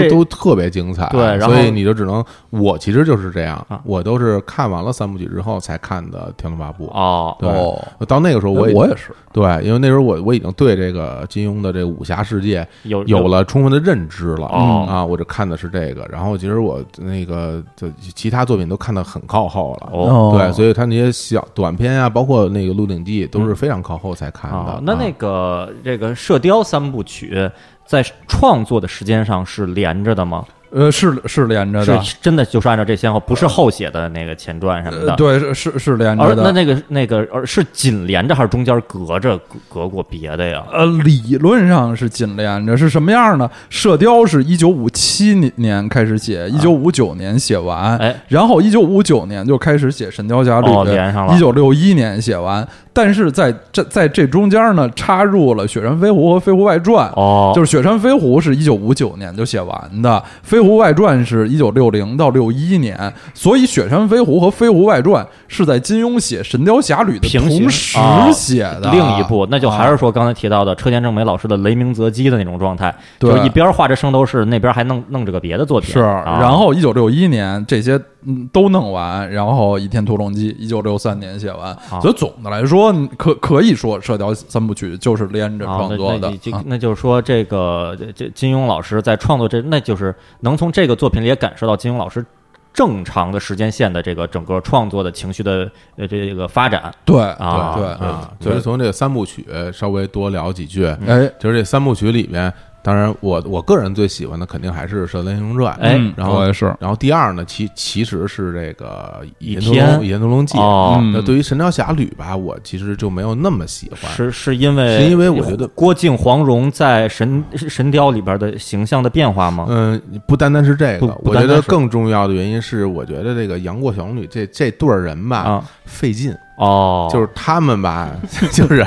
这
啊都特别精彩，
对然后
所以你就只能我其实就是这样
啊，
我都是看完了三部曲之后才看的《天龙八部》。
哦
对
哦，
到那个时候我
我
已
我也是，
对，因为那时候我我已经对这个金庸的这个武侠世界
有
有了充分的认知了、
哦
啊，我就看的是这个。然后其实我那个就其他作品都看得很靠后了。
哦
对，所以他那些小短片啊，包括那个《鹿鼎记》，都是非常靠后才看的。
嗯哦，那那
啊
个这个射雕三部曲在创作的时间上是连着的吗？
呃，是是连着
是
的，
真的就是按照这先后，不是后写的那个前传什么
呃
的。
对，是是是连
而
着
那
的。
那个那个，而是紧连着还是中间隔着隔隔过别的呀？
呃，理论上是紧连着，是什么样呢？《射雕》是一九五七年开始写，一九五九年写完，
哎，
然后一九五九年就开始写《神雕侠侣
哦，》，连上了
一。九六一年写完，但是在这在这中间呢，插入了《雪山飞狐》和《飞狐外传》
哦，
就是《雪山飞狐》是一九五九年就写完的，《飞狐外传》是一九六零到六一年，所以《雪山飞狐》和《飞狐外传》是在金庸写《神雕侠侣》的
平行
同时
啊
写的。
另一部，那就还是
啊
说刚才提到的车田正美老师的雷鸣择机的那种状态，
对
就是一边画着圣斗士，那边还弄弄着个别的作品。
是，
啊
然后一九六一年这些嗯都弄完，然后《倚天屠龙记》一九六三年写完，
啊
所以总的来说，可可以说《射雕三部曲》就是连着
啊，
创
那
作
那
的
你。这
啊
那就是说，这个这这金庸老师在创作这，那就是能从这个作品里也感受到金庸老师正常的时间线的这个整个创作的情绪的呃这个发展。
对
啊
对
啊，
对
所以从这三部曲稍微多聊几句。
嗯
对，哎，
就是这三部曲里面，当然我我个人最喜欢的肯定还是《射雕英雄传》，
哎
嗯
然后
我也是，
然后第二呢，其其实是这个《倚
倚
天屠龙
天》
《倚天屠龙记》
哦
嗯
那对于《神雕侠侣》吧，我其实就没有那么喜欢。
是是因为
是因为我觉得
郭靖、黄蓉在神神雕里边的形象的变化吗？
嗯，不单单是这
啊不
个，
不
我
单
觉
单是
得更重要的原因是，我觉得这个杨过小龙女这这对儿人
嗯
吧，
啊
费劲，
哦，
就是他们吧， 就是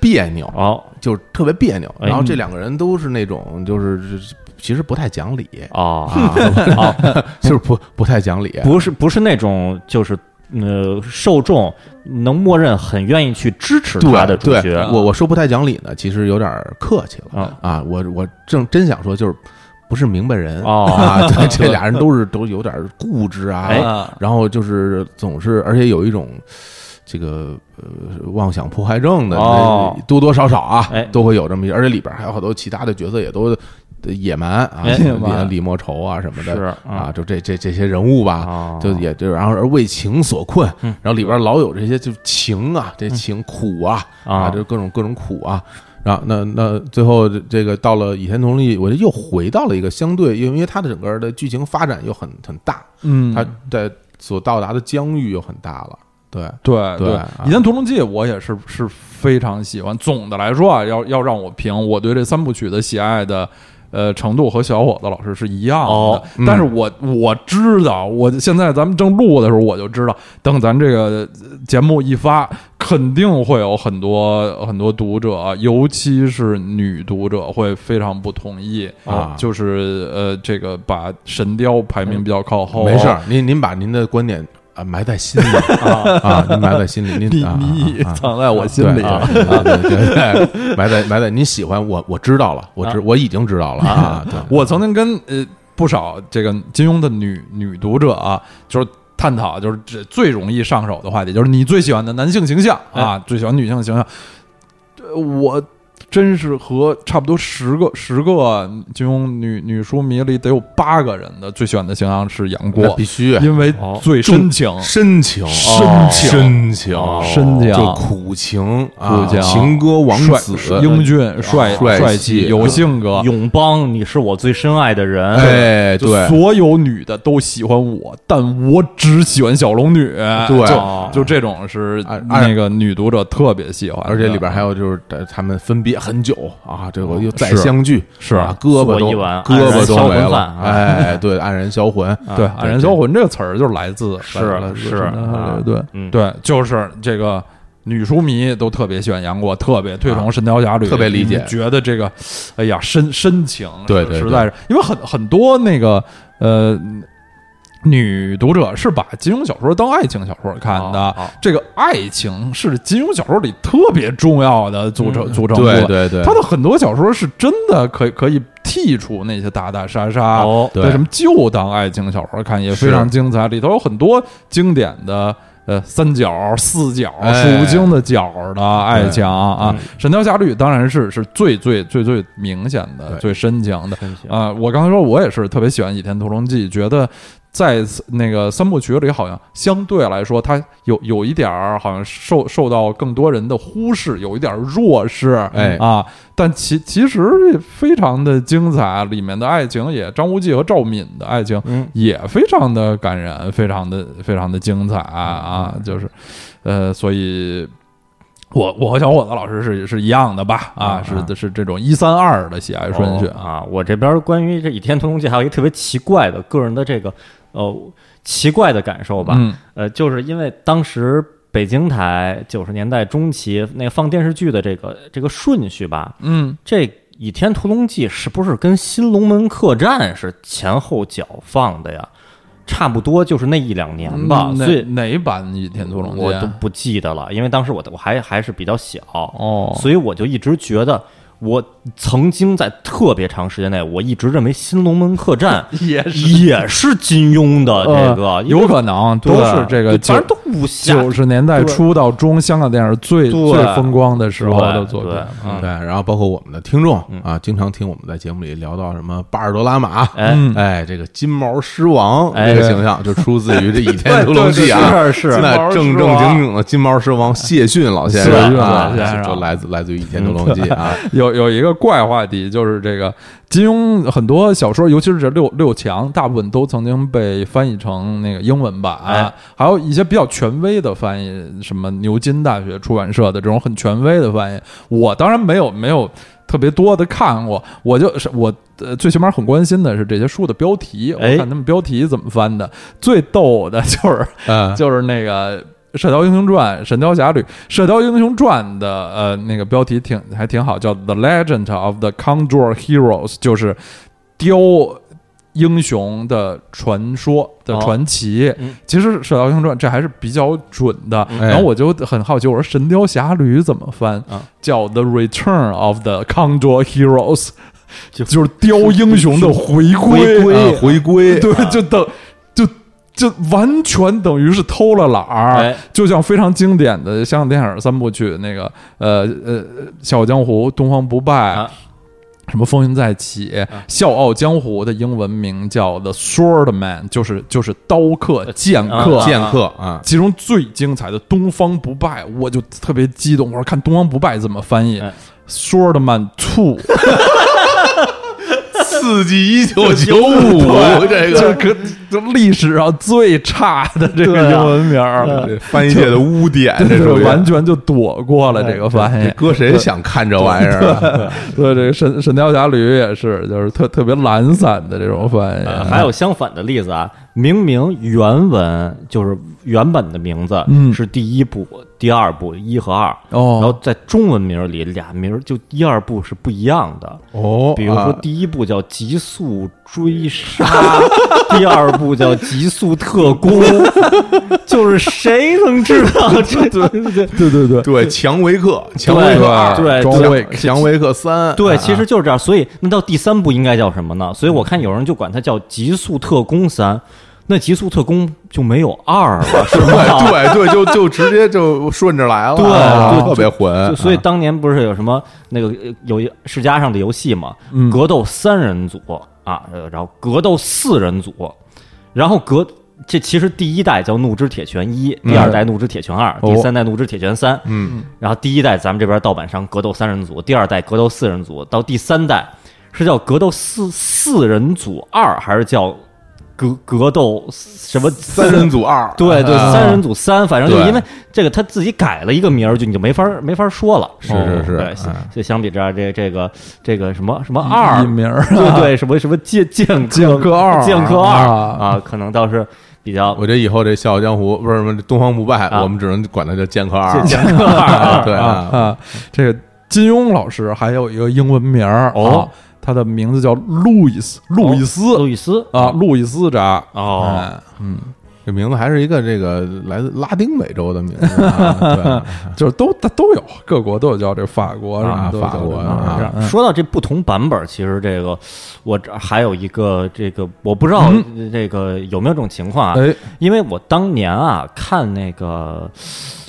别扭，
哦
就是特别别扭。
哎
然后这两个人都是那种，就是是其实不太讲理，
哦
啊，
哦，
就是不不太讲理，
不是不是那种就是呃受众能默认很愿意去支持他的主
对
角
对我我说不太讲理呢，其实有点客气了
啊
啊。我我正真想说，就是不是明白人
哦
啊， 对，这俩人都是都有点固执啊，
哎
啊
然后就是总是，而且有一种这个呃妄想迫害症的，
哦
多多少少啊
哎，
都会有这么一，而且里边还有好多其他的角色也都野蛮啊，
哎
李
野蛮
李莫愁啊什么的
嗯是
啊，就这这这些人物吧，
啊
就也就然后而为情所困，
嗯
然后里边老有这些就情啊，这情苦啊、啊，
啊
就各种各种苦啊。然后那那最后这这个到了《倚天屠龙记》，我就又回到了一个相对，因为因为它的整个的剧情发展又很很大，
嗯，
它的所到达的疆域又很大了。对，
对
对
对
啊，
《倚天屠龙记》我也是是非常喜欢。总的来说啊，要要让我评我对这三部曲的喜爱的。呃，程度和小伙子老师是一样的，
哦
嗯
但是我我知道，我现在咱们正录的时候我就知道，等咱这个呃节目一发，肯定会有很多很多读者啊，尤其是女读者会非常不同意
啊
就是呃，这个把《神雕》排名比较靠
嗯
后，啊
没事儿，您您把您的观点啊埋在 心里 啊啊，您埋在心里，
你
您啊
你
啊啊
藏在我心
对
里
啊，对对对对， 埋在埋在您喜欢我，我知道了，我知我已经知道了 啊，对，
我曾经跟呃不少这个金庸的女女读者啊，就是探讨，就是这最容易上手的话题，就是你最喜欢的男性形象
哎
啊，最喜欢女性形象。呃我真是和差不多十个十个金庸女女书迷里得有八个人的最喜欢的形象是杨
那
过
必，须
因为
哦
最深情。
深情，
深情
深情，哦
深情
就苦情，啊
苦情
情歌王
帅
子，啊
英俊、帅、
帅
帅
气嗯
有性格，
永邦，你是我最深爱的人。
哎，
就
对，
所有女的都喜欢我，但我只喜欢小龙女。
对
啊
就就这种是
按按
那个女读者特别喜欢
哎
的，
而且里边还有就是呃他们分别很久啊，这个又再
是
相聚，
是
啊，胳膊
做
都
一碗
胳膊都
黯然销
没
魂
了，
饭啊
哎，对，黯然销魂，
对
啊
“黯然销魂”这个词儿就是来自
是
来自
是
来
啊
自对
嗯
对，就是这个。女书迷都特别喜欢杨过，特别推崇
啊
《神雕侠侣》
特别理解
觉得这个，哎呀，深深情，
对对
实
对
在是因为很很多那个呃女读者是把金庸小说当爱情小说看的，
哦哦
这个爱情是金庸小说里特别重要的组成、组成部分。
嗯对对对，
他的很多小说是真的可以可以剔除那些打打杀杀，
哦
对
为什么就当爱情小说看也
是
非常精彩，里头有很多经典的。呃，三角、四角、
哎
数不清的角的爱情啊，神雕侠侣》当然是是最最最最明显的、
对
最深情的
真行
啊、我刚才说，我也是特别喜欢《倚天屠龙记》，觉得在那个三部曲里，好像相对来说，它有有一点儿好像受受到更多人的忽视，有一点儿弱势。
哎
啊，但其其实非常的精彩，里面的爱情也张无忌和赵敏的爱情
嗯
也非常的感人，非常的非常的精彩啊，就是，呃，所以。我我和小伙子老师是是一样的吧？啊，
嗯
是
嗯
是这种一三二的喜爱顺序
哦，啊。我这边关于这《倚天屠龙记》还有一特别奇怪的个人的这个呃奇怪的感受吧，
嗯
呃，就是因为当时北京台九十年代中期那个放电视剧的这个这个顺序吧，
嗯，
这《倚天屠龙记》是不是跟《新龙门客栈》是前后脚放的呀？差不多就是那一两年吧，
嗯哪
所以
哪一版《倚天屠龙记》？
我
啊
都不记得了，因为当时我我还还是比较小，
哦，》
所以我就一直觉得，我曾经在特别长时间内，我一直认为《新龙门客栈
也
也是金庸的这个，
呃
因为
有可能
对
都是这
对反
个九
正都武侠
九十年代
对
初到中香港电影最
对
最风光的时候的
对
作品
对。，嗯
对，然后包括我们的听众啊，经常听我们在节目里聊到什么巴尔多拉玛，
哎
嗯
哎，这个金毛狮王
哎
这个形象就出自于这《倚天屠龙记》啊，
对对对是是
那正正经经的金毛狮王谢逊老先
谢逊
生
老
啊，
先生
就就来自来自于《倚天屠龙记》啊，
有有一个怪话题，就是这个金庸很多小说，尤其是这六六强，大部分都曾经被翻译成那个英文版，
哎
还有一些比较权威的翻译，什么牛津大学出版社的这种很权威的翻译，我当然没有没有特别多的看过，我就是我呃最起码很关心的是这些书的标题，我
哎
看他们标题怎么翻的。最逗的就是
嗯，
就是那个《射雕英雄传》《神雕侠侣》《射雕英雄传》的呃那个标题挺还挺好，叫《The Legend of the Condor Heroes》，就是雕英雄的传说的
哦
传奇。
嗯
其实《射雕英雄传》这还是比较准的。
嗯
然后我就很好奇，我说《神雕侠侣》怎么翻？
啊
叫《The Return of the Condor Heroes》，
就
就是雕英雄的回归。
回归
啊回归，
对，就等就就完全等于是偷了懒儿，
哎
就像非常经典的香港电影三部曲那个呃呃《笑傲江湖》《东方不败》
啊
什么风云再起，笑傲江湖》的英文名叫 The Swordman，就是就是刀客、剑客、
剑客啊，
其中最精彩的《东方不败》，我就特别激动，我说看《东方不败》怎么翻译
哎
，Swordman Two。
刺激一九九五，这
就是
个
可就历史上最差的这个英文名儿，
这翻译界的污点，哎这
就是
属于
完全就躲过了这个翻
哎
你
译。
搁谁想看这玩意儿啊？
对，这个《神神雕侠侣》也是，就是特特别懒散的这种翻译。
啊还有相反的例子啊，明明原文就是原本的名字
嗯
是第一部、第二部一和二，
哦
然后在中文名里俩名儿就一二部是不一样的。
哦，
比如说
啊
第一部叫《极速追杀》，第二部叫《极速特工》，就是谁能知道这对
对对 对，
对强维克，强维克二，
对
装
对
备
强强维克三，啊
对，其实就是这样。所以那到第三部应该叫什么呢？所以我看有人就管它叫《极速特工三》，那《极速特工》就没有二了，是吧？
对对，就就直接就顺着来了，
对
啊
就
特别
就
混。
所以当年不是有什么那个呃有一世嘉上的游戏嘛，
嗯
格斗三人组啊，呃然后格斗四人组，然后格这其实第一代叫《怒之铁拳一》，第二代《怒之铁拳二》，
哦
第三代《怒之铁拳三》。
嗯，
然后第一代咱们这边盗版商格斗三人组，第二代格斗四人组，到第三代是叫格斗四四人组二，还是叫格格斗什么
三人？组二，
对对，
啊
三人组三，反正就
对
因为这个他自己改了一个名儿，就你就没法没法说了。
是是是
对，
嗯
就相比之下，这这个这个什么什么二
一，名儿啊
对对，什么什么剑剑
剑客二
剑客二
啊
啊，可能倒是比较
我这以后这《笑傲江湖》不是什么《东方不败》，
啊
我们只能管它叫剑客二 了。
剑客二
啊
啊，
对
啊啊，这个金庸老师还有一个英文名儿
哦
啊，他的名字叫路易斯，路易斯
路易斯
啊，路易斯扎。
哦，
哎，
这名字还是一个这个来自拉丁美洲的名字啊，对 啊，
就是都他都有，各国都有叫这法国什
啊
么都有
法国啊
这样嗯
说到这不同版本，其实这个我这还有一个这个我不知道
嗯
这个有没有这种情况啊？
哎，
因为我当年啊看那个《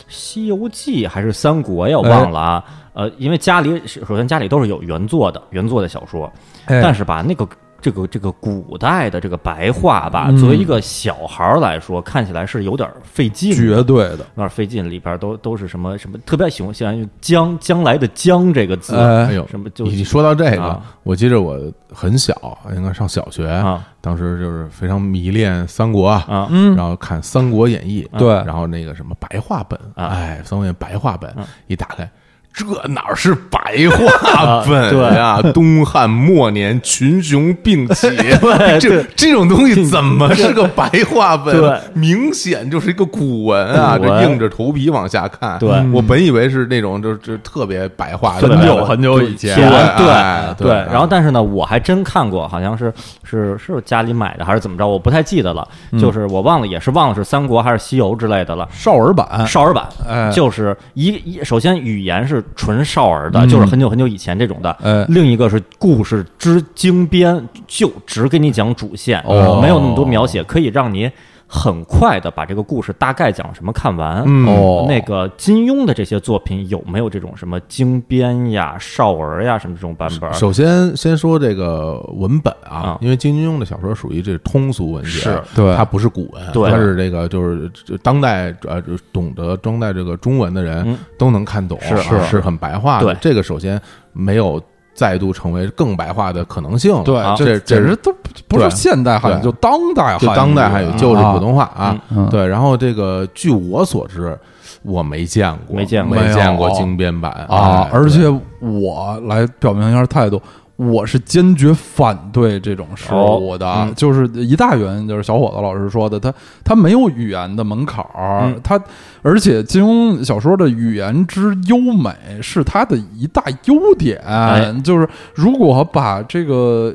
西游记》还是《三国》呀，我忘了啊。
哎
呃，因为家里首先家里都是有原作的原作的小说，
哎
但是吧，那个这个这个古代的这个白话吧，
嗯
作为一个小孩儿来说，看起来是有点费劲的，
绝对的，
有点费劲。里边都都是什么什么，特别喜欢喜欢用“将”将来的“将”这个字，
哎
哎呦，
什么就
你说到这个
啊，
我记着我很小，应该上小学，
啊
当时就是非常迷恋三国啊，
啊
嗯
然后看《三国演义》，
对
然后那个什么白话本，
啊
哎，《三国演义》白话本
啊
一打开。这哪儿是白话
啊
本
对
呀、东汉末年，群雄并起，这
对
这种东西怎么是个白话本？
对
明显就是一个古文啊！
古文
这硬着头皮往下看。
对
我本以为是那种就是就是特别白话的
很
白话，
久
很久以前
对哎
对
对
然后但是呢，我还真看过，好像是是是家里买的还是怎么着，我不太记得了，就是我忘了，也是忘了是三国还是西游之类的了。
少儿版，
少儿版，
哎
就是一一，首先语言是纯少儿的，就是很久很久以前这种的；
哎
另一个是故事之精编，就只给你讲主线，
哦
没有那么多描写，可以让你很快的把这个故事大概讲什么看完。
嗯
哦，
那个金庸的这些作品有没有这种什么精编呀、少儿呀什么这种版本？
首先，先说这个文本啊
啊，
因为金庸的小说属于这通俗文学，
是
对
它不是古文，
对
它是这个就是就当代呃就懂得当代这个中文的人
嗯
都能看懂，啊
是
是是很白话的。
对
这个首先没有再度成为更白话的可能性了，啊
对，
这
简
这
直都不不是
对
现代汉语，
对
就当代汉语，
就当代汉语就是普通话
啊
啊
嗯。
对，然后这个据我所知，我没见过，没
没见过
见过
没有
精编版
啊
哎。
而
对
且我来表明一下态度，我是坚决反对这种事物的。
哦嗯
就是一大原因，就是小伙子老师说的，他他没有语言的门槛儿，
嗯
他而且金庸小说的语言之优美是他的一大优点。
哎
就是如果把这个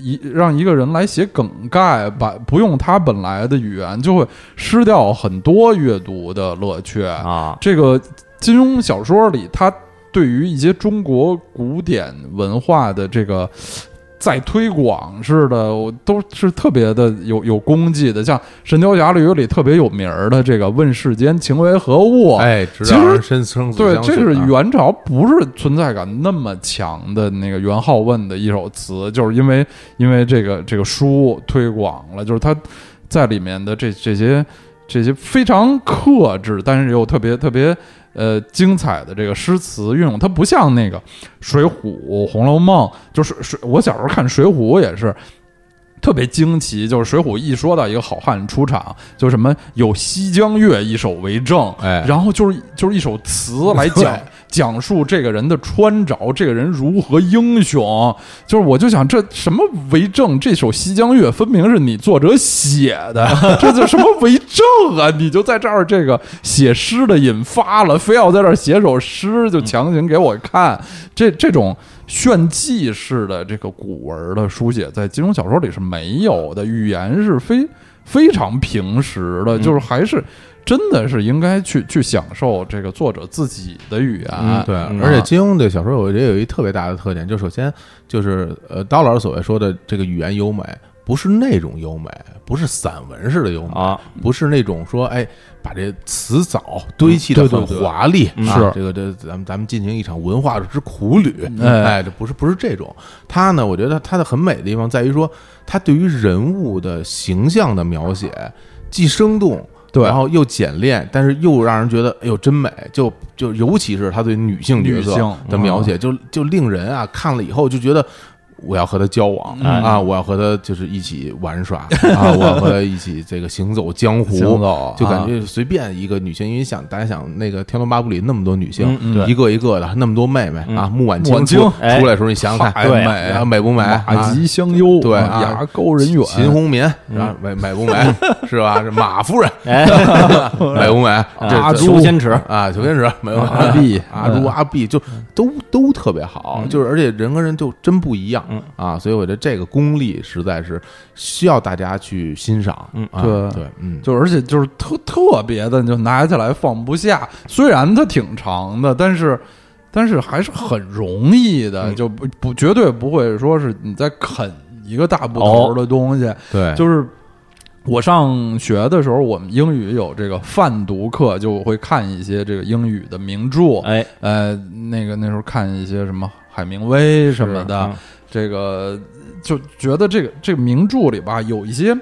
一让一个人来写梗概，把不用他本来的语言，就会失掉很多阅读的乐趣
啊，
这个金庸小说里，他对于一些中国古典文化的这个再推广似的，我都是特别的有有功绩的。像《神雕侠侣》里特别有名儿的这个“问世间情为何物”，啊
哎，直
其实
让人深生死
对，
相
这
许
是
啊
元朝不是存在感那么强的那个元好问的一首词，就是因为因为这个这个书推广了，就是他在里面的这这些这些非常克制，但是又特别特别呃精彩的这个诗词运用，它不像那个《水浒》《红楼梦》，就是水我小时候看《水浒》也是。特别惊奇，就是《水浒》一说到一个好汉出场，就什么有西江月一手为证，
哎
然后就是就是一首词来讲
对
讲述这个人的穿着，这个人如何英雄，就是我就想这什么为证？这首《西江月》分明是你作者写 的，这叫什么为证啊？你就在这儿这个写诗的引发了，非要在这儿写首诗，就强行给我看，这这种炫技式的这个古文的书写，在金庸小说里是没有的，语言是非非常平实
嗯
的，就是还是真的是应该去去享受这个作者自己的语言，啊
嗯，对，
嗯
而且金庸的小说，我觉得有一特别大的特点，就首先就是呃，刀老师所谓说的这个语言优美，不是内容优美，不是散文式的优美，
啊，
不是那种说哎把这词藻堆砌
嗯
的
对
很
对对
华丽，
嗯
啊
是
这个这咱们咱们进行一场文化之苦旅，
哎
哎，这不是不是这种，他呢，我觉得他的很美的地方在于说，他对于人物的形象的描写既生动。
对
然后又简练，但是又让人觉得哎呦真美，就就尤其是他对女性角
女性嗯
色的描写，就就令人啊看了以后就觉得我要和他交往、
嗯
啊，我要和他就是一起玩耍啊，我要和他一起这个行走江湖，
行走
就感
啊
觉随便一个女性，因为想大家想那个《天龙八部》里那么多女性，
嗯对
一个一个的那么多妹妹、啊，穆婉
穆婉
清
清
出
哎
出来的时候，你想想看，
太
对
美
啊美不美？
嗯马
啊
极相忧，
对啊
牙高人远，
秦红棉啊，美美不美？ 是吧？是马夫人
哎，
美不美？这
啊
这
诛仙池
啊，九天使没有
阿碧
阿朱啊阿碧就
嗯
都都特别好，就是而且人跟人就真不一样
嗯
啊，所以我觉得这个功力实在是需要大家去欣赏。
嗯
啊
对
对，嗯，
就而且就是特特别的，你就拿起来放不下。虽然它挺长的，但是但是还是很容易的，
嗯
就不不绝对不会说是你在啃一个大部
哦
头的东西。
对，
就是我上学的时候，我们英语有这个泛读课，就我会看一些这个英语的名著，
哎，
呃，那个那时候看一些什么海明威什么的，
嗯
这个就觉得这个这个名著里吧有一些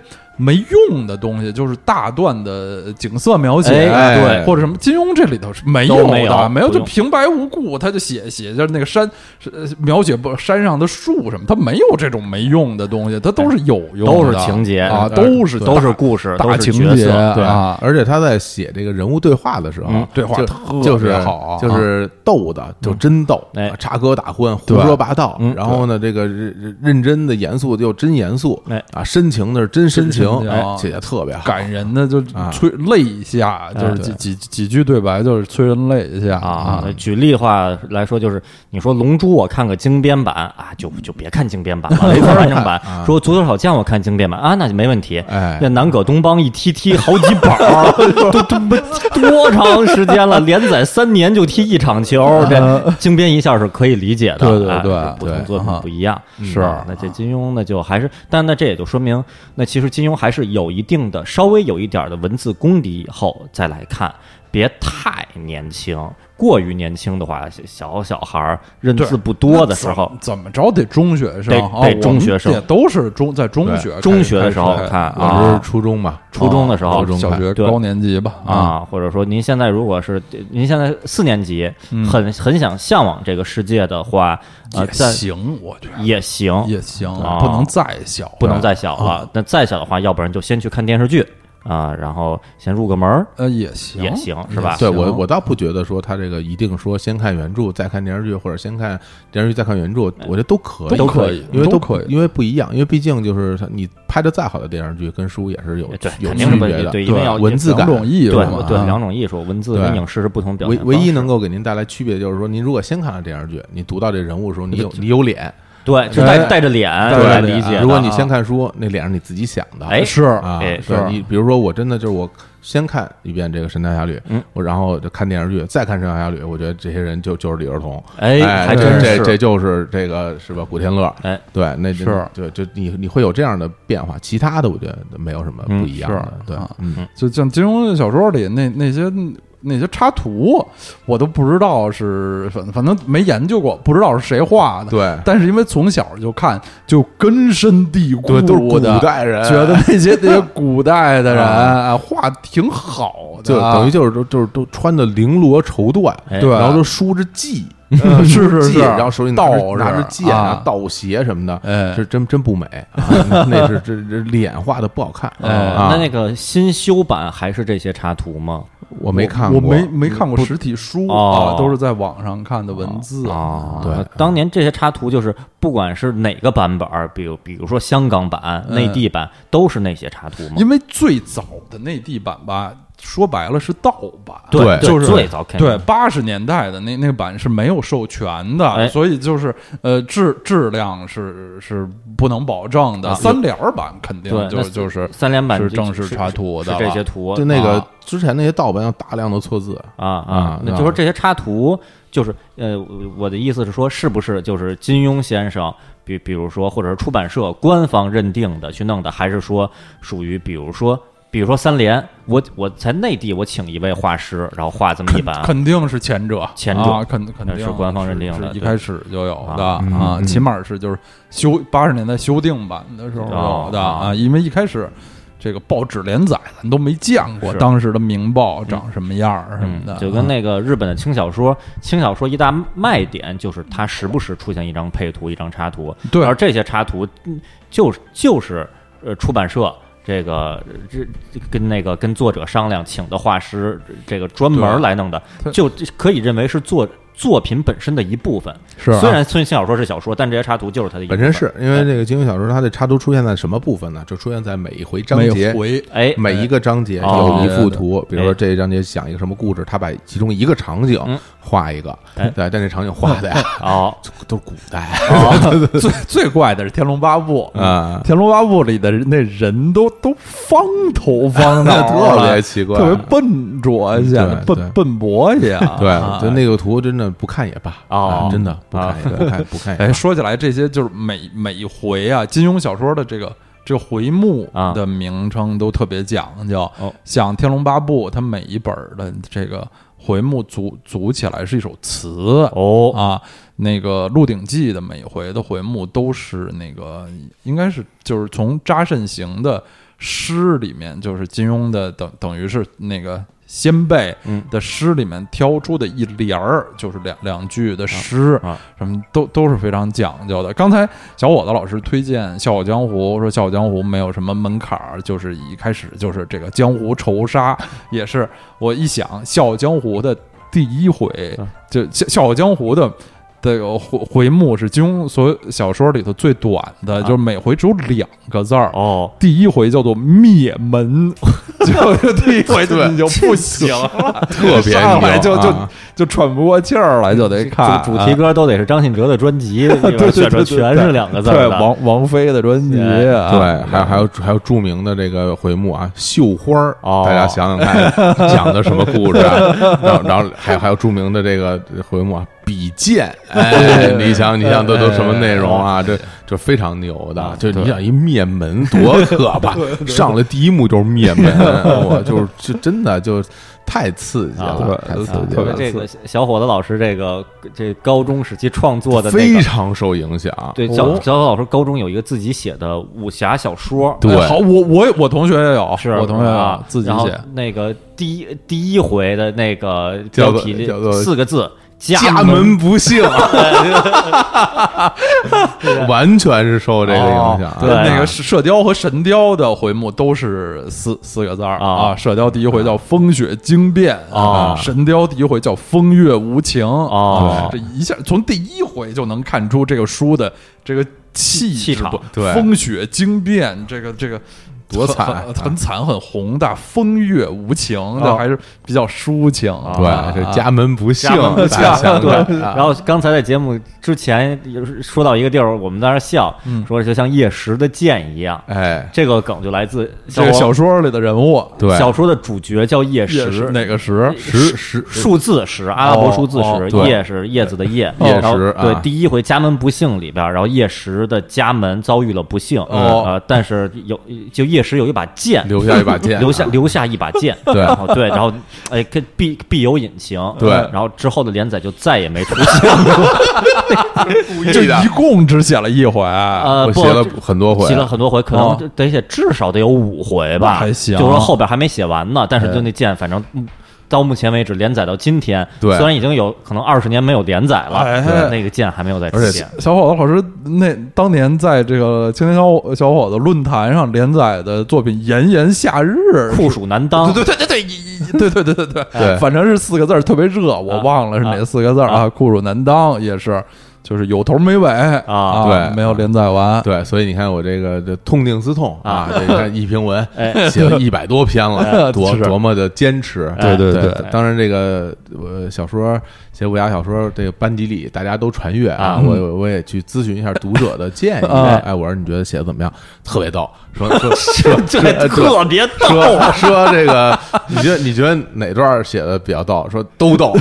没用的东西，就是大段的景色描写，
哎
对
或者什么金庸这里头是没
都
有的，
没
没
有不
就
用
平白无故他就写写就是那个山是呃描写不山上的树什么，他没有这种没用的东西，他都是有用的，
都是情节
啊，
嗯
都是
都是
大
故事，
大
都是
情
角
节
色，
对
啊，
而且他在写这个人物对话的时候啊
嗯，
对话
就
特
就是
别好啊
就是逗的，就真逗啊
哎，
插科打诨，胡
对
说八道
嗯。
然后呢，这个认认真的、严肃的又真严肃
哎，
啊，深情的是真深情
真深情，
哎
啊
写的特别好。
感人的就
啊
催泪下，就
哎
是
对
几几几句对白就是催人泪下
啊，举例话来说，就是你说《龙珠》，我看个精编版啊，就就别看精编版 了，没法完整版。
啊
说《足球小将》，我看精编版啊，那就没问题。
哎
那南葛东邦一踢踢好几板 儿，啊都都没多长时间了，连载三年就踢一场球，这精编一下是可以理解的。
嗯对对
哎
对嗯
这不同
对
作品不一样。
是
啊那这金庸呢，就还是，但那这也就说明，那其实金庸还是有一定的，稍微有一点的文字功底以后再来看，别太年轻，过于年轻的话，小小孩儿认
对
字不多的时候
那，怎么着得中学生
得
啊，
得
我
中
们
学生
也都是中在中
对
学开始
中学的时候
开始
看
我是
啊，
初中嘛，
初中的时候
初中
小学
对
高年级吧
啊，或者说您现在如果是您现在四年级，
嗯
很很想向往这个世界的话，呃，
也
在
行，我觉得
也行，
也行，
啊
不能再小，
不能再小
啊
了。那再小的话，要不然就先去看电视剧啊，然后先入个门儿。
呃也行
也行是吧
对我，我倒不觉得说他这个一定说先看原著再看电视剧，或者先看电视剧再看原著，我觉得都可以，
都
哎可
可
以
以，
因为
都
不
可以，
因为不一样，因为毕竟就是你拍的再好的电视剧跟书也是有
哎对，
有
肯定是
区
不
别的，
对，因为要
文字
两
感
种艺
对
术
对
嘛
对
啊
两种艺术，文字跟
对
影视是不同表
唯
现方
唯
式。
一能够给您带来区别的就是说，您如果先看了电视剧，你读到这人物的时候，你有你有脸
对，就带
哎
带着脸
着
来
脸
理解的。啊
如果你先看书，那脸是你自己想的。
哎
是
啊，
哎
对
是
你比如说，我真的就是我先看一遍这个《神雕侠侣》，
嗯，
我然后就看电视剧，再看《神雕侠侣》，我觉得这些人就就是李儿童，
哎还
这
真是
这这就是这个是吧？古天乐，
哎，
对，那就是对，就你你会有这样的变化，其他的我觉得没有什么不一样的，
嗯是
对
啊，
嗯，
就像金庸小说里那那些那些插图，我都不知道是反反正没研究过，不知道是谁画的。
对
但是因为从小就看，就根深蒂固
对，
的，
都是古代人，
觉得那些那些古代的人
啊
啊画挺好的，
就等于就是都就是都穿的绫罗绸缎，
哎
对
然后都梳着髻，
嗯是是是，
戒然后手里拿着
倒
拿着
是
剑啊
啊、
倒鞋什么的，
哎
这真真不美啊，那那是这这脸画的不好看
哎
啊
那。那个新修版还是这些插图吗？
我没看
我
过，
没没看过实体书
哦
啊，都是在网上看的文
哦
字。
啊，
对，
当年这些插图就是不管是哪个版本儿，比如比如说香港版、
嗯
内地版，都是那些插图吗？
因为最早的内地版吧，说白了是盗版，
对对
就是
最早肯定
对八十年代的那那版是没有授权的，
哎
所以就是呃质质量是是不能保证的。
啊
三联儿版肯定
对，
就
那
是就是
三连版
是
就
正式插图的
是这
了
些图，
就那个
啊
之前那些盗版有大量的错字，
啊
啊
啊，那
啊
就说这些插图，就是呃，我我的意思是说，是不是就是金庸先生，比比如说，或者是出版社官方认定的去弄的，还是说属于比如说，比如说三联，我我在内地我请一位画师，然后画这么一版，
肯定是前者，
前者
啊、肯肯定
是官方认定的
是一
对
开始就有的
啊
嗯
啊，
嗯
起码是就是修八十年代修订版的时候
哦
有的
啊
啊，因为一开始。这个报纸连载咱都没见过，
是
当时的《明报》长什么样儿什么
嗯
的，，啊
就跟那个日本的轻小说，轻小说一大卖点就是它时不时出现一张配图、一张插图，
啊对
而这些插图嗯就是就是呃出版社。这个这这跟那个跟作者商量请的画师，这个专门
对
来弄的
他，
就这可以认为是作作品本身的一部分。
是啊
虽然轻小说是小说，但这些插图就是它的一部
本
分
身是因为这个金庸小说，它的插图出现在什么部分呢？就出现在每一回章
每
节。
回
哎，
每一个章节有
哦
一幅图，比如说这一章节讲一个什么故事，他把其中一个场景
嗯
画一个，
哎
对，但这场景画的呀
哦，
都是古代
最最怪的是《天龙八部》
啊
《，天龙八部》里的那人都都方头方脑啊，
特别奇怪
特别笨拙，显得
对对。
笨笨拙一样
对，
啊
就那个图真的不看也罢啊
哦
真的不
啊
看也不看不看也
哎，
罢。
说起来这些就是每每一回啊，金庸小说的这个这个回目
啊
的名称都特别讲究。
哦
像《天龙八部》，它每一本儿的这个回目组组起来是一首词
哦
啊。那个《鹿鼎记》的每回的回目都是那个，应该是就是从扎慎行的诗里面，就是金庸的等等于是那个先辈
嗯
的诗里面挑出的一联儿，就是两两句的诗，
啊啊
什么都都是非常讲究的。刚才小伙子老师推荐《笑傲江湖》，说《笑傲江湖》没有什么门槛儿，就是一开始就是这个江湖仇杀，也是我一想《笑傲江湖》的第一回
嗯，
就《笑笑傲江湖》的。的回回目是金庸所有小说里头最短的，
啊
就是每回只有两个字儿，
哦，
第一回叫做灭门，就是第一回就
对
你就不行了，
特别
上来
牛
就就
啊
就喘不过气儿来，就得看
主主题歌都得是张信哲的专辑里边
啊 对
选出
对对
全
对
是两个字
对
儿的，
王王菲的专辑
对
啊，
对，还有还有还有著名的这个回目啊，绣花儿，
哦
大家想想看讲的什么故事啊？然后然后还有还有著名的这个回目啊，比剑，哎，你想你想都都什么内容啊？这这非常牛的，就你想一灭门多可怕，上来第一幕就是灭门，我就是就真的就太刺激
啊
了，太刺激
特
了
别
啊，这个小伙子老师，这个这高中时期创作的那
非
个，
常受影响。
对
哦
小小伙子老师高中有一个自己写的武侠小说，
对
哎好，我我我同学也有，
是
我同学也有
啊，
自己
然后
写，
那个第一第一回的那个
叫
标
做
题里
叫做
四个字“
家
门哎
门不幸， 完全是受这个影响啊。
哦对
那个《射雕》和《神雕》的回目都是四四个字儿
啊
啊，《射雕》第一回叫“风雪惊变”
啊
神雕》第一回叫“风月无情”
哦
啊，这一下从第一回就能看出这个书的这个气
气
质
场
不
对
风雪惊变，这个这个。
多惨
很很惨，很宏大，风月无情
啊
的还是比较抒情啊。
对，这家门不幸，
家门不
大家想啊
对
想，
然后刚才在节目之前也是说到一个地儿，我们在那儿笑，说就像叶石的剑一样，
哎，
这个梗就来自
这个小
伙
说里的人物，
对，
小说的主角叫叶
叶
石，
哪个石？
十十
数字十，阿拉伯数字
哦
对
十，叶是叶子的叶，
叶
然后
石啊
对，第一回家门不幸里边，然后叶石的家门遭遇了不幸，
哦
呃，但是有就叶石有一把剑，
留下一把剑，
留下留下一把剑，
对
然后对，然后哎，跟必必有隐情，呃
对
然后之后的连载就再也没出现，
故
就
意的
一，共只写了一回，
呃，
我
不
写了很多回，
写了很多回，可
哦
能得写至少得有五回吧，
那还行
啊
就说后边还没写完呢，但是就那剑，反正嗯到目前为止连载到今天，
对
虽然已经有可能二十年没有连载了，
哎
对那个剑还没有再出
而且
现。
小伙子老师那当年在这个青年小伙小伙子论坛上连载的作品《炎炎夏日》
酷暑难当，
对对对对对对对对对对
对
反正是四个字儿，特别热，我忘了是哪四个字儿
啊
啊，酷暑难当也是，就是有头没尾啊
对
没有连载完，
对，所以你看我这个这痛定思痛啊
啊，
这你看一评文
哎
写了一百多篇了，
哎
多
是
多么的坚持。
对
对
对对
当然这个呃小说写武侠小说，这个班级里大家都传阅啊，
啊
我我我也去咨询一下读者的 建议。
啊
哎，我说你觉得写的怎么样？特别逗，说说说
对
对
特别逗。
说说这个，你觉得你觉得哪段写的比较逗？说都 逗，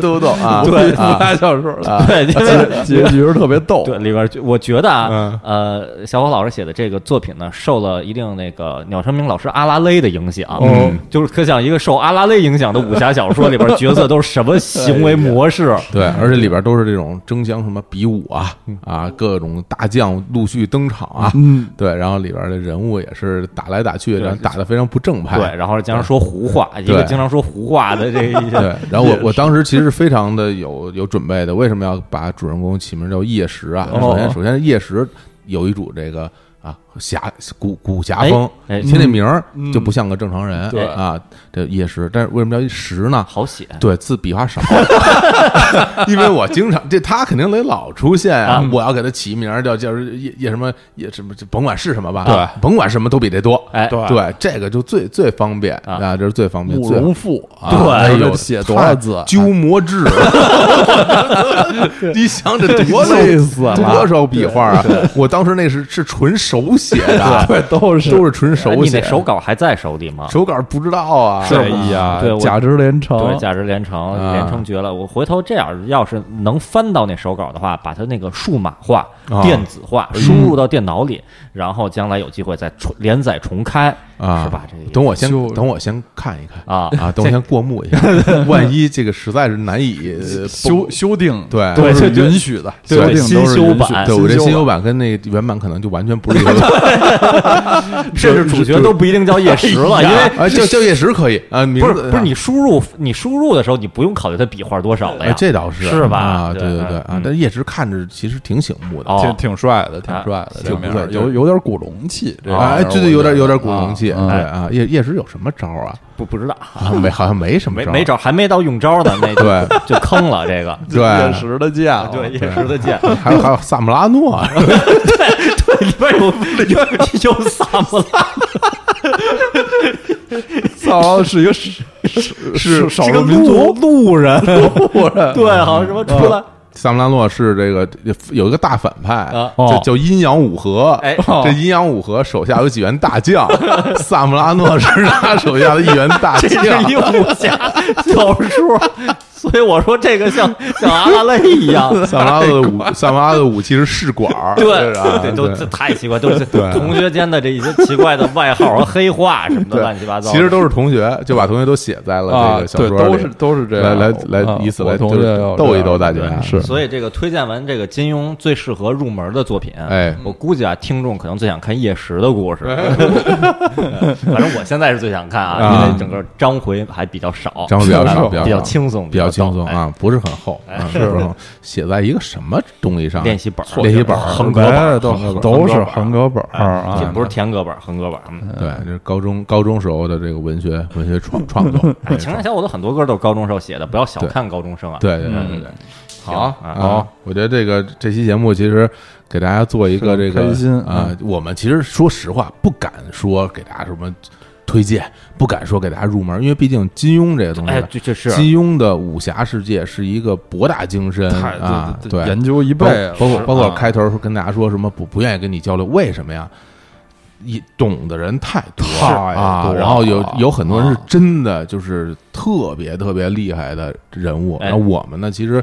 都逗啊，
对，武
啊
侠小说了，
对，因为
结局是特别逗，
对里边儿就，我觉得啊，呃，小伙老师写的这个作品呢，受了一定那个鸟山明老师阿拉蕾的影响，
哦
就是可想一个受阿拉蕾影响的武侠小说里边儿角色都是什么行为模式。
对，而且里边都是这种争相什么比武啊啊，各种大将陆续登场啊，
嗯，
对，然后里边的人物也是打来打去，然后打得非常不正派，
对，然后经常说胡话，一个
对
经常说胡话的这一
对
些，
然后我我当时其实非常的有有准备的，为什么要把主人公起名叫叶石啊？
哦
首先首先叶石有一股这个啊侠古古侠
哎
风，
哎
听这名儿就不像个正常人，
对哎
啊，这叶石，但是为什么叫石呢？
好写。
对，字笔画少， 因为我经常这他肯定得老出现啊！
嗯
我要给他起名儿叫叫叶叶什么叶什么，就甭管是什么吧，
对，
甭管什么都比这多。
哎，
对
对，这个就最最方便
啊
啊，这是最方便。
慕
最
容复啊，
对
哎
这
呦，
写多少字
啊
太，鸠摩智， 你想这多少
累死了
多少笔画啊！我当时那是是纯手写的，
对，都是
都是纯手
哎你
写
那，手稿还在手里吗？
手稿不知道啊，
是
哎
吗
呀
对，我
价值连城，
对，价值连城，
哦啊
连城绝了。我回头这样，要是能翻到那手稿的话，把它那个数码化、
啊
电子化输入到电脑里，然后将来有机会再重连载重开，
啊，
是吧？这个
等我先
就
等我先看一看
啊
啊，等我先过目一 下，万一这个实在是难以呃
修修订
对
都是
对就
允许的，
对
修订
新
都是
修
允许
版
的
呃对我这新
版
修版跟那个原版可能就完全 不是一个，
甚至主角都不一 定叫叶石了，因为
啊，就就叶石可以啊，名
不是
字
不是你输入你输入的时候，你不用考虑它笔画多少了
哎
呀，
这倒是
是吧
啊，对
对
对对啊
嗯，
但叶石看着其实挺醒目的
哦
挺挺帅的，挺
啊
帅的，这
行
名
不
儿
错
有有点古龙气，这
啊
玩意儿
哎，对对，有点有点古
啊
龙 气，
嗯
对啊，叶叶石有什么招儿啊？
不不知道，
啊，没，好像没什么
没
招，
没，招，还没到用招 呢，那就
对
就坑了 这个。哦
对
叶石的剑啊，
对 叶石的剑，
还有还有萨姆拉诺，
对 里边有有有 萨姆拉，
藏獒是一个 是是少
是个
数民
路
族，
路人，
我这
对，好像什么出
嗯
来。
萨姆拉诺是这个有一个大反派
啊
哦
叫叫阴阳五合。
哎
这阴阳五合手下有几员大 将，萨姆拉诺是他手下的一员 大
这
将
是。一武侠小说， 所以我说这 个像像阿拉蕾一样。
萨姆拉诺的武，萨姆拉诺的武器是试管儿，
对
啊，
对，都
对
这太奇怪，都是同学间的这一些奇怪的外号啊、黑话什么的，
对
乱七八糟的。
其实都是同学，就把同学都写在了
啊
这个，小
对，
说里，
都是都是这
来
样，
来来
啊
以此
我
来
同
就是
学要
逗一
这
逗
样
大家
对是
所以这个推荐完这个金庸最适合入门的作品，
哎
我估计啊，听众可能最想看叶石的故事， 反正我现在是最想看啊，
啊
因为整个章回还比较少，
章回比较
是吧
少，
比
较
较
少
轻松，
比较轻松
逗。
啊，不是很厚，
哎
啊，不是很厚写在一个什么东西
哎
上？
练习本儿，
练习本儿
横格本儿，哎
哎
横格
都
本
都是
横
横格本儿
这
啊，
不是田格本儿，横格本儿。嗯
对，这是高中高中时候的这个文学文学创创作。
哎， 情感小伙子很多歌都是高中时候写的，不要小看高中生啊。
对对对对
嗯
对，
好
啊
啊，
我觉得这个这期节目其实给大家做一个这个
很开心
啊，
嗯
我们其实说实话不敢说给大家什么推荐，不敢说给大家入门，因为毕竟金庸这个东西
哎，
吧，
这这是
金庸的武侠世界是一个博大精深
太
啊，
对
对，
研究一
包
辈子，
包括包括
啊
开头说跟大家说什么不不愿意跟你交流，为什么呀？一懂的人太多了
太
啊
多，了
然后有
啊
有很多人是真的就是特别特别厉害的人物，
哎
然后我们呢其实。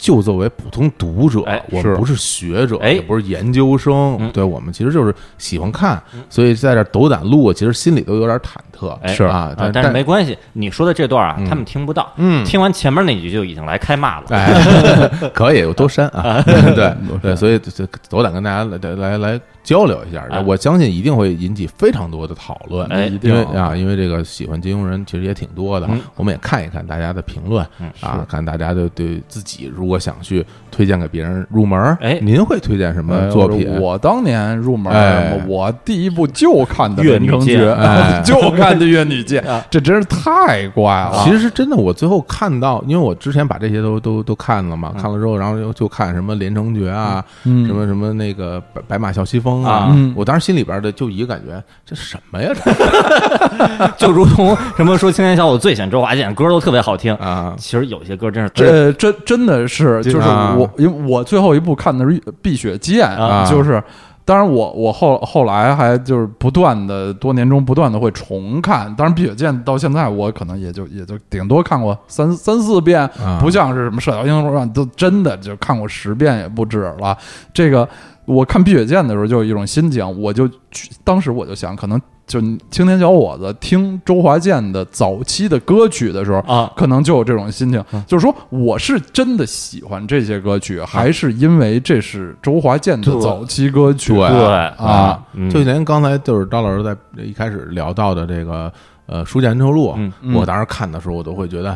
就作为普通读者，
哎
我们
是
不是学者，
哎
也不是研究生，
嗯
对我们其实就是喜欢看，所以在这抖胆录，其实心里都有点忐忑，
哎
啊，
啊，但
但
是没关系，你说的这段啊
嗯，
他们听不到，
嗯
听完前面那句就已经来开骂了。
哎 哎，可以，我都删啊。对对，所以就斗胆跟大家来来来交流一下
哎，
我相信一定会引起非常多的讨论，
哎
一定
因为啊，因为这个喜欢金庸人其实也挺多的
嗯，
我们也看一看大家的评论
嗯
啊，看大家对对自己如果想去推荐给别人入门儿，
哎
您会推荐什么作品？
哎我当年入门，
哎
我第一部就看的《
越
连城
女
诀
剑》
哎
就看的《越女剑》
啊
这真是太怪了。
其实真的，我最后看到，因为我之前把这些都都都看了嘛，看了之后，然后又就看什么《连城诀》啊，
嗯
什么什么那个白白马啸西风啊
啊，
嗯
我当时心里边的就一个感觉，这什么呀这
就如同什么说青年小伙最显周华健，歌都特别好听。
啊
其实有些歌真是
这真真的是，就是
呃啊
我，因为我最后一部看的是《碧血剑》，
啊
就是，当然我我后后来还就是不断的多年中不断的会重看，当然《碧血剑》到现在我可能也就也就顶多看过三三四遍，
啊
不像是什么《射雕英雄传》都真的就看过十遍也不止了。这个我看《碧血剑》的时候就有一种心情，我就去当时我就想，可能就青年小伙子听周华健的早期的歌曲的时候，
啊，
可能就有这种心情，就是说我是真的喜欢这些歌曲，还是因为这是周华健的
对
早期歌曲？
对
对
啊，
嗯
就连刚才就是刀老师在一开始聊到的这个呃《书剑恩仇录
嗯》，
我当时看的时候，我都会觉得，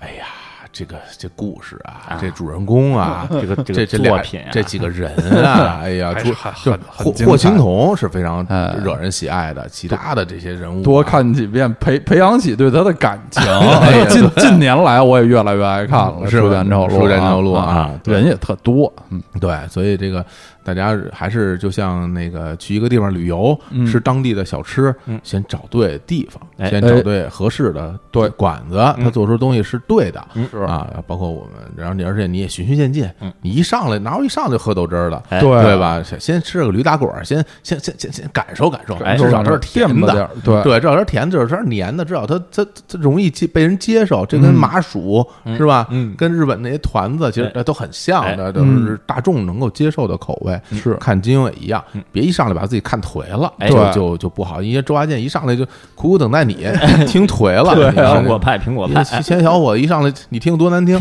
哎呀，这个这故事啊，这主人公啊，
这个这
这
个
这
作
俩
品啊，
这几个人啊， 哎呀，
还
出
是很
就
很很
霍
精
霍
彩
青桐是非常
哎
惹人喜爱的，其他的这些人物啊
多看几遍，培培养起对他的感情
哎呀。
近近年来，我也越来越爱看了《
是吧
书剑仇录》啊。
书剑恩仇录啊
啊，
对
人也特多。嗯，
对，所以这个大家还是就像那个去一个地方旅游，
嗯
吃当地的小吃，
嗯
先找对地方，
哎
先找对合适的
对
馆子，他做出东西是对的。
是
啊，包括我们，然后你而且你也循序渐进，
嗯
你一上来哪有一上来就喝豆汁儿的，
哎
对
对？吧？先先吃个驴打滚儿，先先先先先感受感受，
哎
至少这是
垫
甜
吧点
的，
儿，对
对，至少它是甜，的，至少它是黏的，至少它它它容易接被人接受。这跟麻薯、是吧？
嗯
跟日本那些团子其实
哎
都很像
哎嗯
的，都是大众能够接受的口味。嗯
是
看金庸也一样，别一上来把自己看颓了，
哎
就
对
就就不好。因为周华健一上来就苦苦等待你， 听颓了，你看
苹
这嗯
果派，苹果派，
以前小伙子一上来，你听多难 听，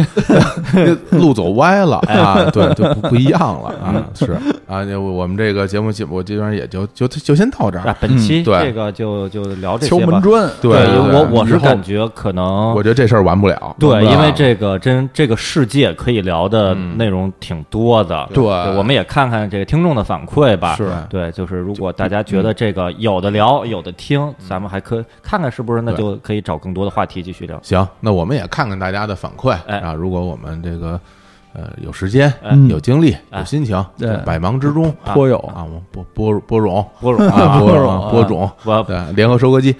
路走歪了
哎
啊，对，就不不一样了
嗯
啊，是啊，就我我们这个节目，我基本上也就就就先到这儿
啊，，本期
嗯对
这个就就聊这
敲
些
门
吧。
砖。
对嗯
因为我我是
以后
感觉可能
我觉得这事儿完不了。
啊对，
是吧
因为这个真这个世界可以聊的内容挺多的，
对
我们也看看这个听众的反馈吧。
是
对，就是如果大家觉得这个有的聊，有的听，咱们还可看看是不是，那
对
就可以找更多的话题继续 聊。
行，那我们也看看大家的反馈
哎
啊。如果我们这个呃有时间、
嗯
有精力、
哎
有心情
对，
百忙之中啊
颇有
啊，我们播播播种
播种
啊，
啊
播
种
播种，
我
对，联合收割机，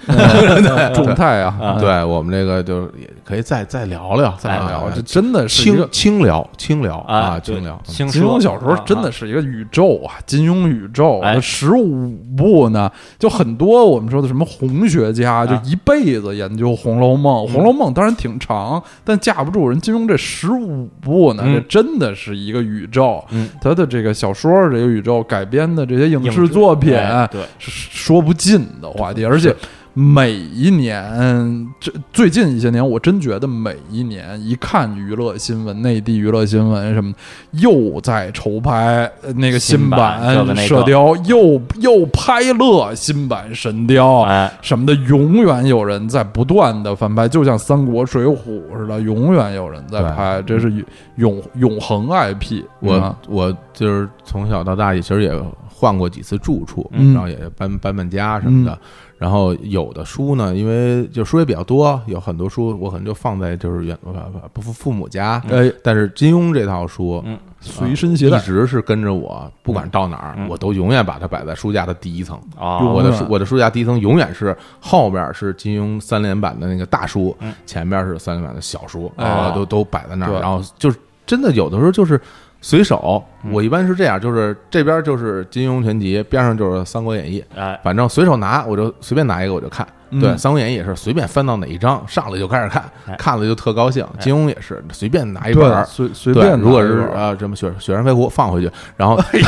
种菜啊，
啊
对我们这个就也可以再再聊聊，
再聊，
啊
这真的是一个
清清聊清聊
啊，
啊，清聊。
轻
金庸小说真的
是
是一个宇宙啊，金庸宇宙
啊
啊
哎
十五部呢，就很多我们说的什么红学家，就一辈子研究《红楼梦》。《红楼梦》当然挺长，但架不住人金庸这十五部呢，
嗯
这真的是一个宇宙
嗯。
他的这个小说这个宇宙改编的这些影视作品，
啊对，
说不尽的话题，而且每一年，这最近一些年，我真觉得每一年一看娱乐新闻，内地娱乐新闻什么，又在筹拍呃那个
新版
版
这个那
《
个
射雕》，又又拍了新版《神雕》
哎，
什么的，永远有人在不断的翻拍，就像《三国》《水浒》似的，永远有人在
对
拍，这是永永恒 IP
我
嗯
啊。
我就是从小到大也其实也换过几次住处，
嗯
然后也搬搬搬家什么
嗯
的。然后有的书呢，因为就书也比较多，有很多书我可能就放在就是原呃不父父母家。
哎，
但是金庸这套书
嗯
随身携
一
带，
直是跟着我，不管到哪儿，
嗯
我都永远把它摆在书架的第一层。
啊，
永
我的
远
书我的书架第一层永远是后面是金庸三连版的那个大书，
嗯
前面是三连版的小书，
哎
啊，都都摆在那
对
儿。然后就是真的有的时候就是随手，
嗯
我一般是这样，就是这边就是金庸全集，边上就是《三国演义》，
哎，
反正随手拿我就随便拿一个我就看。
嗯
对，《三国演义》也是随便翻到哪一章，上来就开始看
哎，
看了就特高兴。金庸也是随便拿一本
哎对，
儿。
随随
对
便拿一本儿。哎
如果是啊，什么雪雪山飞狐放回去，然后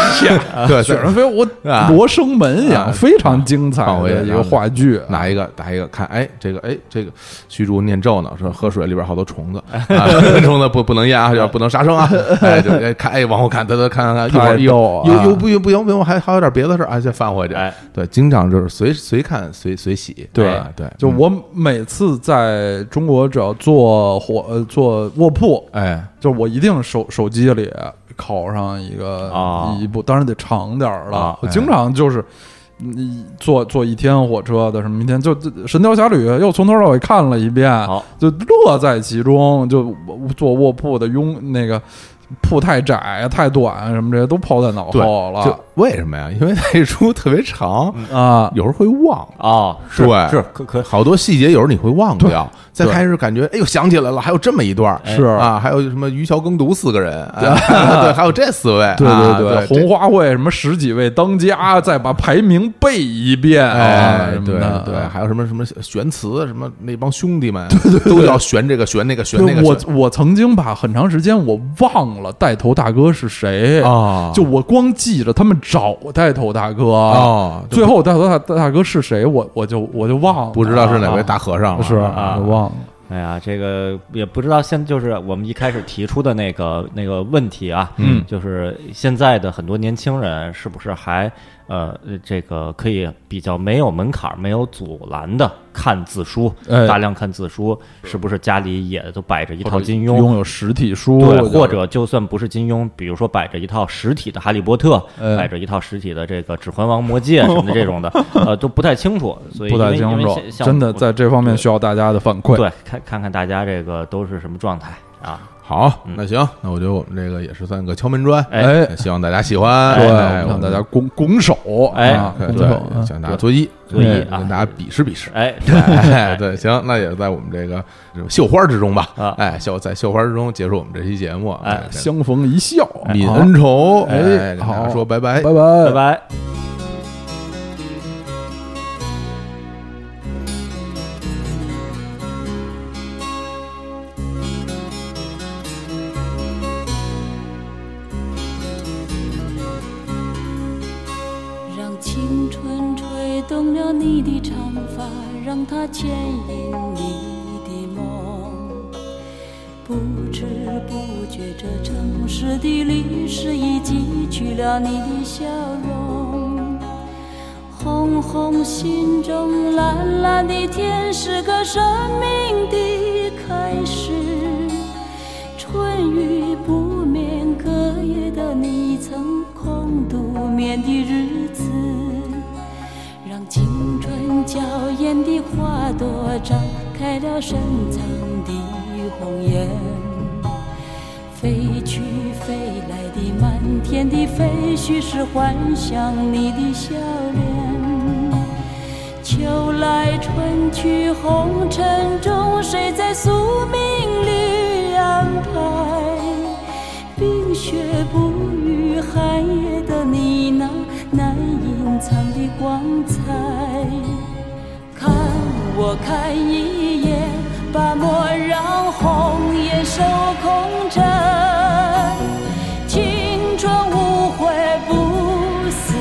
对
雪
对。
人飞我
啊
罗生门一样，
啊
非常精彩
放回
的
去
一个话剧。
拿一个打一个看，哎，这个哎，这个虚竹念咒呢，说喝 水里边好多虫子，啊、虫子不不能咽啊，要不能杀生啊，哎，就哎看哎往后看，得他看看看，一会
太
儿一会
逗
儿
啊
又又不又不行，不行，我还还有点别的事儿，啊，先翻回去。
哎，
对，经常就是随随看随随喜，
对
啊对，
就我每次在中国只要坐火呃坐卧铺，
哎，
就我一定手手机里拷上一个、
啊
一部，当然得长点儿了。
啊
哎
我经常就是。你坐坐一天火车的什么一天，就就《神雕侠侣》又从头到尾看了一遍，
好
就乐在其中。就我坐卧铺的拥那个铺太窄太短什么这些都抛在脑
对，
后了
就为什么呀？因为 那书特别长，
啊！
有时候会忘。
哦，是
对
是可可
好多细节有时候你会忘掉，再
对哎
开始感觉哎呦想起来了，还有这么一段儿
是
啊，还有什么渔樵耕读四个人，哎 对，还有这四位，
对
啊
对，
对，
红花会什么十几位当家，再把排名背一
这。
遍啊
哎，
什么
对
的，
对，还有什么什么玄词，什么那帮兄弟们，都要玄这个玄那个玄那个
我
玄
我曾经把很长时间我忘了带头大哥是谁，
啊
哎就我光记着他们找带头大哥，
哦就
啊最后带头大大哥是谁，我我就我就忘了，
不知道是哪位
啊
大和尚了
是
啊
我忘了，
哎呀，这个也不知道现就是我们一开始提出的那个那个问题啊，
嗯
就是现在的很多年轻人是不是还呃这个可以比较没有门槛、没有阻拦的看字书，
哎
大量看字书，是不是家里也都摆着一套金庸？
拥有实体书，
对，
我觉得
或者就算不是金庸，比如说摆着一套实体的《哈利波特》
哎
摆着一套实体的这个《指环王》《魔戒》什么的这种 的，呃，都不太清楚，所以
不
因
太
为
清
因为
楚
像，像
真的
我
在这方面需要大家的反馈。
对，看看看大家这个都是什么状态啊？
好，那行，那我觉得我们这个也是算个敲门砖，
嗯哎，
希望大家喜欢，
对，
哎
让大家拱拱手，
哎
啊
对
拱
对
手，嗯
想大家作揖，嗯
作揖啊
跟大家比试比试。
哎，
哎，对，行，那也在我们这个这种绣花之中吧
啊。
哎，绣在绣花之中结束我们这期节目。
哎
哎，行，
相逢一笑，
泯
啊
恩仇。
哎
哎，跟大
好
家说拜拜
拜。拜
拜拜。
让青春吹动了你的长发，让它牵引你的梦。不知不觉，这城市的历史已记取了你的笑容。红红心中蓝蓝的天，是个生命的开始。春雨不眠，隔夜的你曾空独眠的日子，让青春娇艳的花朵张开了深藏的红颜。飞去飞来的满天的飞絮是幻想你的笑脸。秋来春去，红尘中，谁在宿命里安排？冰雪不语，寒夜的你那难隐藏的光彩。看我看一眼，把莫让红颜守空枕。青春无悔不死，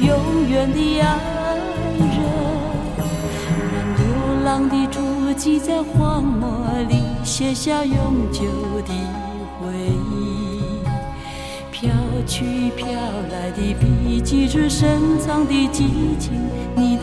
永远的爱人。让流浪的足迹在荒漠里写下永久的回忆。飘去飘来的笔迹是深藏的激情，你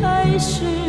开始。